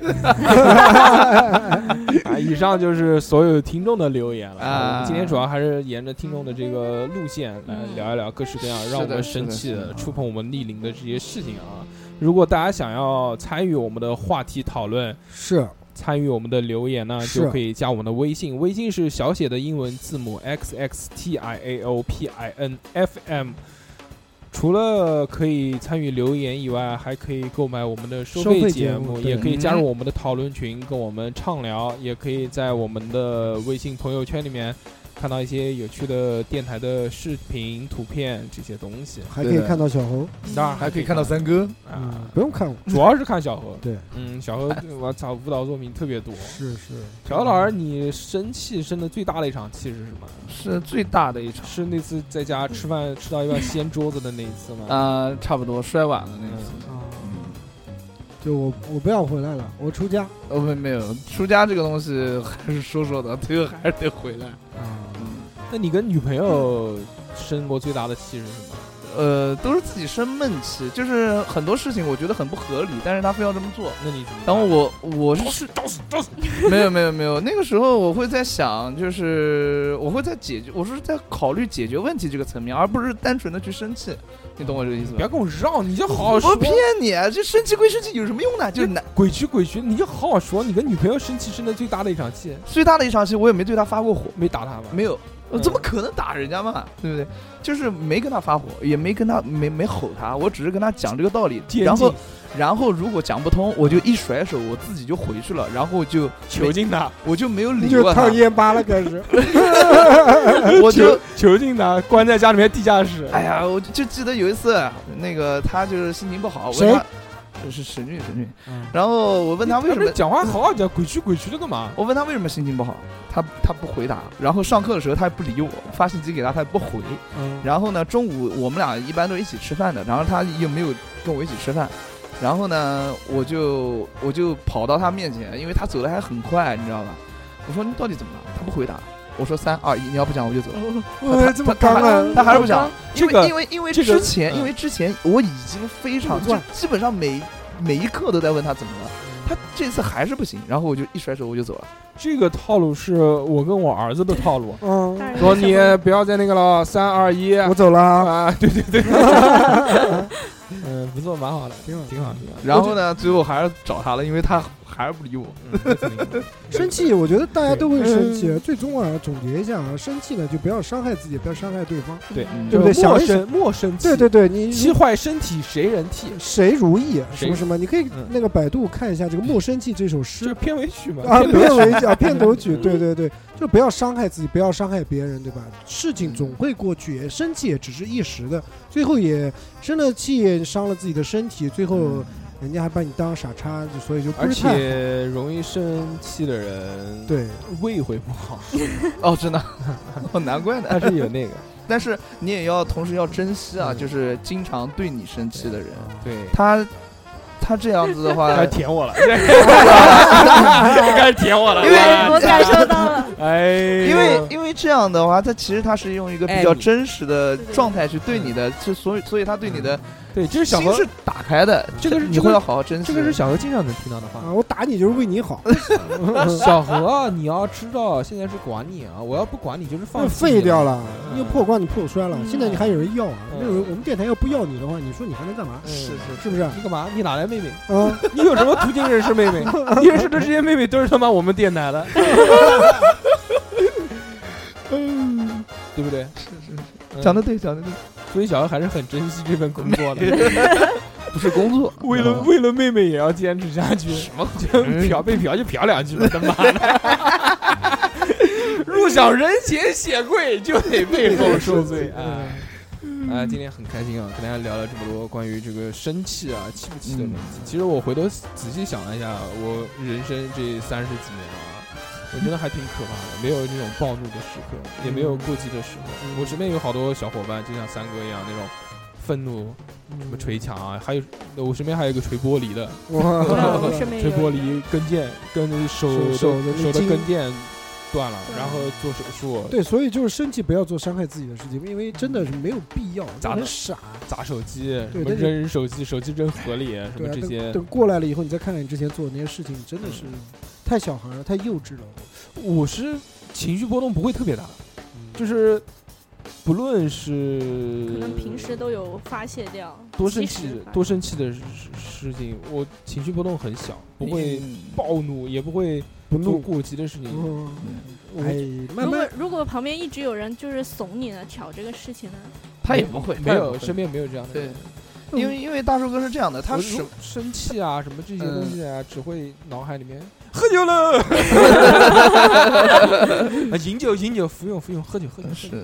啊，以上就是所有听众的留言了。啊我们今天主要还是沿着听众的这个路线来嗯聊一聊各式各样是的让我们生气的、触碰我们逆鳞的这些事情啊。如果大家想要参与我们的话题讨论，是，参与我们的留言呢，是就可以加我们的微信，微信是小写的英文字母 x x t i a o p i n f m。除了可以参与留言以外，还可以购买我们的收收费费节节目对也可以加入我们的讨论群，跟我们畅聊，也可以在我们的微信朋友圈里面看到一些有趣的电台的视频、图片这些东西。还可以对的看到小猴，当然还可以看到三哥，嗯啊，，不用看我。主要是看小何。对，嗯，小何，我操，舞蹈作品特别多。是是，小何老师，你生气生的最大的一场气是什么？是最大的一场是那次在家吃饭吃到一半掀桌子的那一次吗？嗯啊，差不多摔碗了那次。啊，就我我不要回来了，我出家哦，没没有，出家这个东西还是说说的，最后还是得回来。啊，那你跟女朋友生过最大的气是什么？呃，都是自己生闷气，就是很多事情我觉得很不合理，但是他非要这么做。那你怎么办？然后我啊我是 是没有没有没有，那个时候我会在想，就是我会在解决，我是在考虑解决问题这个层面，而不是单纯的去生气，你懂我这个意思不要吧？跟我绕，你就好好说我。骗你，啊，这生气归生气，有什么用呢？就是男鬼屈鬼屈，你就好好说。你跟女朋友生气生的最大的一场气，最大的一场戏，我也没对他发过火，没打她吧？没有，我嗯怎么可能打人家嘛？对不对？就是没跟他发火，也没跟他没没吼他，我只是跟他讲这个道理，天然后津然后如果讲不通，我就一甩手，我自己就回去了，然后就囚禁她，我就没有理就过他烫，烟疤了，开始。 我就囚囚禁她，关在家里面地下室。哎呀，我就就记得有一次，那个他就是心情不好，我谁嗯问他是沈俊沈俊，然后我问他为什么你，讲话好好讲，鬼屈鬼屈的干嘛？我问他为什么心情不好，他他不回答，然后上课的时候他也不理我，发信息给他他也不回，嗯然后呢中午我们俩一般都一起吃饭的，然后他又没有跟我一起吃饭。然后呢，我就我就跑到他面前，因为他走的还很快，你知道吧？我说你到底怎么了？他不回答。我说三二一，你要不讲我就走。哦哇，这么刚啊！他还是不讲，这因个为因为因为这个之前嗯因为之前我已经非常就断基本上每每一刻都在问他怎么了，嗯他这次还是不行，然后我就一甩手我就走了。这个套路是我跟我儿子的套路。嗯但，是说什么你不要再那个了，三二一，我走了啊，啊，对对 对，嗯，不错，蛮好的，挺好。挺好，挺好。然后呢，最后还是找他了，因为他还是不理我。嗯？生气，我觉得大家都会生气。嗯最终啊，总结一下啊，生气呢就不要伤害自己，不要伤害对方。对嗯对不对莫想一生莫生气，对对啊对，你气坏身体谁人替？谁如意谁什么什么，你可以嗯那个百度看一下这个《莫生气》这首诗这片尾曲嘛？啊，片头片尾啊，片头曲，嗯对对对，就不要伤害自己，不要伤害别人，对吧？事情总会过去，生气也只是一时的，最后也生了气，也伤了自己的身体，最 后人家还把你当傻叉，就所以就嗯不而是太好且容易生气的人，，对。 胃会不好，哦，真的，哦，难怪呢。哎他是有那个。但是你也要同时要珍惜啊，就是经常对你生气的人，嗯对，啊他他这样子的话，嗯开始舔 我了，开始舔我了，因为我感受到 了，哎呦，因为因为这样的话，他其实他是用一个比较爱你真实的状态去哎嗯对你的，就所以所以他对你的对，这是小心何，是打开的，这个是你这个会要好好珍惜。这个是小何经常能听到的话啊，。我打你就是为你好，小何啊，你要知道，现在是管你啊，我要不管你就是 放弃你废掉。了，嗯又破罐子破摔了。现在你还有人要啊？嗯那有人我们电台要不要你的话，你说你还能干嘛？嗯是是是不是？ 你干嘛？你哪来妹妹？啊，你有什么途径认识妹妹？你认识的这些妹妹都是他妈我们电 台的，嗯，对不对？是是嗯是，讲的对，讲的对，所以小何还是很珍惜这份工作的，不是工作， 嗯为了为了妹妹也要坚持下去。什么？就嫖被嫖就嫖两句吧， 他妈的！ 入小人前显贵，就得 背后受罪啊！嗯啊，今天很开心啊，跟大家聊了这么多关于这个生气啊、气不气的问嗯题。其实我回头仔细想了一下，我人生这三十几年啊，我觉得还挺可怕的，没有这种暴怒的时刻，也没有过激的时刻。我身边有好多小伙伴，就像三哥一样那种愤怒，嗯什么捶墙啊，还有我身边还有一个捶玻璃的，啊我我身边吹有玻璃跟腱跟手的手手的那手的筋跟腱断了，对然后做手术 对，所以就是生气不要做伤害自己的事情，因为真的是没有必要，咋咋的很傻。砸手机，什对么但是扔手机，手机扔河里，什对么啊，这些嗯等。等过来了以后，你再看看你之前做的那些事情，真的是太小孩了，太幼稚了。我是情绪波动不会特别大，就是不论是可能平时都有发泄掉，多生及时气发多生气的事事情，我情绪波动很小，不会嗯暴怒，也不会不做怒，过激的事情。嗯我哎，慢如果慢如果旁边一直有人就是怂你呢，挑这个事情呢，他也不会，没有生身边没有这样的对人。因为因为大树哥是这样的，他我什如生气啊，什么这些嗯东西啊，只会脑海里面喝酒了， 啊饮酒饮酒，服用服用，喝酒喝酒。喝酒是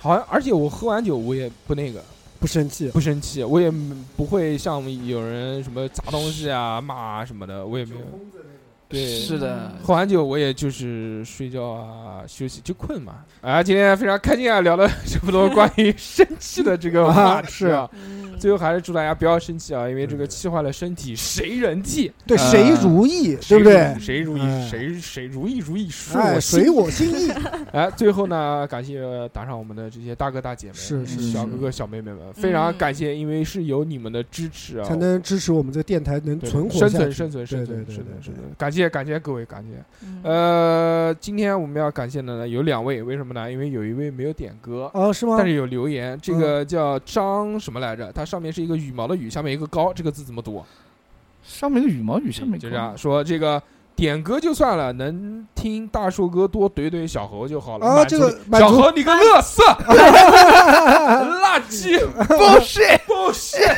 好像而且我喝完酒我也不那个不生气，不生气，我也不会像有人什么砸东西啊、骂啊什么的，我也没有。对，是的，喝完酒我也就是睡觉啊，休息就困嘛。啊，今天非常开心啊，聊了这么多关于生气的这个话题啊。嗯，最后还是祝大家不要生气啊，因为这个气坏了身体，谁人替？对呃谁如意，对不对？谁如意？哎谁谁如意如意？顺哎，我随心。我 心意，哎，最后呢，感谢打赏我们的这些大哥大姐们，是是小是哥哥小妹妹们，非常嗯感谢，因为是有你们的支持啊，才能支持我们这电台能对存活生下存去生存生对存对对生对存生对存，感谢感谢各位，感谢。嗯呃，今天我们要感谢的呢有两位，为什么呢？因为有一位没有点歌。哦，嗯是吗？但是有留言，这个叫张什么来着？它上面是一个羽毛的羽，下面一个高，这个字怎么读？啊上面一个羽毛雨，下面一个就这样说，这个点歌就算了，能听大树哥多怼怼小猴就好了。啊满足这个你满足啊小猴你个乐 色，垃圾 bullshit， bullshit！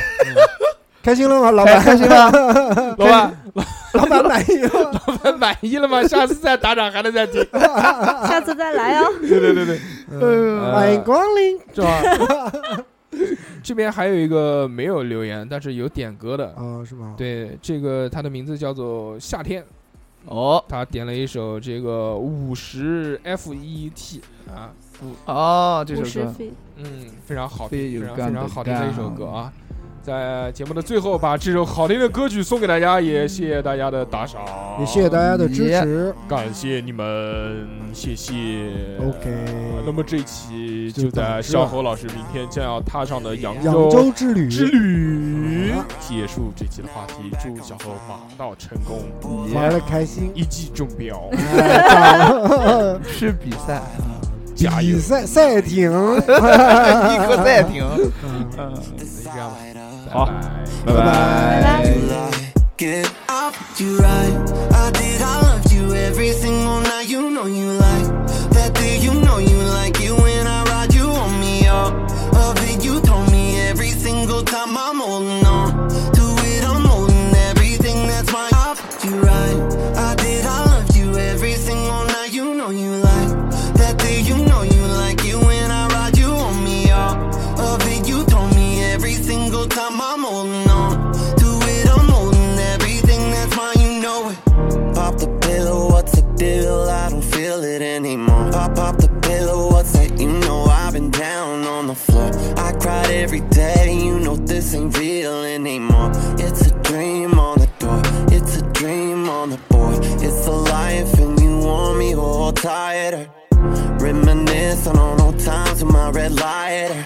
开心了吗，老开板？开心了， 老板， 老板满意 了吗？老板满意了吗？下次再打赏还能再听。呃下次再来 哦。对对对对，呃嗯欢迎呃光临是吧？ 这边还有一个没有留言，但是有点歌的。啊，是吗？对，这个他的名字叫做夏天，哦他点了一首这个五十 F E T 啊，哦，这五首十歌非嗯，非常好非听，有非常干非常的好听的一首干歌啊。在节目的最后，把这首好听的歌曲送给大家，也谢谢大家的打赏，也谢谢大家的支哦持。感谢你们，谢谢。 OK 啊那么这期就就到在这小侯老师明天将要踏上的扬扬州之旅，之旅好，结束这期的话题，祝小何马到成功，玩的开心。一击中标，哎是比赛，加油比！赛赛艇， 一个赛艇，嗯，这样吧，好拜拜。拜拜。 Get up, you right. I did, I loved you every single night. You know you like that thing. You know you like it when I ride you on me up. Of it, you told me every single time I'm holding on to it. I'm holding everything that's mine. Up, you right. I did, I loved you every single night. You know you like that thing. You know you like it when I ride you on me up. Of it, you told me every single time I'm holding on to it. I'm holding everything that's mine, you know it. Pop the pillow, what's the deal? I don't feel it anymore. Pop, pop the pillow, what's that? You know I've been down isn't real anymore. It's a dream on the door. It's a dream on the board. It's a life, and you want me all tighter. Reminiscing on old times with my red lighter.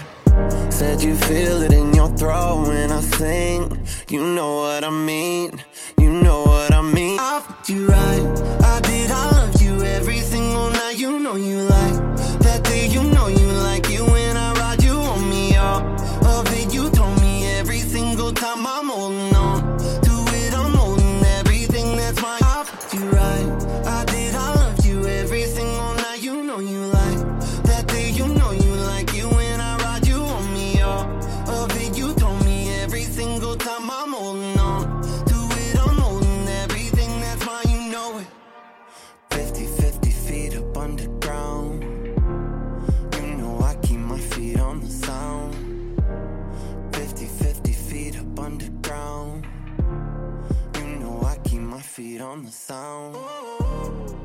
Said you feel it in your throat when I sing. You know what I mean. You know what I mean. I fucked you right. I did. I loved you every single night. You know you like that day. You know you like it when I ride you on me. All of it. You throw me every single time. I'm holding on to it. I'm holding everything that's mine. I fucked you right. I did. I loved you every single night. You know you like that day. You know you like it when I ride you on me. All of it. You throw me every single time. I'm holding on. Do it, I'm holding everything, that's why you know it. 50 50 feet up underground. You know I keep my feet on the sound. 50 50 feet up underground. You know I keep my feet on the sound.